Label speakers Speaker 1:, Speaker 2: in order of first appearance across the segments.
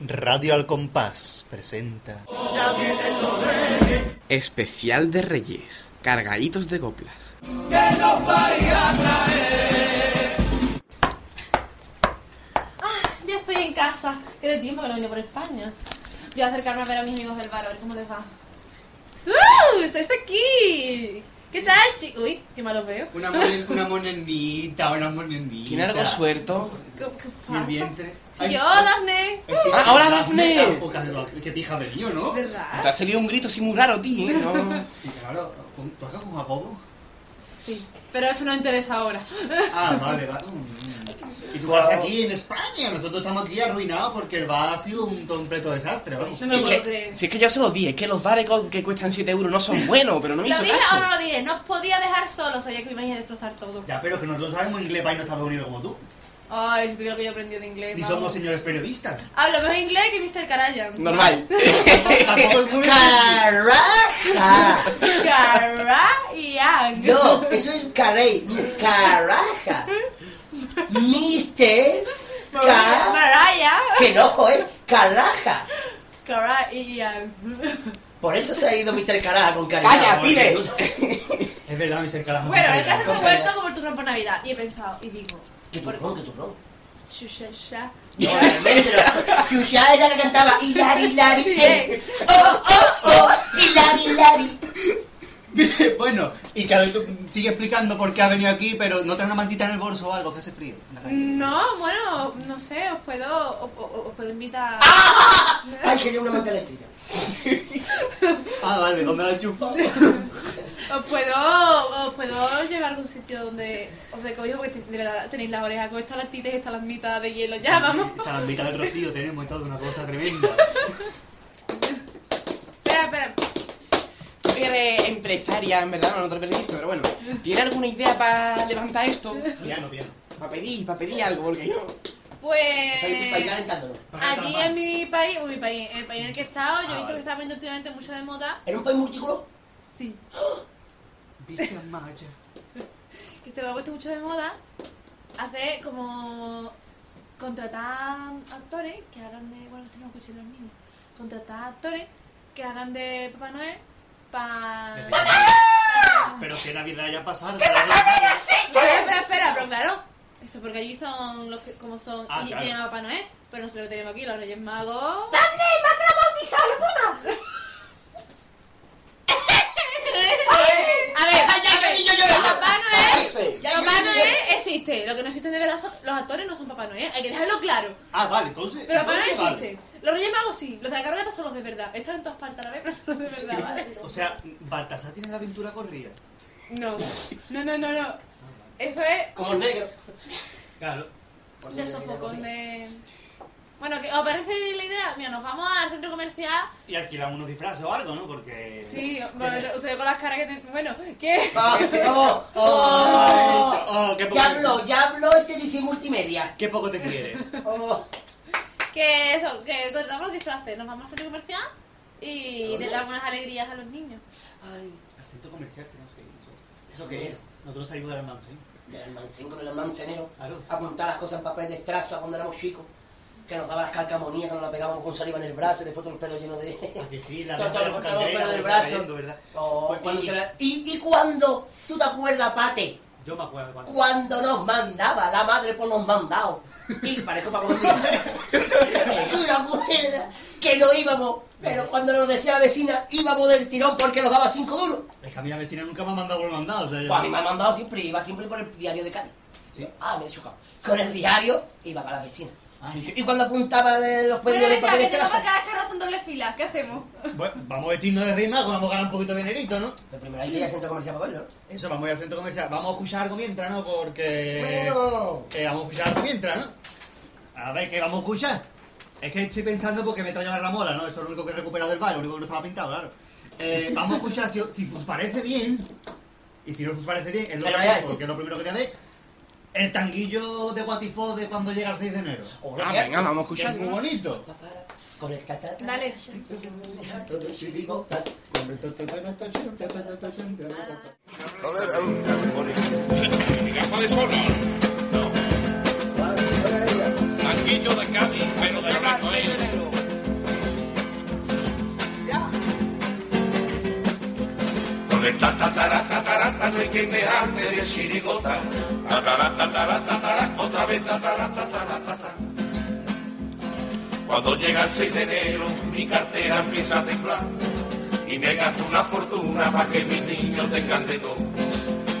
Speaker 1: Radio Al Compás presenta.
Speaker 2: Especial de Reyes, cargaditos de coplas.
Speaker 3: Ya estoy en casa. Que de tiempo que no venía por España. Voy a acercarme a ver a mis amigos del bar, a ver cómo les va. ¡Uh! ¡Estáis aquí! ¿Qué tal, chicos? Uy, qué mal os veo.
Speaker 4: Una, monen- una monendita, una monendita.
Speaker 2: ¿Tiene algo suelto?
Speaker 3: ¿Qué, qué
Speaker 4: Mi
Speaker 3: pasa?
Speaker 4: vientre.
Speaker 3: Sí, yo, Dafne.
Speaker 4: Ay, sí,
Speaker 2: Ah, ahora Dafne.
Speaker 4: Dafne, tampoco hace lo- Qué pija venido, ¿no?
Speaker 2: Te
Speaker 3: ¿Verdad?
Speaker 2: ha salido un grito así muy raro, tío. ¿eh? ¿no?
Speaker 4: Y claro, ¿con- ¿tú hagas un jacobo?
Speaker 3: Sí. Pero eso no interesa ahora.
Speaker 4: Ah, vale, va. Mm. Y tú vas aquí en España, nosotros estamos aquí arruinados porque el bar ha sido un completo desastre, vamos.
Speaker 3: No me
Speaker 2: Es
Speaker 3: lo
Speaker 2: que-
Speaker 3: puedo creer.
Speaker 2: si es que yo se lo dije, es que los bares co- que cuestan 7 euros no son buenos, pero no me
Speaker 3: ¿Lo
Speaker 2: hizo
Speaker 3: dije o no
Speaker 2: caso.
Speaker 3: lo dije? No os podía dejar solo, sabía que me ibais a destrozar todo.
Speaker 4: Ya, pero que nosotros sabemos inglés para irnos a Estados Unidos como tú.
Speaker 3: Ay, si tuviera lo que yo aprendí de inglés.
Speaker 4: Ni
Speaker 3: vamos.
Speaker 4: somos señores periodistas.
Speaker 3: Hablo mejor inglés que Mr. Karajan.
Speaker 2: Normal.
Speaker 4: Tampoco es muy
Speaker 5: ¡Caraja!
Speaker 3: Karajan.
Speaker 5: Ah, No, eso es carey. ¡Caraja! Mister. Ca-
Speaker 3: Mariah.
Speaker 5: Que no, ¿eh? ¡Caraja!
Speaker 3: Karajan.
Speaker 5: Por eso se ha ido Mister Caraja con cariño.
Speaker 2: ¡Calla, pide!
Speaker 4: Es verdad, mis carajo.
Speaker 3: Bueno, el caso es que he
Speaker 5: Con
Speaker 3: vuelto
Speaker 5: calidad.
Speaker 3: como el turrón por Navidad y he pensado y digo,
Speaker 5: ¡Qué turrón, qué turrón!
Speaker 3: shushasha.
Speaker 5: No, realmente no. Xuxa era la que cantaba Hilari, Hilari. eh.
Speaker 3: Sí.
Speaker 5: ¡Oh, oh, oh! Hilari, Hilari.
Speaker 4: bueno, y que tú sigue explicando por qué ha venido aquí, pero no trae una mantita en el bolso o algo, que hace frío. en la calle.
Speaker 3: No, bueno, no sé, os puedo, os, os- os puedo invitar.
Speaker 5: ¡Ay, que yo una manta eléctrica!
Speaker 4: Ah, vale, ¿dónde la has chupado?
Speaker 3: Os puedo, os puedo llevar a algún sitio donde os recojo porque te- de verdad tenéis las orejas con estas latitas y estas las mitad de hielo. Ya, vamos.
Speaker 4: Está la mitad del rocío, tenemos y todo, una cosa tremenda.
Speaker 3: Espera, espera.
Speaker 2: Tú que eres empresaria, en verdad, no, no te lo perdiste, pero bueno. ¿Tiene alguna idea para levantar esto?
Speaker 4: Piano, piano.
Speaker 2: Para pedir, para pedir algo, porque yo...
Speaker 5: Para ir
Speaker 3: Pues
Speaker 5: calentándolo.
Speaker 3: aquí en mi país, uy, mi país, en el país en el que he estado, yo he visto que está poniendo últimamente mucho de moda.
Speaker 5: ¿Era un país multicolor?
Speaker 3: Sí.
Speaker 4: Viste a Maya.
Speaker 3: que se me ha puesto mucho de moda hacer como contratar actores que hagan de bueno esto no lo escuché los niños contratar actores que hagan de Papá Noel para
Speaker 4: Pero que Navidad ya ha pasado.
Speaker 3: espera espera espera pero claro esto porque allí son los que como son
Speaker 4: Ah,
Speaker 3: y
Speaker 4: claro.
Speaker 3: tienen a Papá Noel pero nosotros lo tenemos aquí los Reyes Magos a ver a ver Papá Noel Papá Noel existe lo que no existen de verdad son los actores no son Papá Noel hay que dejarlo claro
Speaker 4: Ah, vale, entonces.
Speaker 3: Pero para no
Speaker 4: entonces, vale.
Speaker 3: existe. Los Reyes Magos sí, los de la cargata son los de verdad. Están en todas partes a la vez, pero son los de verdad, ¿vale?
Speaker 4: O sea, Baltasar tiene la aventura corrida.
Speaker 3: No. No, no, no, no. Eso es
Speaker 5: Como negro.
Speaker 4: Claro.
Speaker 3: de sofocón de. Bueno, que os parece bien la idea. Mira, nos vamos al centro comercial.
Speaker 4: Y alquilamos unos disfraces o algo, ¿no? Porque.
Speaker 3: Sí, bueno, ustedes con las caras que ten... Bueno, ¿qué?
Speaker 5: ¡Oh, oh, oh!
Speaker 4: Oh, oh, qué poco.
Speaker 5: Ya habló, ya habló este DC Multimedia.
Speaker 4: Qué poco te quieres.
Speaker 5: Oh,
Speaker 3: Que eso, que contamos los disfraces. Nos vamos al centro comercial y le damos unas alegrías a los niños.
Speaker 5: ay,
Speaker 4: Al centro comercial tenemos que ir nosotros. ¿Eso qué es? Nosotros salimos de la mountain.
Speaker 5: el mancín con el mancenero.
Speaker 4: Claro.
Speaker 5: Apuntar las cosas en papel de estraza cuando éramos chicos. Que nos daba las calcamonías, que nos la pegábamos con saliva en el brazo y después todo el pelo lleno de.
Speaker 4: Ah, que sí, la
Speaker 5: Todo- todo
Speaker 4: de
Speaker 5: el control
Speaker 4: cangreras,
Speaker 5: del
Speaker 4: está
Speaker 5: brazo.
Speaker 4: cayendo, ¿verdad?
Speaker 5: Oh,
Speaker 4: Pues, Y-
Speaker 5: cuando se la- y, y cuando, ¿tú te acuerdas, Pate?
Speaker 4: Yo me acuerdo cuando.
Speaker 5: Cuando nos mandaba la madre por los mandados. Y parezco para comer. ¿Tú te acuerdas que no íbamos? Pero cuando nos decía la vecina, íbamos del tirón porque nos daba cinco duros.
Speaker 4: Es que a mí la vecina nunca me ha mandado por mandado. O sea,
Speaker 5: Pues a mí me ha mandado siempre, iba siempre por el diario de Cádiz.
Speaker 4: Sí.
Speaker 5: Ah, me he chocado. Con el diario iba con la vecina.
Speaker 4: Ah, sí.
Speaker 5: Y cuando apuntaba de los
Speaker 4: Pues
Speaker 3: Pero
Speaker 5: premios de
Speaker 3: venga,
Speaker 5: papel
Speaker 3: que
Speaker 5: de
Speaker 4: este
Speaker 3: tenemos
Speaker 5: estraza,
Speaker 3: cada caras en doble fila. ¿Qué hacemos?
Speaker 4: Bueno, vamos a vestirnos de rima, vamos a ganar un poquito de dinerito, ¿no?
Speaker 5: pero primero hay que ir al centro comercial para verlo.
Speaker 4: Eso, vamos a ir al centro comercial. Vamos a escuchar algo mientras, ¿no? Porque...
Speaker 5: Bueno.
Speaker 4: Eh, vamos a escuchar algo mientras, ¿no? A ver, ¿qué vamos a escuchar? Es que estoy pensando porque me traigo la gramola, ¿no? Eso es lo único que he recuperado del bar, lo único que no estaba pintado, claro. Eh, vamos a escuchar si, si os parece bien, y si no os parece bien, es lo que
Speaker 5: Pero
Speaker 4: hay,
Speaker 5: ya-
Speaker 4: porque es lo primero que te haré, el tanguillo de Guatifó de cuando llega el 6 de enero.
Speaker 5: O
Speaker 2: Ah,
Speaker 5: lo que-
Speaker 2: venga, vamos a
Speaker 4: Que es muy
Speaker 2: escucharlo.
Speaker 4: bonito.
Speaker 5: Con el tatata.
Speaker 3: Dale.
Speaker 5: Todo chirigota.
Speaker 6: Gafas de sol. Tanguillo de Cádiz, pero de Cádiz.
Speaker 7: Tatarata no hay quien me arte de chirigota. Tatarata, tatarata, tatará, otra vez tatarata, tatarata. tatará. Cuando llega el 6 de enero, mi cartera empieza a temblar. Y me gasto una fortuna para que mis niños tengan de todo.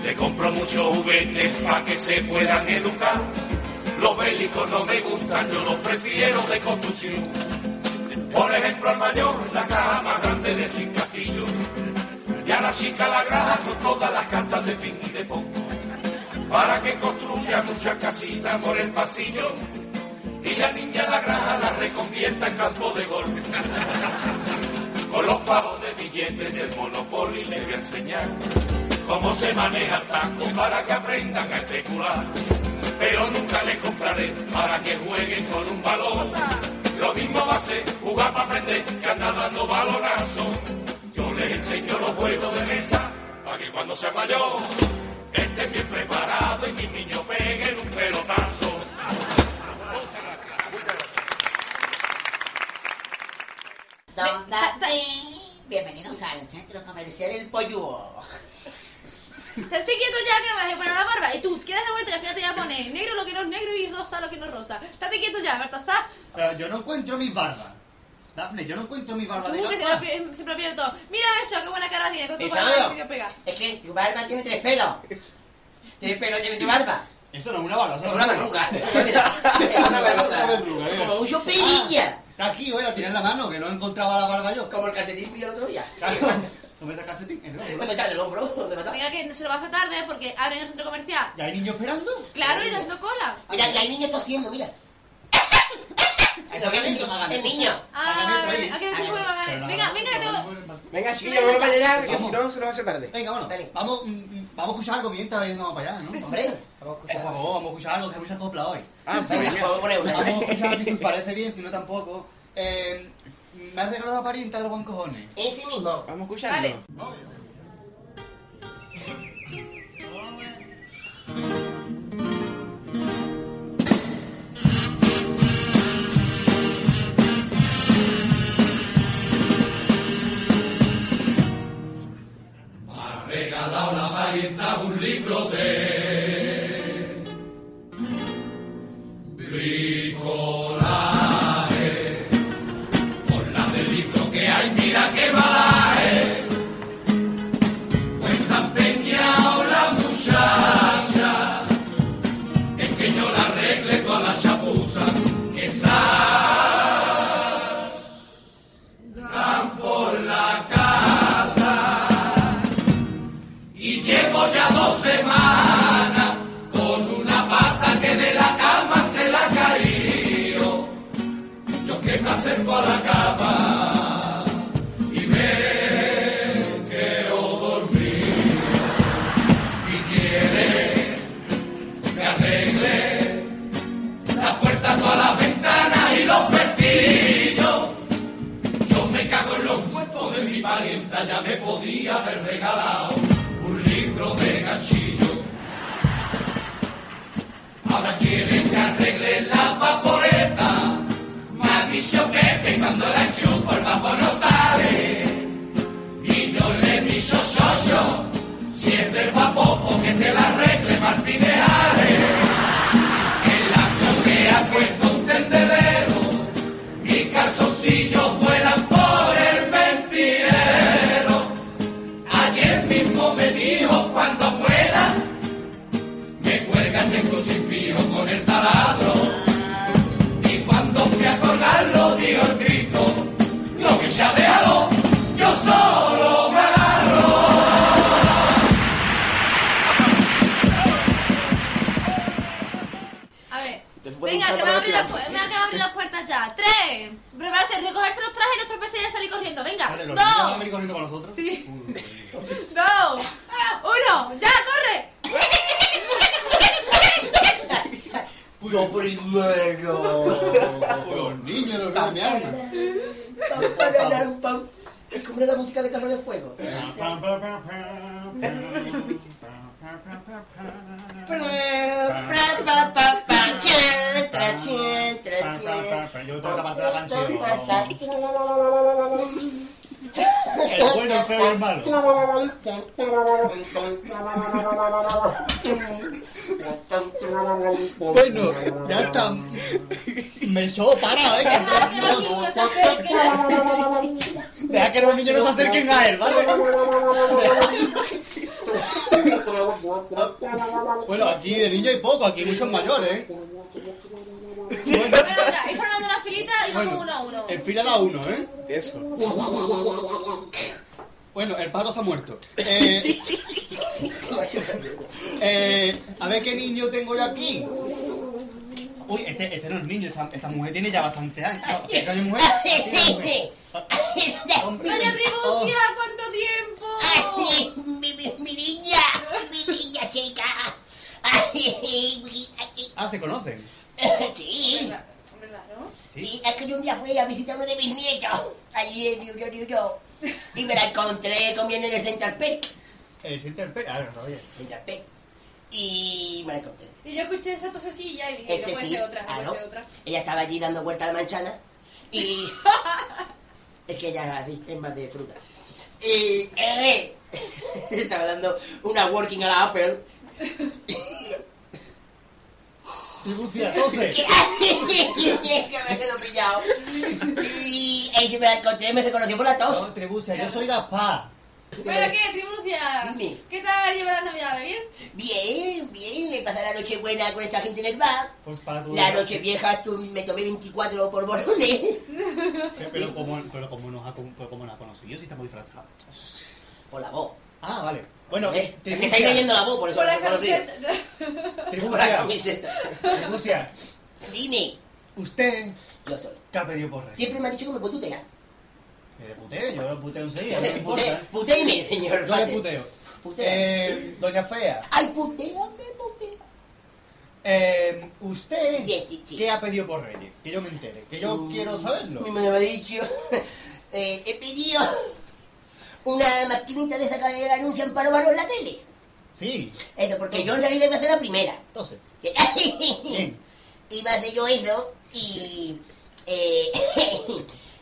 Speaker 7: Le compro muchos juguetes para que se puedan educar. Los bélicos no me gustan, yo los prefiero de construcción. Por ejemplo, al mayor, la caja más grande de sin castillo. Y a la chica la grada con todas las cartas de pin y de pop. Para que construya muchas casitas por el pasillo. Y la niña la grada la reconvierta en campo de golf. Con los pavos de billetes del Monopoly le voy a enseñar cómo se maneja el taco para que aprendan a especular. Pero nunca le compraré para que jueguen con un balón. Lo mismo va a ser jugar para aprender que anda dando balonazo. Yo les enseño los juegos de mesa para que cuando sea mayor estén bien preparados y mis niños peguen un pelotazo. Muchas gracias.
Speaker 5: Dondate. Bienvenidos al centro comercial El Polluo.
Speaker 6: Estás quieto ya que no me dejes poner una barba. Y tú quieres de vuelta y al final te voy a poner negro lo que no es negro y rosa lo que no es rosa. Estate quieto ya, Baltasar.
Speaker 4: Pero yo no encuentro mis barbas. Dafne, yo no encuentro mis
Speaker 6: Tú
Speaker 4: barbas de
Speaker 6: que se
Speaker 4: gafas.
Speaker 6: la- siempre pierde todo. Mira eso, qué buena cara tiene con su
Speaker 5: Isabel.
Speaker 6: barba medio pega.
Speaker 5: Es que tu barba tiene tres pelos. Tres pelos tiene tu barba.
Speaker 4: Eso no es una barba, eso
Speaker 5: Es una verruga. Es una
Speaker 4: Ah, Una verruga,
Speaker 5: verruga.
Speaker 4: eh.
Speaker 5: Como mucho perilla.
Speaker 4: Está aquí, oye, la tenía en la mano, que no encontraba la barba yo.
Speaker 5: Como el calcetín que yo el otro día.
Speaker 4: Ah. Claro, no me sacas el en el hombro.
Speaker 5: Bueno, echarle el hombro. ¿Dónde mataba?
Speaker 6: Venga, que no se lo va a hacer tarde porque abren el centro comercial.
Speaker 4: ¿Ya hay niños esperando?
Speaker 6: Claro, y dando cola.
Speaker 5: Mira, ya el niño tosiendo, mira.
Speaker 4: Ay, no, que el niño no haga
Speaker 5: El
Speaker 4: nada.
Speaker 5: niño.
Speaker 6: Ah,
Speaker 4: Hágame otra
Speaker 6: ¿a qué
Speaker 5: ahí.
Speaker 6: te puedo pagar?
Speaker 4: Pero la-
Speaker 6: Venga, venga, que tengo.
Speaker 2: Venga, chiquillos, vamos para allá, que si no se nos hace tarde.
Speaker 4: Venga, bueno,
Speaker 5: Vale.
Speaker 4: vamos, mm, mm, vamos a escuchar algo mientras vamos para allá, ¿no? Vamos.
Speaker 5: Hombre,
Speaker 4: Por favor, vamos a escuchar algo, que hay mucha copla hoy.
Speaker 2: Ah,
Speaker 5: venga, vamos a poner una.
Speaker 4: Vamos a escuchar si os parece bien, si no tampoco. Eh, me has regalado la pared íntegro con cojones.
Speaker 5: Ese mismo.
Speaker 2: Vamos a escucharlo.
Speaker 6: Vale. A ver.
Speaker 2: Te puedo
Speaker 6: Venga,
Speaker 2: usar
Speaker 6: que
Speaker 2: para
Speaker 6: van a abrir
Speaker 2: la
Speaker 6: las puertas. Venga, que van a abrir las puertas ya. Tres. Prepararse, recogerse los trajes y los tropeces y ya salir corriendo. Venga.
Speaker 4: Espérate, ¿Los niños van a
Speaker 6: Dos.
Speaker 4: venir corriendo para nosotros?
Speaker 6: Sí.
Speaker 4: Uy, uy, uy.
Speaker 6: Dos. Uno. Ya, corre.
Speaker 5: Lo primero.
Speaker 4: Los niños, los niños, mi alma.
Speaker 5: Pam, pararam, pam. Es como era la música de carro de fuego.
Speaker 4: Yo tengo que apartar la canción. El bueno, el feo y el malo.
Speaker 5: Bueno,
Speaker 4: Bueno, ya está. Me show, para, eh. que- Deja que los niños no se acerquen a él, ¿vale? Bueno, aquí de niños hay poco, aquí hay muchos mayores, eh. Bueno,
Speaker 3: Ir formando una filita y vamos
Speaker 4: Bueno.
Speaker 3: uno a uno.
Speaker 4: en fila da uno, eh.
Speaker 2: Eso.
Speaker 4: Bueno, el pato se ha muerto. Eh, eh, a ver qué niño tengo yo aquí. Uy, este, este no es niño, esta, esta mujer tiene ya bastante años. No, ¿qué coño es mujer? Sí, es mujer. Hombre.
Speaker 3: ¡Vaya
Speaker 4: Oh,
Speaker 3: tribucia! ¡Cuánto tiempo!
Speaker 5: Ay, mi, mi, mi niña, mi niña chica. Ay, mi- ay,
Speaker 4: Ah, se conocen.
Speaker 5: sí,
Speaker 3: Hombre, claro.
Speaker 5: sí, es que yo un día fui a visitar uno de mis nietos, allí en New York, New York, y me la encontré comiendo en el Central Park,
Speaker 4: El Center Pe- Ah, no, oye.
Speaker 5: Central Park, y me la encontré.
Speaker 3: Y yo escuché esa tosecilla y dije,
Speaker 5: Ese
Speaker 3: no puede
Speaker 5: sí.
Speaker 3: ser otra, no
Speaker 5: Ah,
Speaker 3: puede
Speaker 5: ¿no?
Speaker 3: ser otra.
Speaker 5: Ella estaba allí dando vueltas de manchana y. es que ella es así, es más de fruta. Y. eh, estaba dando una working a la Apple.
Speaker 4: Tribucia, 12.
Speaker 5: que me quedo pillado. Y ahí se me la encontré, me reconoció por la tos.
Speaker 4: No, Tribucia, yo soy Gaspar.
Speaker 3: ¿Pero qué, tribucia?
Speaker 5: Dime.
Speaker 3: ¿Qué tal lleva la Navidad? ¿Bien?
Speaker 5: Bien, bien, me pasé la noche buena con esta gente en el bar.
Speaker 4: Pues para tu
Speaker 5: La noche vieja tú, me tomé 24 por bolones.
Speaker 4: Pero como, pero como nos ha, pero como nos ha conocido, si estamos disfrazados.
Speaker 5: Por la voz.
Speaker 4: Ah, vale. Bueno,
Speaker 5: ¿eh? Es que estáis
Speaker 4: Tribucia,
Speaker 5: leyendo la voz, por eso.
Speaker 3: Por
Speaker 5: no
Speaker 3: la
Speaker 5: me conocí.
Speaker 3: camiseta.
Speaker 5: Por la
Speaker 4: Tribucia,
Speaker 5: camiseta.
Speaker 4: Tribucia,
Speaker 5: Dime,
Speaker 4: usted,
Speaker 5: yo soy.
Speaker 4: ¿qué ha pedido por rey?
Speaker 5: Siempre me ha dicho que me pututea.
Speaker 4: Que le puteo, yo lo puteo enseguida, no me importa.
Speaker 5: Pute- Puteime, señor.
Speaker 4: Yo le
Speaker 5: padre.
Speaker 4: puteo.
Speaker 5: Putea.
Speaker 4: Eh, Doña Fea,
Speaker 5: Ay, puteame, putea.
Speaker 4: eh, ¿usted
Speaker 5: Yes, sí, sí.
Speaker 4: qué ha pedido por Reyes? Que yo me entere, que yo
Speaker 5: Mm,
Speaker 4: quiero saberlo.
Speaker 5: Me lo ha dicho. Eh, he pedido una maquinita de sacar el anuncio para varón en la tele.
Speaker 4: Sí,
Speaker 5: Eso, porque yo en realidad iba a hacer la primera.
Speaker 4: entonces, bien.
Speaker 5: iba a hacer yo eso y. Eh,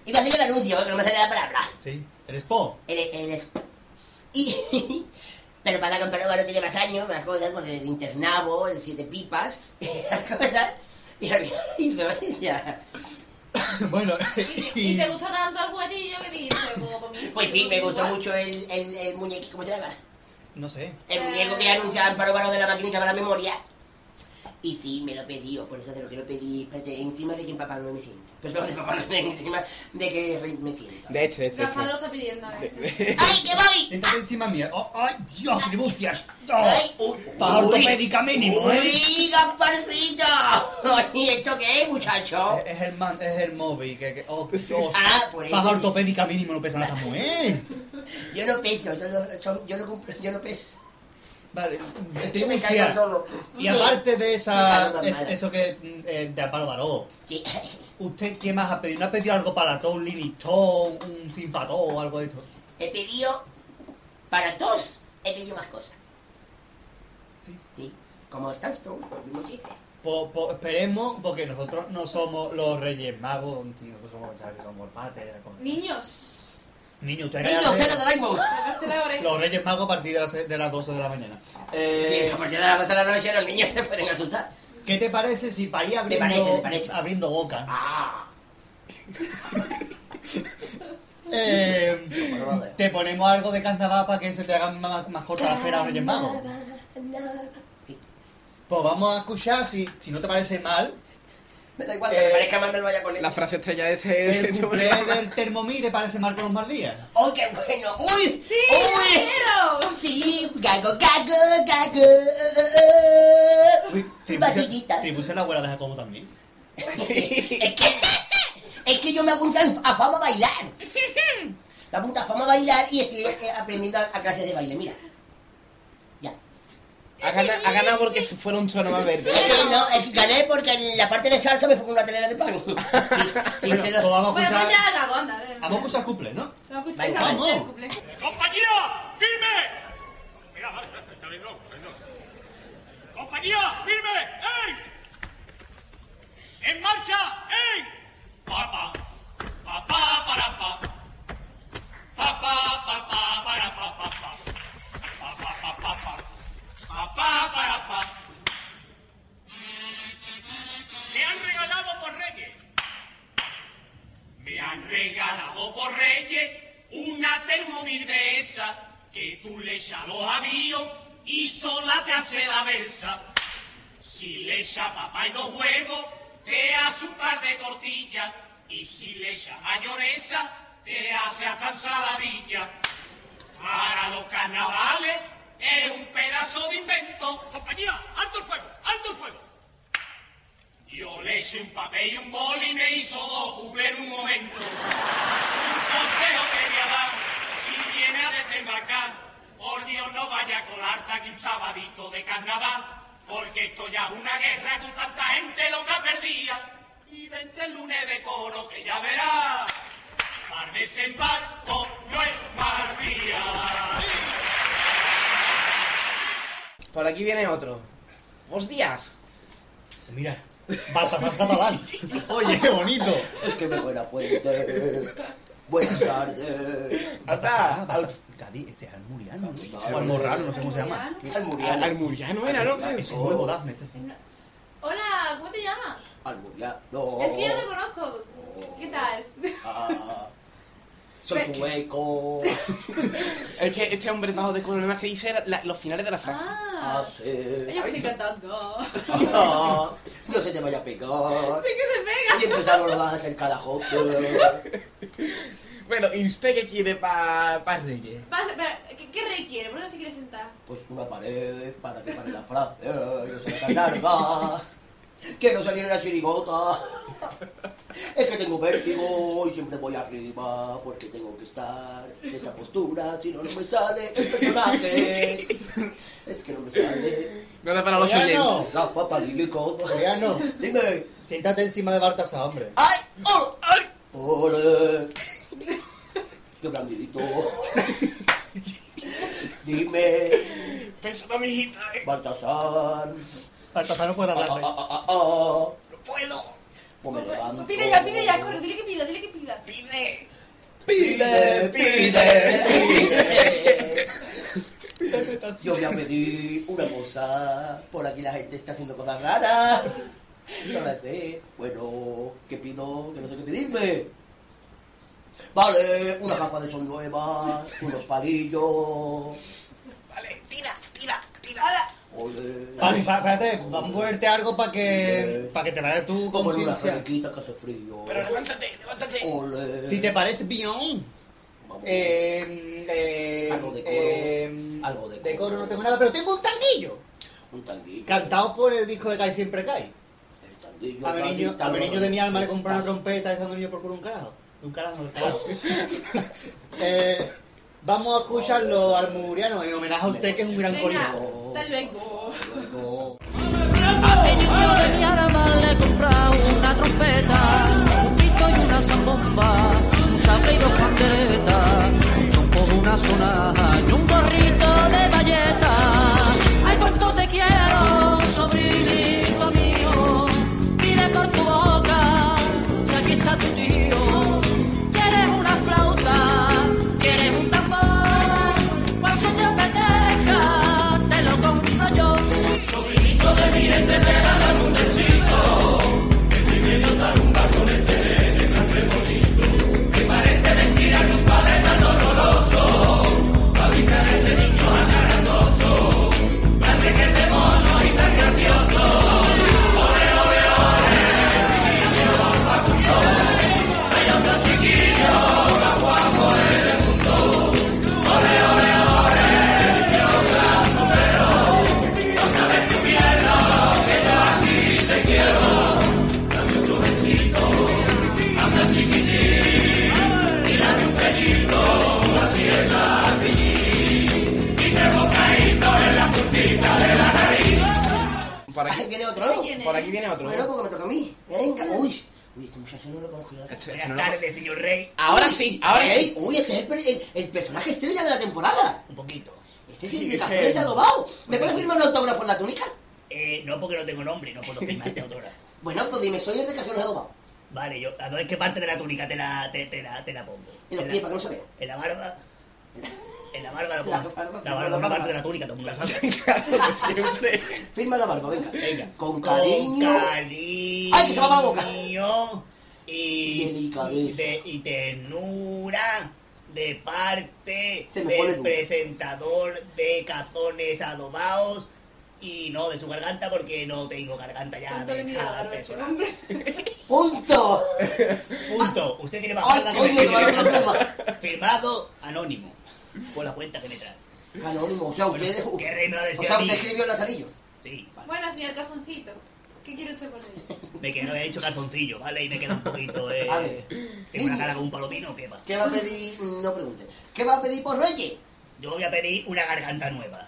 Speaker 5: iba a hacer yo el anuncio, porque no me sale la palabra.
Speaker 4: Sí, eres Po.
Speaker 5: El, el es- y, pero para la camperoba no tiene más años, las cosas, con el internabo, el siete pipas, las cosas. Y al final hizo ella.
Speaker 4: Bueno,
Speaker 3: ¿Y te gustó tanto el juguetillo que dijiste? como pa' mí,
Speaker 5: Pues sí, me gustó
Speaker 3: igual.
Speaker 5: mucho el, el, el muñeco, ¿cómo se llama?
Speaker 4: no sé.
Speaker 5: El muñeco que anunciaban para Baro de la maquinita para la memoria. Y sí, me lo pedí, por eso se lo quiero pedir. Espérate, encima de que en papá no me siento. Perdón, de papá no, encima de que re- me siento.
Speaker 2: De este, de este. de
Speaker 3: Rafa lo
Speaker 2: este.
Speaker 3: está pidiendo, eh.
Speaker 5: ¡Ay, que voy!
Speaker 4: Siéntate encima mía. Oh, ¡Ay, Dios, Tribucias!
Speaker 5: ¡Ay,
Speaker 4: ¡Oh!
Speaker 5: uy!
Speaker 4: Para
Speaker 5: uy.
Speaker 4: ortopédica mínimo, ¿eh?
Speaker 5: ¡Uy, Gasparcito! ¿Y esto qué es, muchacho?
Speaker 4: Es el, man, es el móvil que... que oh, Eh, Dios.
Speaker 5: Ah, por eso.
Speaker 4: Paja ortopédica mínimo no pesa nada, mujer.
Speaker 5: Yo no peso, yo no, yo- yo no cumplo, yo no peso.
Speaker 4: Vale,
Speaker 5: Yo me caigo
Speaker 4: Tribucia.
Speaker 5: solo.
Speaker 4: Y aparte de esa,
Speaker 5: Vale,
Speaker 4: es-
Speaker 5: vale.
Speaker 4: eso que mm, eh, de Aparo Baró,
Speaker 5: Sí.
Speaker 4: ¿Usted qué más ha pedido? ¿No ha pedido algo para todo? ¿Un linistón? ¿Un cinfató o algo de esto?
Speaker 5: He pedido, para todos, he pedido más cosas.
Speaker 4: Sí.
Speaker 5: Sí, como estás tú, el mismo chiste.
Speaker 4: Po- po- esperemos, porque nosotros no somos los reyes magos, tío, nosotros somos, ¿sabes? somos el padre. la cosa.
Speaker 3: Niños,
Speaker 4: Niño, usted
Speaker 5: ¡Niño,
Speaker 4: era-
Speaker 5: usted lo Doraemon!
Speaker 3: sacaste la oreja.
Speaker 4: Los reyes magos a partir de las, de las 12 de la mañana.
Speaker 5: Sí,
Speaker 4: Eh,
Speaker 5: a partir de las 12 de la noche los niños se pueden asustar.
Speaker 4: ¿Qué te parece si para ir abriendo,
Speaker 5: parece, me parece.
Speaker 4: abriendo boca?
Speaker 5: ¡Ah!
Speaker 4: Eh,
Speaker 5: Como no, eh.
Speaker 4: te ponemos algo de carnaval para que se te hagan más, más corta la espera a los reyes magos.
Speaker 5: Nada, Sí,
Speaker 4: Pues vamos a escuchar, si, si no te parece mal,
Speaker 5: me da igual, que me
Speaker 4: Eh,
Speaker 5: parezca mal me lo vaya a poner.
Speaker 2: La frase estrella de este. de
Speaker 4: el
Speaker 2: este
Speaker 4: cumple
Speaker 2: programa.
Speaker 4: del Thermomix te parece Marco los Mardías.
Speaker 5: ¡Oh, qué bueno! ¡Uy!
Speaker 3: ¡Sí,
Speaker 5: ¡Uy!
Speaker 3: quiero!
Speaker 5: Sí, gago, gago, gago.
Speaker 4: Uy,
Speaker 5: Barriguita.
Speaker 4: Tribuse la abuela de Jacobo también.
Speaker 5: Es que, es que yo me apunto a fama a bailar. Me apunto a fama a bailar y estoy eh, aprendiendo a, a clases de baile. Mira. Ya.
Speaker 2: Ha ganado, ha ganado porque se fuera un tono más verde.
Speaker 5: Es que no, es que gané porque en la parte de salsa me fue con una telera de pan. Sí, sí,
Speaker 4: Bueno,
Speaker 5: te
Speaker 4: pues
Speaker 5: lo-
Speaker 4: vamos a
Speaker 3: Bueno,
Speaker 4: escuchar.
Speaker 3: pues ya cago, anda. ven,
Speaker 4: Vamos a
Speaker 3: ven.
Speaker 4: escuchar cumple, ¿no?
Speaker 3: Vamos a
Speaker 5: Vale,
Speaker 3: escuchar esa parte
Speaker 4: vamos.
Speaker 3: del cumple.
Speaker 8: ¡Compañía! ¡Firme! Mira, vale, está bien loco, está bien loco. ¡Compañía! ¡Firme! ¡Ey! ¡En marcha! ¡Ey! Papá. Papá, para, pa. Papá, papá, que tú le echa los avíos y sola te hace la versa. Si le echa papá y dos huevos, te hace un par de tortillas. Y si le echa mayonesa, te hace hasta ensaladilla. Para los carnavales es un pedazo de invento. Compañía, alto el fuego, alto el fuego. Yo le eché un papel y un bol y me hizo dos cubos en un momento. Un consejo te voy a dar, si viene a desembarcar, por Dios no vaya a colarte aquí un sabadito de carnaval, porque esto ya es una guerra con tanta gente loca perdida. Y vente el lunes de coro que ya verás, para desembarco no es mal día.
Speaker 2: Por aquí viene otro. Buenos días.
Speaker 4: Mira, Baltasar Catalán. Oye, qué bonito.
Speaker 1: Es que me buena fuente. Buenas tardes.
Speaker 2: Alta, al-
Speaker 4: Cádiz, este es almuriano. ¿no?
Speaker 1: Sí,
Speaker 4: O almorrano, no sé cómo se llama.
Speaker 3: ¿Almoriano?
Speaker 1: Almuriano.
Speaker 2: Almuriano era, ¿no?
Speaker 4: Es un nuevo Dafne. este.
Speaker 3: Es una- Hola, ¿cómo te llamas?
Speaker 4: Oh.
Speaker 1: Almuriano.
Speaker 3: Es que yo te conozco. ¿Qué tal?
Speaker 1: Ah, soy
Speaker 3: Pero-
Speaker 1: hueco.
Speaker 2: Es que este hombre bajo de color, nada más que dice la- los finales de la frase.
Speaker 3: Ah,
Speaker 1: Ah, sí.
Speaker 3: yo que estoy cantando. Sí
Speaker 1: Ah, no se te vaya a
Speaker 3: que
Speaker 1: pegar.
Speaker 3: se
Speaker 1: Y
Speaker 3: pega.
Speaker 1: empezamos a hacer cada jopo.
Speaker 2: Bueno, ¿y usted qué quiere para Reyes?
Speaker 3: Pasa, espera, ¿qué, ¿Qué rey quiere? ¿Por qué se quiere sentar?
Speaker 1: Pues una pared para que pare la frase. "Eh, Yo soy tan larga. Quiero salir de la chirigota. Es que tengo vértigo y siempre voy arriba porque tengo que estar en esa postura. Si no, no me sale el personaje. Es que no me sale.
Speaker 2: Nada para los
Speaker 4: Oye,
Speaker 2: oyentes.
Speaker 4: no.
Speaker 1: La papa y mi codo.
Speaker 4: Juliano,
Speaker 1: Dime.
Speaker 4: siéntate encima de Baltasar, hombre.
Speaker 1: ¡Ay! ¡Oh! ¡Ay! ¡Ole! ¡Qué blandidito! Dime,
Speaker 2: Persona, mijita, eh,
Speaker 1: Baltasar.
Speaker 4: Baltasar no puede
Speaker 1: Ah, ah,
Speaker 4: hablar.
Speaker 1: ah, ah, ah.
Speaker 2: no puedo.
Speaker 1: Pues me levanto.
Speaker 3: Pide ya, pide ya, corre, dile que pida, dile que pida.
Speaker 2: Pide.
Speaker 1: Pide, pide, pide. Yo voy a pedir una cosa. Por aquí la gente está haciendo cosas raras. No la sé. Bueno, ¿qué pido? Que no sé qué pedirme. Vale, una capa de son nueva, unos palillos.
Speaker 2: Vale, tira, tira, tira.
Speaker 3: Ahora,
Speaker 1: Ole.
Speaker 4: Vale, pa- espérate, vamos a ponerte algo para que, para que te vaya tu
Speaker 1: Como en una
Speaker 4: conciencia.
Speaker 1: franquita que hace frío.
Speaker 2: Pero levántate, levántate.
Speaker 1: Ole.
Speaker 5: eh.
Speaker 4: Si te parece bien,
Speaker 1: Vamos.
Speaker 4: eh, eh,
Speaker 1: Algo de coro.
Speaker 4: eh,
Speaker 1: Algo de
Speaker 4: de
Speaker 1: coro.
Speaker 4: coro no tengo nada, pero tengo un tanguillo.
Speaker 1: Un tanguillo.
Speaker 4: Cantado por el disco de Kai Siempre Kai.
Speaker 1: El tanguillo.
Speaker 4: A mi niño,
Speaker 1: tanguillo,
Speaker 4: a mi niño de mi alma le compré una
Speaker 1: Ah.
Speaker 4: trompeta y se niño por culo un carajo. Un carajo, un carajo. eh, vamos a escuchar los almurianos en homenaje a usted que es un gran Oh,
Speaker 3: venga,
Speaker 4: corista.
Speaker 1: coliseo.
Speaker 3: hasta luego.
Speaker 1: Luego.
Speaker 6: A mi niño de mi arma le he comprado una trompeta, un pito y una zambomba, un sable y dos panderetas, un trompo de una sonaja y un gorrito de galleta. Ay, cuánto te quiero, sobrinito mío, pide por tu boca, que aquí está tu tío. Quieres una flauta, quieres un tambor, cuando te apetezca, te lo compro yo.
Speaker 2: Por
Speaker 1: Ay,
Speaker 2: aquí,
Speaker 1: viene otro, ¿no?
Speaker 3: ¿Quién es?
Speaker 2: por aquí viene otro.
Speaker 1: Bueno,
Speaker 2: ¿eh?
Speaker 1: porque me toca a mí. Venga, uy. Uy, este muchacho no lo conozco yo.
Speaker 2: Este- este
Speaker 4: Buenas
Speaker 2: no-
Speaker 4: tardes, señor Rey.
Speaker 2: Ahora sí, ahora sí.
Speaker 1: Ey, Uy, este es el, per- el- el personaje estrella de la temporada.
Speaker 4: Un poquito.
Speaker 1: Este es el
Speaker 4: Sí,
Speaker 1: de
Speaker 4: sí.
Speaker 1: Cafres Adobado. ¿Me puedes firmar un autógrafo en la túnica?
Speaker 4: Eh, no porque no tengo nombre, no puedo firmarte autógrafo.
Speaker 1: Bueno, pues dime, soy el de Casones Adobado.
Speaker 4: Vale, yo, a ver qué parte de la túnica te la, te, te la, te la pongo.
Speaker 1: En los
Speaker 4: la-
Speaker 1: pies, para que no se vea.
Speaker 4: En la barba. En la barba lo
Speaker 1: La
Speaker 4: pongo.
Speaker 1: barba,
Speaker 4: La barba es una parte de la túnica, todo el mundo la sabe.
Speaker 2: Siempre.
Speaker 1: Firma la barba, venga.
Speaker 4: Venga.
Speaker 1: Con cariño.
Speaker 4: Con cariño.
Speaker 1: Ay, que se va para la boca.
Speaker 4: Y,
Speaker 1: Delicadeza.
Speaker 4: y te- y ternura.
Speaker 9: de parte
Speaker 5: Se me pone
Speaker 9: del
Speaker 5: duro.
Speaker 9: presentador de cazones adobados y no de su garganta porque no tengo garganta ya
Speaker 3: ¿Cuánto le
Speaker 9: de
Speaker 3: mide la
Speaker 5: Ah,
Speaker 9: cada
Speaker 3: barba a este
Speaker 9: persona.
Speaker 3: hombre?
Speaker 5: ¡Punto!
Speaker 9: Punto. Usted tiene más
Speaker 5: Ay,
Speaker 9: garganta
Speaker 5: coño,
Speaker 9: que
Speaker 5: que me lo
Speaker 9: garganta.
Speaker 5: toma.
Speaker 9: Firmado anónimo. Por la cuenta que me trae.
Speaker 5: Anónimo, o sea, usted...
Speaker 9: Bueno, ¿Qué rey me lo
Speaker 5: O
Speaker 9: decía
Speaker 5: sea,
Speaker 9: a mí?
Speaker 5: usted escribió el Lazarillo.
Speaker 9: Sí, vale.
Speaker 3: Bueno, señor Cazoncito, ¿qué quiere usted por ello?
Speaker 9: Me quedo, he hecho calzoncillo, ¿vale? Y me queda un poquito de...
Speaker 5: A ver.
Speaker 9: Tengo una cara con un palomino, ¿qué va?
Speaker 5: ¿Qué va a pedir? No pregunte. ¿Qué va a pedir por Reyes?
Speaker 9: Yo voy a pedir una garganta nueva.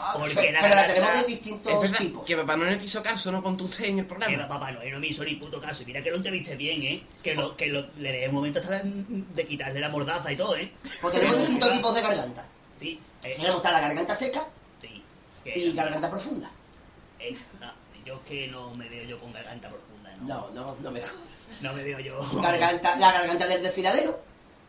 Speaker 5: Ah,
Speaker 9: Porque
Speaker 5: pero
Speaker 9: la
Speaker 5: pero la
Speaker 9: garganta-
Speaker 5: tenemos de
Speaker 2: Es
Speaker 5: distintos
Speaker 2: verdad
Speaker 5: tipos.
Speaker 2: que Papá Noel te hizo caso, ¿no? Contó usted en el
Speaker 9: Que
Speaker 2: programa.
Speaker 9: va, papá Noel no me hizo ni puto caso. Y mira que lo entrevisté bien, ¿eh? Que, lo, que lo- le dejé un momento hasta de, de quitarle la mordaza y todo, ¿eh?
Speaker 5: Porque tenemos
Speaker 9: Pero,
Speaker 5: distintos
Speaker 9: papá,
Speaker 5: tipos de garganta.
Speaker 9: Sí, eh,
Speaker 5: Tenemos está la garganta seca
Speaker 9: sí. que-
Speaker 5: y garganta profunda.
Speaker 9: es- no, yo es que no me veo yo con garganta profunda, ¿no?
Speaker 5: No, no, no me
Speaker 9: No me veo yo...
Speaker 5: Garganta, la garganta del desfiladero.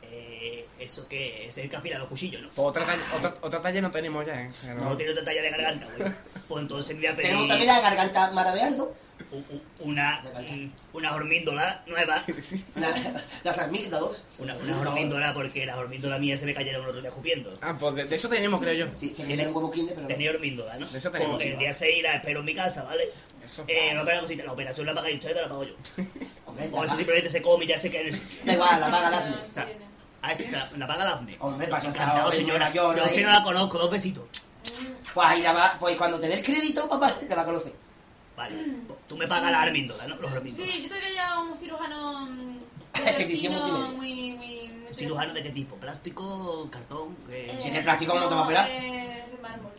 Speaker 9: Eh, ¿Eso qué es? El que afila los cuchillos, ¿no?
Speaker 2: Pues otra talla, otra, otra talla no tenemos ya, ¿eh? O sea,
Speaker 9: No tiene otra talla de garganta, güey. Pues entonces me voy a pedir...
Speaker 5: Tenemos también la garganta maraveardo.
Speaker 9: u- u- una, un- una hormíndola nueva.
Speaker 5: la- las amígdalos.
Speaker 9: Una, una hormíndola, porque la hormíndola mía se me cayeron el otro día escupiendo.
Speaker 2: Ah, pues de, de eso tenemos, creo yo.
Speaker 5: Sí, se tiene un huevo kinder, pero no.
Speaker 9: Tenía hormíndola, ¿no?
Speaker 2: De eso tenemos,
Speaker 9: Pues
Speaker 2: sí,
Speaker 9: el
Speaker 2: vale.
Speaker 9: día 6 la espero en mi casa, ¿vale?
Speaker 2: Eso.
Speaker 9: Eh, no pero cosita, la operación la pagáis ustedes, la pago yo.
Speaker 5: Hombre,
Speaker 9: O
Speaker 5: la,
Speaker 9: Oh, eso
Speaker 5: paga-
Speaker 9: simplemente se come y ya se cae en el sitio.
Speaker 5: da igual, la paga Daphne.
Speaker 3: Ah, sí, viene.
Speaker 9: Ah, sí, la, la paga Dafne.
Speaker 2: Oh,
Speaker 5: Hombre, pasa
Speaker 9: Encantado, señora. Yo es que no la conozco, dos besitos.
Speaker 3: Mm,
Speaker 5: Pues ahí la va, pues cuando te dé el crédito, papá, te va a conocer.
Speaker 9: Vale, pues tú me pagas la hormíndola, ¿no? Los hormíndolas.
Speaker 3: Sí, yo te veía un cirujano. mm,
Speaker 5: Es que te hicimos
Speaker 3: neurocirujano
Speaker 5: dinero.
Speaker 3: muy, muy, muy.
Speaker 9: ¿Cirujano de qué tipo? ¿Plástico? ¿Cartón?
Speaker 3: Eh,
Speaker 9: Eh,
Speaker 5: Si es de plástico, ¿cómo te va a
Speaker 3: no,
Speaker 5: operar?
Speaker 3: eh, de mármol.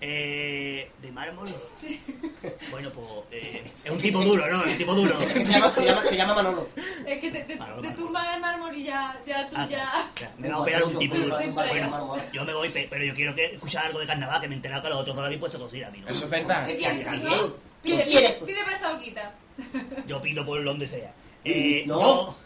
Speaker 9: eh, ¿De mármol? Bueno, pues eh, es un tipo duro, ¿no? Es un tipo duro.
Speaker 5: Se llama, se llama, se llama Manolo.
Speaker 3: Es que te, te,
Speaker 9: Mármol,
Speaker 3: te
Speaker 9: mármol.
Speaker 3: tumban el mármol y ya, ya tú
Speaker 9: Ah,
Speaker 3: ya.
Speaker 9: claro. Me va a operar un tipo ¿eh? duro.
Speaker 3: Bueno,
Speaker 9: Bueno, yo me voy, pe- pero yo quiero que escuchar algo de carnaval, que me he enterado que los otros dos lo habéis puesto cocida, a mí no.
Speaker 2: Eso es verdad.
Speaker 5: ¿Qué
Speaker 3: Pide,
Speaker 5: quieres? también?
Speaker 3: pide,
Speaker 5: ¿Qué quieres?
Speaker 3: pide para esa boquita.
Speaker 9: Yo pido por donde sea. Eh,
Speaker 5: No.
Speaker 9: yo-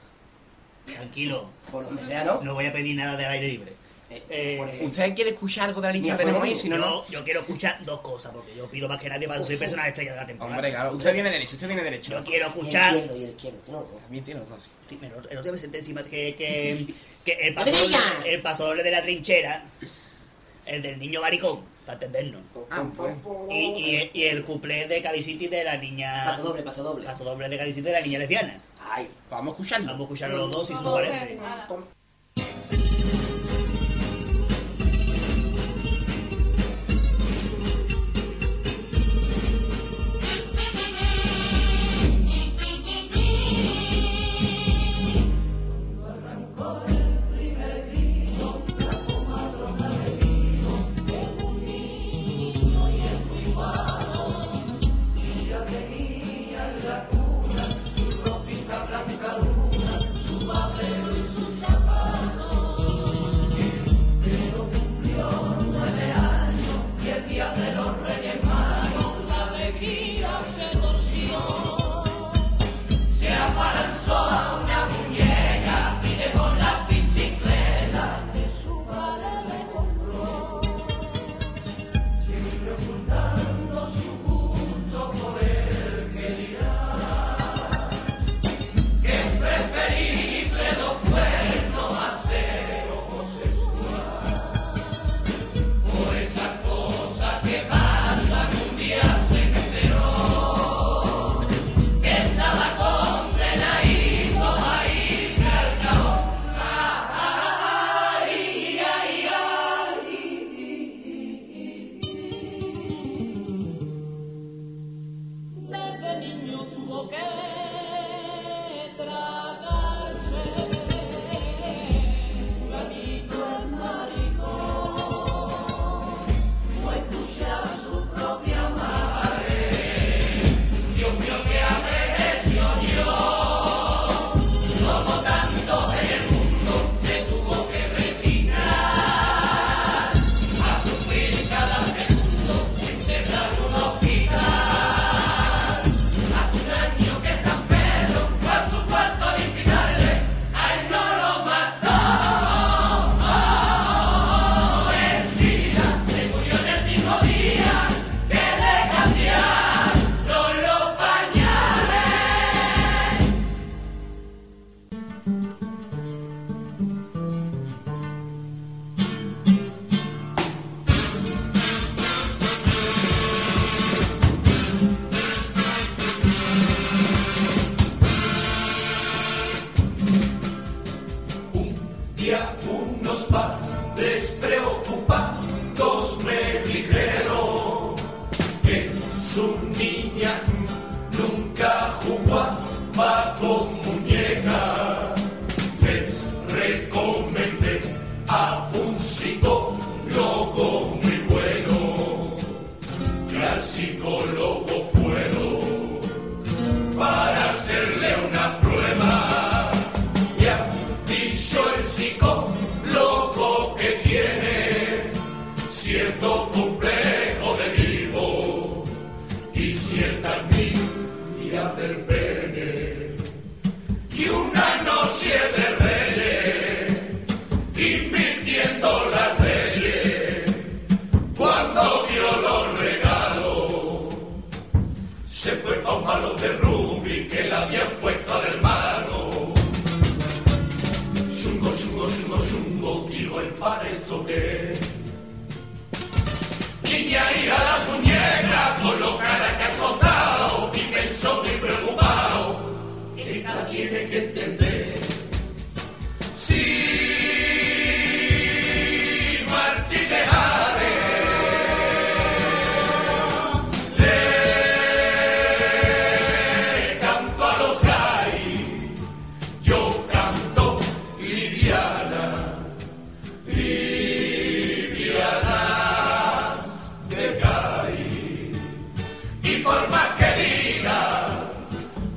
Speaker 9: Tranquilo,
Speaker 5: Por donde sea, ¿no?
Speaker 9: no voy a pedir nada del aire libre.
Speaker 5: Eh, por ejemplo.
Speaker 2: ¿Usted quiere escuchar algo de la lista
Speaker 5: Mira,
Speaker 2: que tenemos ahí?
Speaker 5: fue
Speaker 2: Si no, no.
Speaker 9: yo, yo quiero escuchar dos cosas, porque yo pido más que nadie para soy persona estrella de la temporada.
Speaker 2: Hombre, claro. Usted tiene derecho, usted tiene derecho.
Speaker 9: Yo quiero
Speaker 5: Y el
Speaker 9: escuchar.
Speaker 5: izquierdo y el izquierdo. que no, no.
Speaker 2: También tiene los dos.
Speaker 9: Sí, pero El otro día me senté encima que, que, que el, pastor,
Speaker 5: ¡Madrina!
Speaker 9: el pastor de la trinchera, el del niño maricón, para entendernos.
Speaker 2: Ah, pues.
Speaker 9: Y, y- y el cuplé de Calicity de la niña.
Speaker 5: Paso doble, paso doble.
Speaker 9: Paso doble de Calicity de la niña lesbiana.
Speaker 5: Ay.
Speaker 2: Vamos a escucharlo.
Speaker 9: Vamos a escuchar los dos si se os
Speaker 3: Vamos,
Speaker 9: parece.
Speaker 3: ven, ala.
Speaker 10: Thank you.
Speaker 6: que su niña nunca jugaba con muñeca. Les recomendé a un psicólogo muy bueno, que al psicólogo fueron para hacerle una prueba. Y ha dicho el psicólogo que tiene cierto complejo de vivo y cierta envidia del pene. Y una noche de reyes, invirtiendo las leyes, cuando vio los regalos se fue pa' un balón de rubí que le habían puesto al hermano. Chungo, chungo, chungo, chungo, dijo el para esto que es. Niña ir a la muñeca con los cara que ha contado y pensó muy preocupado. Esta tiene que entender. Sí, Martín de Ares, le canto a los gay, yo canto liviana, livianas de gay. Y por más que diga,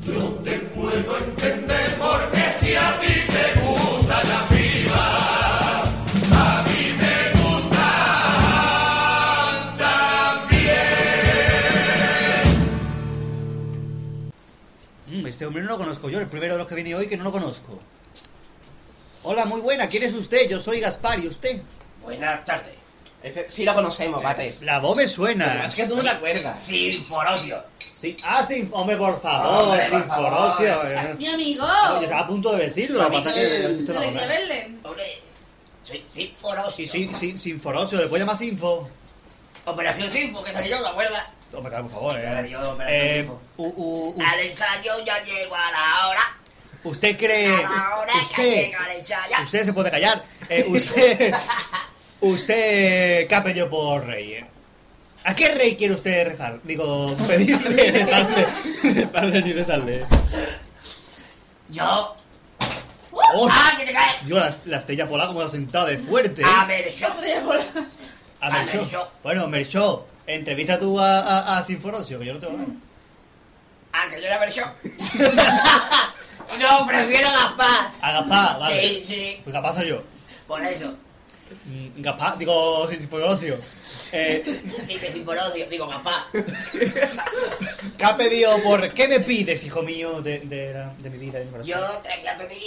Speaker 6: yo te puedo entender porque si a ti te gusta la piba, a mí me gusta también.
Speaker 4: Mm, este hombre no lo conozco yo, el primero de los que viene hoy que no lo conozco. Hola, muy buena, ¿quién es usted? Yo soy Gaspar, ¿y usted?
Speaker 5: Buenas tardes.
Speaker 2: Ese- sí lo conocemos, Bate.
Speaker 4: La voz me
Speaker 2: Pero
Speaker 4: suena.
Speaker 2: Es que tú no te acuerdas.
Speaker 5: Sinforosio.
Speaker 4: Sí. Ah, sí, hombre, por favor,
Speaker 5: Hombre, por
Speaker 4: Sinforosio.
Speaker 5: favor,
Speaker 4: eh.
Speaker 3: ¡Mi amigo!
Speaker 4: No, yo estaba a punto de decirlo, lo que pasa es que no existe
Speaker 3: ¿De
Speaker 4: la
Speaker 3: la
Speaker 4: palabra.
Speaker 3: verle?
Speaker 5: Hombre, soy
Speaker 4: Sí,
Speaker 5: Sinforosio.
Speaker 4: sí, sí, Sinforosio, le puedo llamar Sinfo.
Speaker 5: Operación Sinfo, que salió, ¿te acuerdas?
Speaker 4: Toma, claro, por favor. Eh.
Speaker 5: Yo, operación
Speaker 4: Eh,
Speaker 5: Sinfo. Ah,
Speaker 4: u- u- us-
Speaker 5: Al ensayo ya llego a la hora.
Speaker 4: usted cree.
Speaker 5: A la hora que
Speaker 4: Eh, Usted,
Speaker 5: llego al ensayo.
Speaker 4: usted se puede callar. Eh, usted. Usted. ¿Qué ha pedido por rey? eh? ¿A qué rey quiere usted rezar? Digo, pedirle, rezarle. Rezarle ni rezarle.
Speaker 5: Yo.
Speaker 4: Oh,
Speaker 5: ¡Ah, que te cae! Ah,
Speaker 4: Yo, la, la estrella polar como la sentada de fuerte.
Speaker 5: A
Speaker 4: eh.
Speaker 5: ver, yo.
Speaker 3: Estrella polar.
Speaker 4: A
Speaker 5: a
Speaker 4: Merchó.
Speaker 5: Merchó.
Speaker 4: Bueno, Merchó, entrevista tú a, a, a Sinforosio, que yo no tengo ganas.
Speaker 5: Ah, que yo era ver yo. no, prefiero Gaspar.
Speaker 4: A Gaspar, vale.
Speaker 5: Sí, sí.
Speaker 4: Pues Gaspar soy yo.
Speaker 5: Por eso.
Speaker 4: Mm, Gaspar, digo, pues Sinforosio. Eh,
Speaker 5: Dije Sinforosio. Digo, Gaspar.
Speaker 4: ¿Qué ha pedido por...? ¿Qué me pides, hijo mío, de, de, la- de mi vida, de mi corazón?
Speaker 5: Yo te voy a pedir.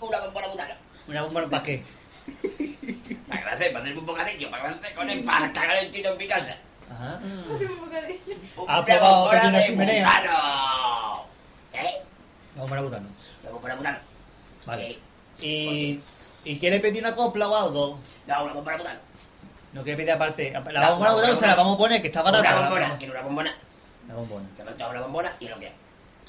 Speaker 5: Una bombona butana.
Speaker 4: Una bomba, ¿para qué?
Speaker 5: Para que me haces, para hacerme un bocadillo, para que me haces con
Speaker 4: Mm.
Speaker 5: el para estar el chino en mi casa.
Speaker 4: Ajá.
Speaker 3: Un bocadillo.
Speaker 5: Una
Speaker 4: probado
Speaker 5: bombona
Speaker 4: desde una
Speaker 5: de
Speaker 4: chimenea?
Speaker 5: butano. ¿Eh?
Speaker 4: Una bomba butano.
Speaker 5: Una bombona butano.
Speaker 4: Vale.
Speaker 5: Sí.
Speaker 4: Y, ¿Y quiere pedir una copla o algo?
Speaker 5: No, una bombona butano.
Speaker 4: No quiere pedir aparte. La
Speaker 5: La
Speaker 4: bomba
Speaker 5: bombona.
Speaker 4: butano se la vamos a poner, que está barata.
Speaker 5: Una
Speaker 4: la-
Speaker 5: bombona. Quiero una bombona.
Speaker 4: La bombona,
Speaker 5: Se me antoja una bombona y lo que.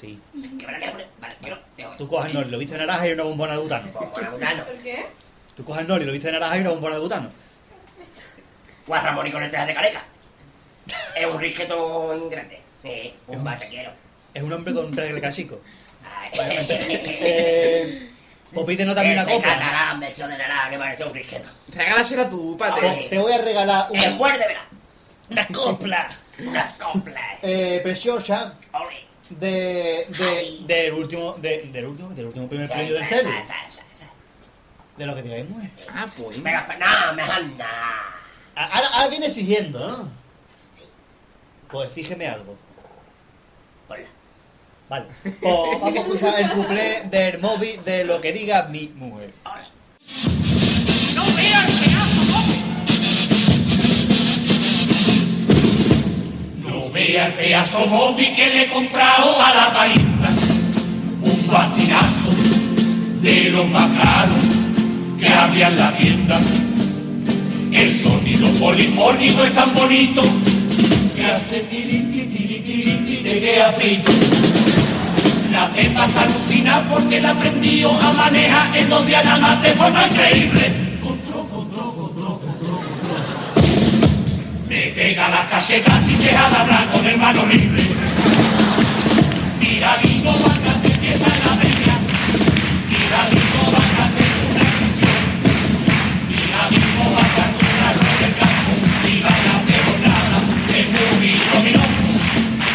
Speaker 4: sí.
Speaker 5: ¿Qué me la quiero poner? Vale, quiero. Tengo.
Speaker 4: Tú coges el lo viste de naranja y una bombona de butano.
Speaker 5: Bombona butano.
Speaker 3: ¿Por qué?
Speaker 4: Tú coges el Noli, lo viste de naranja y una bombona de butano.
Speaker 5: Guarramón Pues, y con letras de careca. Es un risquetón grande. Sí, un bataquero.
Speaker 4: Es un hombre con tres cachicos.
Speaker 5: Ay.
Speaker 4: pues, Eh, o pídenos también una
Speaker 5: Ese
Speaker 4: copla.
Speaker 5: catalán me echó de naranja que parecía un risqueto.
Speaker 2: Regálasela tú, Pate.
Speaker 5: Ay.
Speaker 4: Te, te voy a regalar
Speaker 5: Eh,
Speaker 4: una,
Speaker 5: muérdemela.
Speaker 4: una copla
Speaker 5: Una copla.
Speaker 4: eh, preciosa
Speaker 5: Ole.
Speaker 4: de, de,
Speaker 5: Ay.
Speaker 4: del último de- del último del último primer premio del
Speaker 5: Sa,
Speaker 4: celu.
Speaker 5: sa, sa, sa, sa.
Speaker 4: De lo que te vemos. eh.
Speaker 2: Ah, pues.
Speaker 5: Venga, pa- no, mejor no.
Speaker 4: A- Ahora, ahora viene exigiendo, ¿no?
Speaker 5: Sí.
Speaker 4: Pues fíjeme algo.
Speaker 5: Hola.
Speaker 4: Vale. Pues vamos a escuchar el cuplé del móvil de lo que diga mi mujer.
Speaker 8: No vean que hago móvil.
Speaker 6: No vea el pedazo móvil que le he comprado a la parienta. Un bastinazo de los más caros que había en la tienda. El sonido polifónico es tan bonito que hace tiriti, tiri, tiriti, te queda frito. La pepa está alucinada porque la aprendió a manejar en dos días nada más de forma increíble. Control, control, control, control, control. Me Le pega las cachetas y deja de hablar con el mano libre. Mira, Bingo, Banca se fiesta en la media. Mira, Bingo, Banca se una canción. Mira, Bingo, Banca se una rueda del campo. Y van a hacer jornada de muy dominó.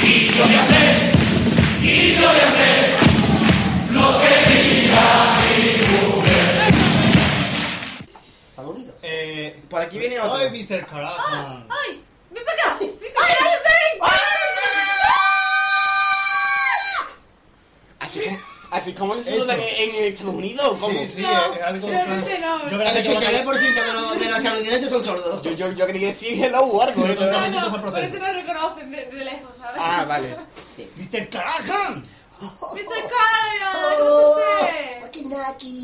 Speaker 6: Y yo voy a hacer, y yo voy a hacer lo que diga mi mujer.
Speaker 5: Está bonito.
Speaker 4: Eh,
Speaker 2: Por aquí viene otro.
Speaker 4: ¡Ay, Mr.
Speaker 5: Ah.
Speaker 4: Carajan!
Speaker 3: ¡Ay! ¡Ven para acá! ¡Ay, ay, ven!
Speaker 2: Así, como- así como el
Speaker 4: Eso.
Speaker 2: saludan en, en Estados Unidos, ¿cómo?
Speaker 4: Sí, sí,
Speaker 3: No,
Speaker 4: es algo.
Speaker 3: realmente no.
Speaker 4: Yo
Speaker 5: El
Speaker 4: creo que yo
Speaker 5: 83% de los, de los estadounidenses son sordos.
Speaker 2: Yo, yo, yo quería decir hello o algo. ¿eh?
Speaker 3: No,
Speaker 4: Entonces,
Speaker 3: no,
Speaker 4: fue
Speaker 3: por
Speaker 4: el
Speaker 3: eso
Speaker 4: proceso.
Speaker 3: no reconocen de, de lejos, ¿sabes?
Speaker 2: Ah, vale.
Speaker 4: ¡Mr. Carajan!
Speaker 3: ¡Mr. Carrion!
Speaker 5: Oh,
Speaker 3: ¿Cómo se
Speaker 5: Aquí, aquí.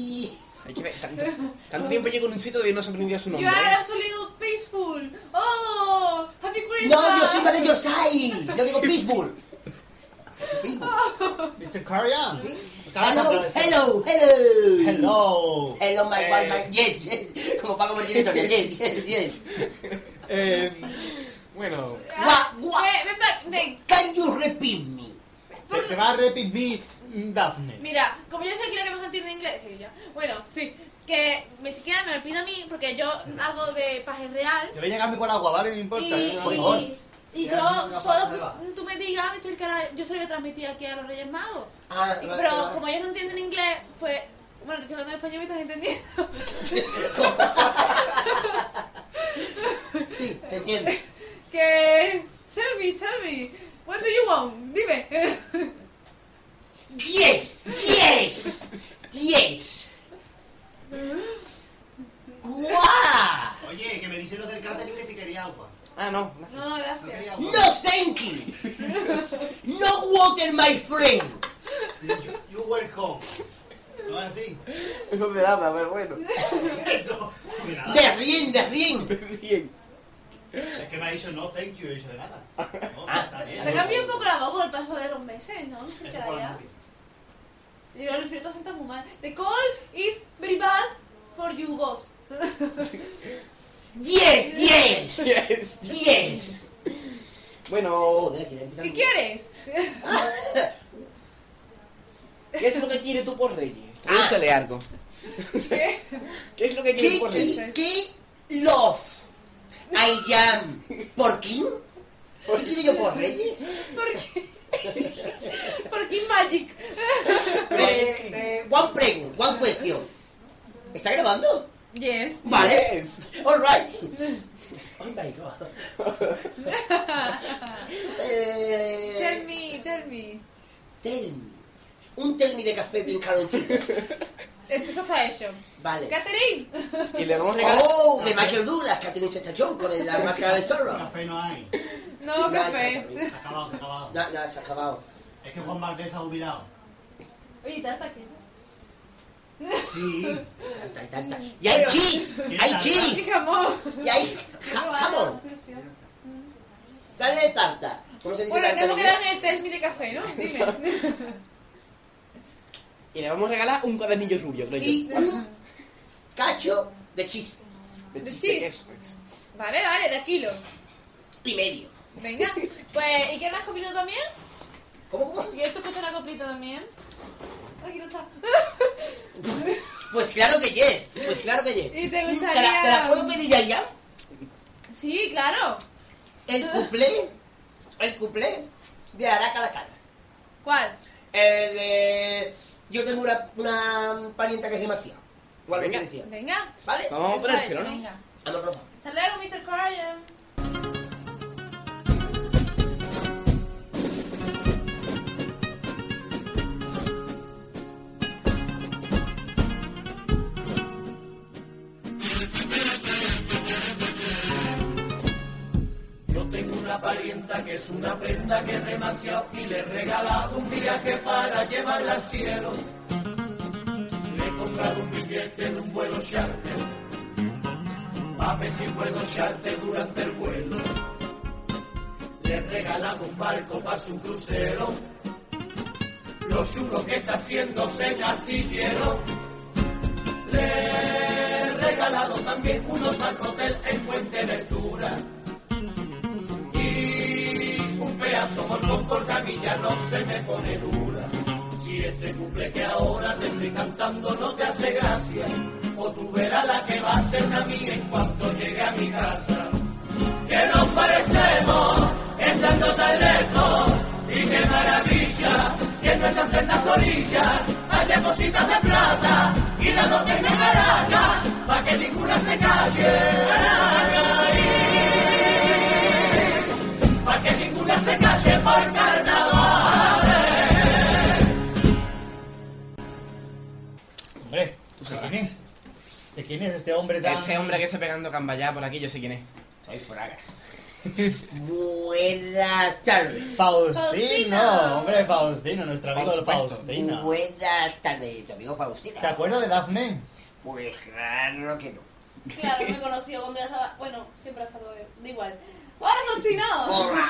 Speaker 2: Hay que ver, tanto, tanto tiempo llevo en un sitio y no se aprendía su
Speaker 3: You
Speaker 2: nombre.
Speaker 3: are
Speaker 2: ¿eh?
Speaker 3: absolutely peaceful. ¡Oh! ¡Happy Christmas!
Speaker 5: No, yo soy más de Yosai. Yo digo Pittsburgh. Pittsburgh.
Speaker 4: ¡Mr. Carajan!
Speaker 5: Hello, hello, hello.
Speaker 4: Hello.
Speaker 5: Hello, my
Speaker 4: Eh,
Speaker 5: wife, my- Yes, yes. Como Paco Martínez Soria. Yes, yes, yes.
Speaker 4: eh,
Speaker 2: Bueno,
Speaker 3: Ah,
Speaker 5: Gua- gua-
Speaker 3: Ven, ven, pa- ven.
Speaker 5: Can you repeat me? Este,
Speaker 4: te, te va a repeat me, mm, Daphne.
Speaker 3: Mira, como yo soy aquí la que mejor entiende inglés, sí, ya. Bueno, sí. Que ni siquiera me lo pide a mí, porque yo hago de paje real.
Speaker 4: Te voy a llegarme por agua, ¿vale? No importa.
Speaker 3: Y,
Speaker 4: yo-
Speaker 3: y-
Speaker 4: favor.
Speaker 3: y
Speaker 4: Ya,
Speaker 3: yo,
Speaker 4: no, no,
Speaker 3: todo-
Speaker 4: no,
Speaker 3: tú me digas, "Ah, Mr. Cara, yo se lo voy a transmitir aquí a los Reyes Magos.
Speaker 5: Ah,
Speaker 3: Y-
Speaker 5: vale,
Speaker 3: Pero
Speaker 5: vale.
Speaker 3: como ellos no entienden inglés, pues. Bueno, te estoy hablando en español y me estás entendiendo.
Speaker 5: Sí, te entiendo.
Speaker 3: Que. Tell me, tell me. What do you want? Dime.
Speaker 5: Yes, yes, yes. Guau.
Speaker 4: Oye, que me dicen los del catering que si quería agua.
Speaker 2: ah, no. no.
Speaker 3: No,
Speaker 4: No
Speaker 3: gracias.
Speaker 4: quería agua.
Speaker 5: No, thank you. No water, my friend.
Speaker 4: You, you welcome. No es así.
Speaker 2: Eso me nada, pero bueno.
Speaker 4: Eso. De nada.
Speaker 5: De rien, de rien.
Speaker 2: Bien.
Speaker 4: Es que me ha dicho no, thank you. He dicho de nada. No, está bien.
Speaker 3: Te cambió un poco la voz con el paso de los meses, ¿no?
Speaker 4: Eso fue la
Speaker 3: Cara, Yo creo que el te sienta muy mal. The call is very bad for you boss.
Speaker 5: Yes, yes,
Speaker 2: Yes.
Speaker 5: yes.
Speaker 2: Bueno,
Speaker 5: Joder, aquí la gente está
Speaker 3: ¿Qué
Speaker 5: muy-
Speaker 3: quieres?
Speaker 2: ¿qué es lo que quieres tú por Reyes?
Speaker 5: Ah.
Speaker 2: Pregúntale algo.
Speaker 3: ¿Qué?
Speaker 2: ¿Qué es lo que quieres por Reyes?
Speaker 5: ¿Qué, qué, qué love I am por King? ¿Por qué quiero yo por Reyes?
Speaker 3: ¿Por qué? ¿Por qué Magic?
Speaker 5: Eh,
Speaker 2: este.
Speaker 5: eh, one pregun, one question. ¿Está grabando?
Speaker 3: Yes.
Speaker 5: Vale.
Speaker 2: Yes.
Speaker 5: All right. Oh my god. Eh,
Speaker 3: Tell me, tell me.
Speaker 5: tell me. Un tell me de café bien calentito.
Speaker 3: Este- Eso está hecho.
Speaker 5: Vale.
Speaker 3: Catherine.
Speaker 2: Y le vamos a regalar.
Speaker 5: Oh, de Michael Douglas, Catherine Zeta-Jones con la máscara de zorro.
Speaker 4: Café no hay.
Speaker 3: No, café.
Speaker 4: Se ha acabado, se ha acabado.
Speaker 5: No, no, se ha acabado.
Speaker 4: Es que Juan Valdés se ha jubilado.
Speaker 3: Oye, tarta aquí.
Speaker 4: Sí.
Speaker 5: Tanta, tanta. Y hay cheese, hay
Speaker 3: ¡Qué
Speaker 5: cheese,
Speaker 3: jamón!
Speaker 5: y hay ja- jamón. Dale de tarta. ¿Cómo se dice
Speaker 3: Bueno,
Speaker 5: tarta? en
Speaker 3: tenemos que
Speaker 5: inglés?
Speaker 3: dar el tell me de café, ¿no? Dime.
Speaker 2: Y le vamos a regalar un cuadernillo rubio, creo yo.
Speaker 5: Y un cacho de cheese
Speaker 2: De
Speaker 3: de
Speaker 2: chiste,
Speaker 3: cheese.
Speaker 2: que eso, eso.
Speaker 3: Vale, vale, de a kilo.
Speaker 5: y medio.
Speaker 3: Venga. Pues, ¿y qué más comido también?
Speaker 5: ¿Cómo, cómo?
Speaker 3: Y esto escucha una coplita también. Aquí no está.
Speaker 5: Pues claro que yes, pues claro que yes.
Speaker 3: ¿Y te gustaría?
Speaker 5: ¿Te la, te la puedo pedir ya ya?
Speaker 3: Sí, claro.
Speaker 5: El cuplé, el cuplé de Araca la cara.
Speaker 3: ¿Cuál?
Speaker 5: Eh, de... Yo tengo una, una parienta que es demasiado. Igual que
Speaker 2: Venga.
Speaker 5: decía.
Speaker 3: Venga.
Speaker 5: ¿Vale?
Speaker 2: Vamos a
Speaker 3: Está
Speaker 2: ponérselo,
Speaker 3: hecho,
Speaker 2: ¿no?
Speaker 3: Venga.
Speaker 5: Vamos, ropa.
Speaker 3: Hasta luego, Mr. Corian.
Speaker 6: Yo tengo una parienta que es una prenda que es demasiado y le he regalado un viaje para llevarla al cielo. Le he comprado un billete de un vuelo charter, a ver si puedo charter durante el vuelo. Le he regalado un barco para su crucero, lo chulo que está haciéndose en astillero. Le he regalado también unos barcotel en Fuente Ventura asomo el concordán y ya no se me pone dura. Si este cumple que ahora te estoy cantando no te hace gracia, o tú verás la que va a ser una mía en cuanto llegue a mi casa. Que nos parecemos, estando tan lejos, y qué maravilla, que en nuestras sendas orillas haya cositas de plata y las dos tengan medallas, para que ninguna se calle. para que ninguna se calle por carnaval.
Speaker 4: Hombre, ¿tú sabes quién es? ¿De quién es este hombre tan...?
Speaker 2: Ese hombre que está pegando camballá por aquí, yo sé quién es. Soy Fraga.
Speaker 5: Buenas tardes.
Speaker 4: Faustino,
Speaker 3: Faustino.
Speaker 4: hombre, Faustino, nuestro amigo
Speaker 2: Por
Speaker 4: el
Speaker 2: supuesto.
Speaker 4: Faustino.
Speaker 5: Buenas tardes, tu amigo
Speaker 4: ¿Te
Speaker 5: Faustina.
Speaker 4: acuerdas de Dafne?
Speaker 5: Pues claro que no.
Speaker 3: Claro, me conoció cuando ya estaba. Bueno, siempre ha estado. bien, Da igual. ¡Hola, Faustino!
Speaker 5: Hola.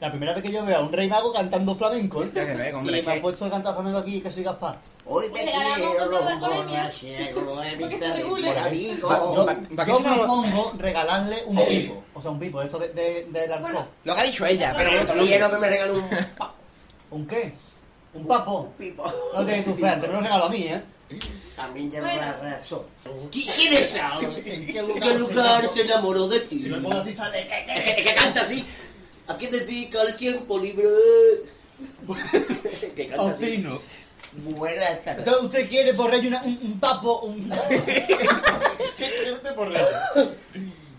Speaker 4: La primera vez que yo veo a un rey mago cantando flamenco, ¿eh?
Speaker 2: Ya que luego, hombre,
Speaker 4: y me
Speaker 2: que-
Speaker 4: han puesto a cantar flamenco aquí, que soy Gaspar.
Speaker 5: Hoy me
Speaker 3: Le regalamos
Speaker 5: quiero
Speaker 3: otro
Speaker 5: los
Speaker 3: de colemia.
Speaker 5: borrachegos de mi
Speaker 3: Porque soy gule.
Speaker 5: terrible
Speaker 4: Yo,
Speaker 2: pa-
Speaker 5: amigo.
Speaker 2: pa-
Speaker 4: yo
Speaker 2: que se lo-
Speaker 4: propongo regalarle un pipo, o sea, un pipo, esto de, de, del alcohol.
Speaker 3: Bueno.
Speaker 2: Lo que ha dicho ella, pero
Speaker 5: Pero
Speaker 2: otro
Speaker 5: quiero
Speaker 2: nombre.
Speaker 5: que me regale un
Speaker 4: ¿Un qué? ¿Un papo?
Speaker 5: pipo.
Speaker 4: No tienes tu fe, te lo regalo a mí, ¿eh?
Speaker 5: También lleva
Speaker 3: Bueno.
Speaker 5: razón. ¿Quién es ahora?
Speaker 4: ¿En qué
Speaker 5: ¿En
Speaker 4: lugar,
Speaker 5: qué lugar se
Speaker 4: se
Speaker 5: enamoró de ti?
Speaker 4: Si me pongo así sale... que- que-
Speaker 5: Es que, es que canta así. ¿A qué dedica el tiempo libre? que canta así.
Speaker 4: Faustino.
Speaker 5: Buenas tardes.
Speaker 4: Entonces, ¿usted quiere por rey una- un, un papo? Un... ¿Qué quiere usted por rey?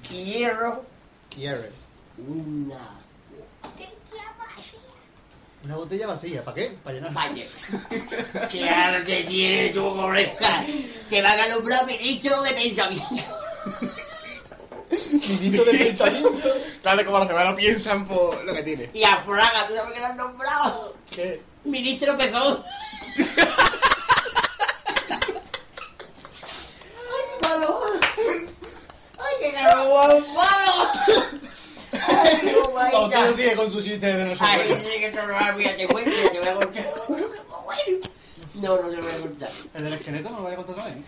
Speaker 5: Quiero
Speaker 4: Quiere.
Speaker 5: una
Speaker 4: Una botella vacía, ¿para qué? Para llenar.
Speaker 5: Valle. ¿Qué arte tiene tu oreja? Te van a nombrar ministro de pensamiento.
Speaker 4: Minito de pensamiento.
Speaker 2: Claro, como los demás lo piensan por lo que tiene.
Speaker 5: Y a Fraga, ¿tú sabes que lo han nombrado?
Speaker 4: ¿Qué?
Speaker 5: Ministro Pezón. ¡Ay, qué malo! ¡Ay, qué malo! malo! ¡Ay, qué
Speaker 4: Faustino
Speaker 5: guayita!
Speaker 4: sigue con su chiste de noche.
Speaker 5: Ay, sí, que esto no va a cuidar, te cuento, ya te voy a contar. No, no te voy a contar.
Speaker 4: El del esqueleto no lo voy a contar otra vez. ¿eh?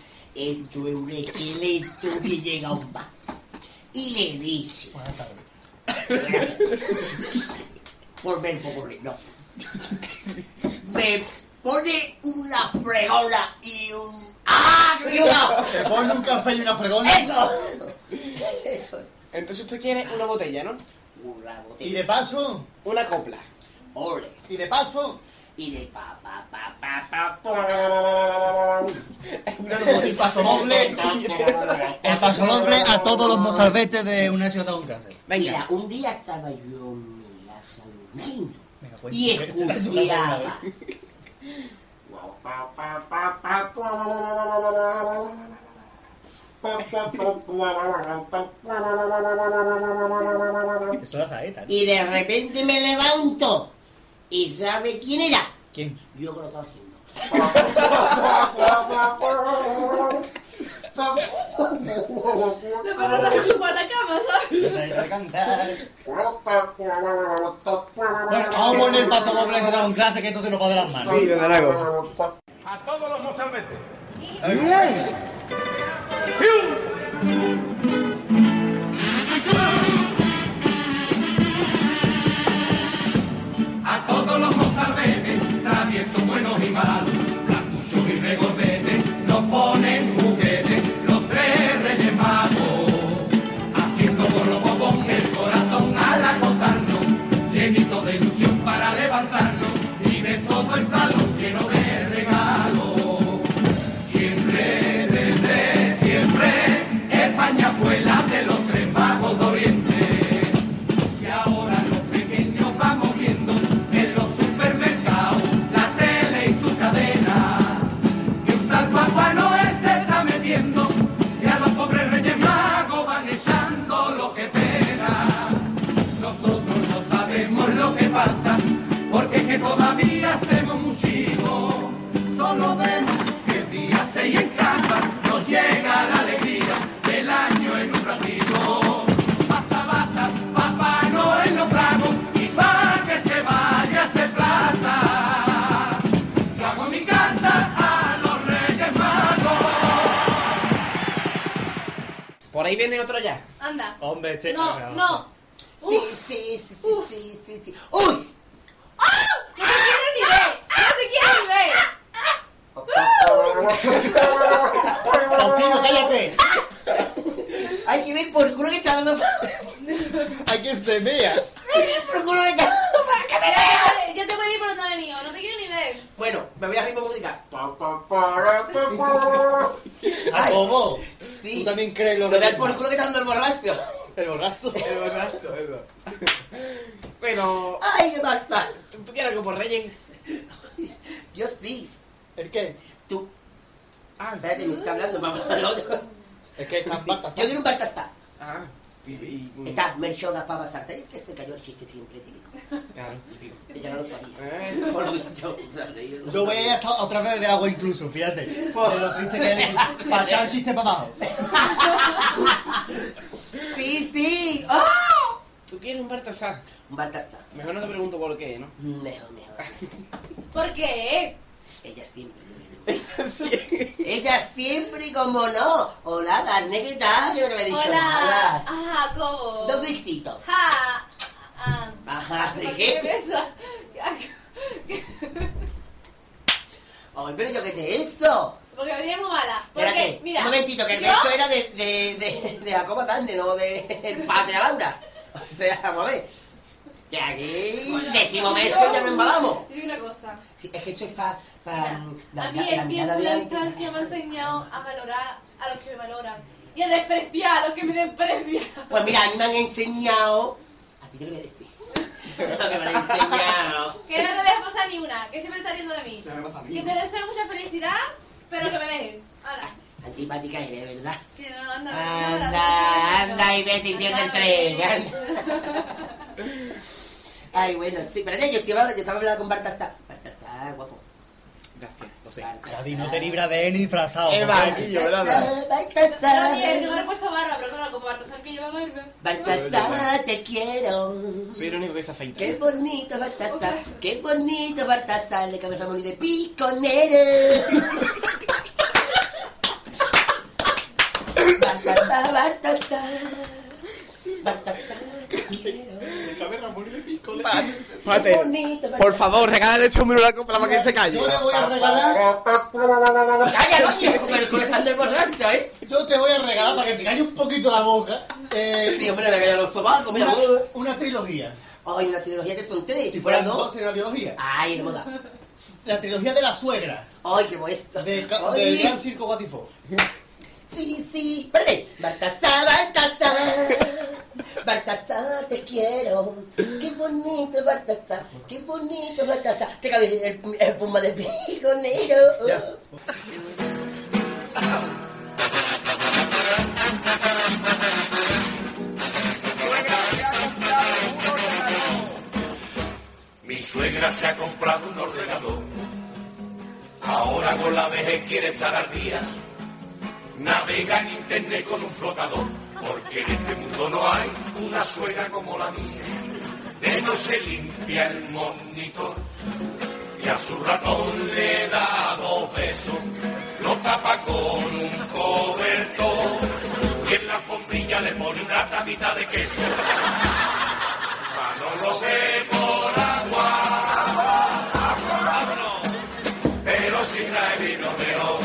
Speaker 5: Esto es un esqueleto que llega a un bar y le dice,
Speaker 4: Buenas tardes.
Speaker 5: por ver poco ri- no. Me pone una fregola y un. ¡Ah! ¡Me he equivocado!
Speaker 4: Te pone un café y Pues una fregona.
Speaker 5: ¡Eso! Eso es.
Speaker 2: Entonces usted quiere una botella, ¿no?
Speaker 5: Una
Speaker 4: Y
Speaker 5: botella.
Speaker 4: de paso,
Speaker 2: Una copla.
Speaker 5: Ole.
Speaker 4: y de paso,
Speaker 5: Y de pa pa pa pa pa pa.
Speaker 4: el paso doble. El paso doble a todos los mozalbetes de una ciudad con cáncer.
Speaker 5: Mira,
Speaker 2: Venga.
Speaker 5: un día estaba yo en mi casa durmiendo.
Speaker 4: Venga, cuenta.
Speaker 5: y
Speaker 4: Esta es su casa una
Speaker 5: escuchaba.
Speaker 4: vez. Eso es la saeta, ¿no?
Speaker 5: Y de repente me levanto. ¿Y sabe quién era?
Speaker 4: ¿Quién?
Speaker 5: Yo que lo estaba haciendo.
Speaker 3: No me acuerdo de chupar la cama, ¿sabes?
Speaker 4: La saeta de cantar. Bueno, vamos a poner el paso doble de ciudad con clase que esto se nos va de las manos.
Speaker 2: de Dalago.
Speaker 6: A todos los mozalbetes. A todos los mozalbetes, traviesos buenos y malos, flacuchos y regordetes, nos ponen juguetes, los tres reyes magos. Haciendo borrobo con el corazón al acostarnos, llenito de ilusión para levantarnos, y de todo el salón lleno de regalos. Siempre, desde siempre,
Speaker 2: Por ahí viene otro ya.
Speaker 3: Anda.
Speaker 9: Oh,
Speaker 4: Hombre, este.
Speaker 3: No, no.
Speaker 5: Sí, sí, sí, sí, sí, sí, sí. ¡Uy!
Speaker 3: ¡Ah! ¡No te quiero ni ver! ¡No te quiero ni ver! ¡Uh!
Speaker 4: Faustino, cállate.
Speaker 5: Hay que ver por culo que está dando
Speaker 4: Hay quien se mea.
Speaker 5: por culo que está dando para que me
Speaker 3: Pero
Speaker 5: vea.
Speaker 3: ya te- ya te voy a ir por donde ha venido. No te quiero ni ver.
Speaker 5: Bueno, me voy a reír con música.
Speaker 4: A
Speaker 5: Ay.
Speaker 4: Bobo.
Speaker 5: Sí.
Speaker 4: Tú también crees lo
Speaker 5: Me vea
Speaker 4: que.
Speaker 5: por culo que está dando el borracho.
Speaker 4: El borrazo.
Speaker 2: El borracho, eso. Bueno,
Speaker 5: Ay, qué pasa.
Speaker 2: ¿tú quieres algo por Reyes?
Speaker 5: Yo sí.
Speaker 4: ¿El qué?
Speaker 5: Tú.
Speaker 2: Ah,
Speaker 5: Espérate, me está hablando mamá. No, yo-
Speaker 4: Es que están patas.
Speaker 5: Yo quiero un Bartastar.
Speaker 2: Ah, y,
Speaker 4: Mm.
Speaker 2: y-
Speaker 5: Está Merchoda Pava Sartay, que se cayó el chiste siempre típico.
Speaker 2: Claro, típico.
Speaker 5: Ella no lo sabía.
Speaker 2: Eh,
Speaker 5: Por lo visto, se ha reído.
Speaker 4: Yo voy a ir hasta otra vez de agua incluso, fíjate. De lo triste que es. Para echar el chiste para abajo.
Speaker 5: Sí, sí. ¡Oh!
Speaker 2: ¿Tú quieres un Bartasar?
Speaker 5: Un Bartastar.
Speaker 2: Mejor no te pregunto por qué, ¿no?
Speaker 5: Mejor, mejor.
Speaker 3: ¿Por qué?
Speaker 5: Ella siempre. Ella siempre, como no. Hola, Darne, ¿qué tal? Que no te había dicho
Speaker 3: Hola.
Speaker 5: nada.
Speaker 3: Ajá, ¿cómo?
Speaker 5: Dos besitos.
Speaker 3: Ja. Ah.
Speaker 5: Ajá,
Speaker 3: ¿Por
Speaker 5: ¿de
Speaker 3: qué me
Speaker 5: qué?
Speaker 3: besa?
Speaker 5: Ay, pero yo qué te he hecho.
Speaker 3: Porque me tienes muy mala. Porque,
Speaker 5: Espérate,
Speaker 3: mira.
Speaker 5: un momentito, que el
Speaker 3: yo-
Speaker 5: beso era de, de, de, de Jacoba Darne, no de el padre a Laura. O sea, vamos a ver. Que aquí, décimo mes que ya nos Ah, embalamos.
Speaker 3: Te digo una cosa.
Speaker 5: Sí, es que eso es para
Speaker 3: Mira, a mí el tiempo y la distancia me ha enseñado a valorar a los que me valoran y a despreciar a los que me desprecian.
Speaker 5: Pues mira, a mí me han enseñado. A ti te lo voy a decir. Lo que me han enseñado.
Speaker 3: Que no te dejes pasar ni una, que siempre está riendo de mí. Que te deseo mucha felicidad, pero que me dejen. Hala.
Speaker 5: Antipática eres, de verdad.
Speaker 3: Que no, anda,
Speaker 5: Anda, anda y vete y pierde el tren. Ay, bueno, sí, pero yo estaba, yo estaba hablando con Barta está. Barta está guapo.
Speaker 2: Gracias, lo sé.
Speaker 5: Barta
Speaker 4: David,
Speaker 5: está-
Speaker 4: no te libras de él ni disfrazado.
Speaker 2: El
Speaker 4: porque-
Speaker 2: barquillo, ¿verdad?
Speaker 5: Barta, Barta está.
Speaker 3: Nadie, no haber puesto barba, pero claro, como Bartasán que lleva barba.
Speaker 5: Barta está, te quiero.
Speaker 2: Soy el único que se afeita.
Speaker 5: Qué bonito Bartasta, qué bonito Bartasta, le cabe Ramón y de piconero. Bartasta, Bartasta, Bartasta, quiero. Qué
Speaker 2: Pate,
Speaker 5: bonito
Speaker 2: por
Speaker 5: Bartasta.
Speaker 2: favor, regálale este hombre una copla para que se calle.
Speaker 4: Yo le voy a regalar.
Speaker 5: Cállalo, oye, con el corazón del borracho, ¿eh?
Speaker 4: Yo te voy a regalar para que te calle un poquito la boca. Eh,
Speaker 5: Sí, hombre, me callan los sobacos, mira.
Speaker 4: una,
Speaker 5: Ay,
Speaker 4: una trilogía.
Speaker 5: una trilogía que son tres,
Speaker 4: Si fueran dos, sería una trilogía.
Speaker 5: Ay, hermosa.
Speaker 4: La trilogía de la suegra.
Speaker 5: Ay, qué bonito.
Speaker 4: De, ca-
Speaker 5: Ay.
Speaker 4: del Gran Circo Guatifó.
Speaker 5: Sí, sí. Espérate. Bartasá, Bartasá. Bartasá, te quiero. Qué bonito, Bartasá. Qué bonito, Bartasá. Te cabe el, el puma de pigonero.
Speaker 4: Ya.
Speaker 7: Mi suegra se ha comprado un ordenador. Ahora con la vejez quiere estar al día. Navega en internet con un flotador, porque en este mundo no hay una suegra como la mía. De no se limpia el monitor y a su ratón le da dos besos. Lo tapa con un cobertor y en la alfombrilla le pone una tapita de queso. Manolo de por agua, pero si trae vino mejor.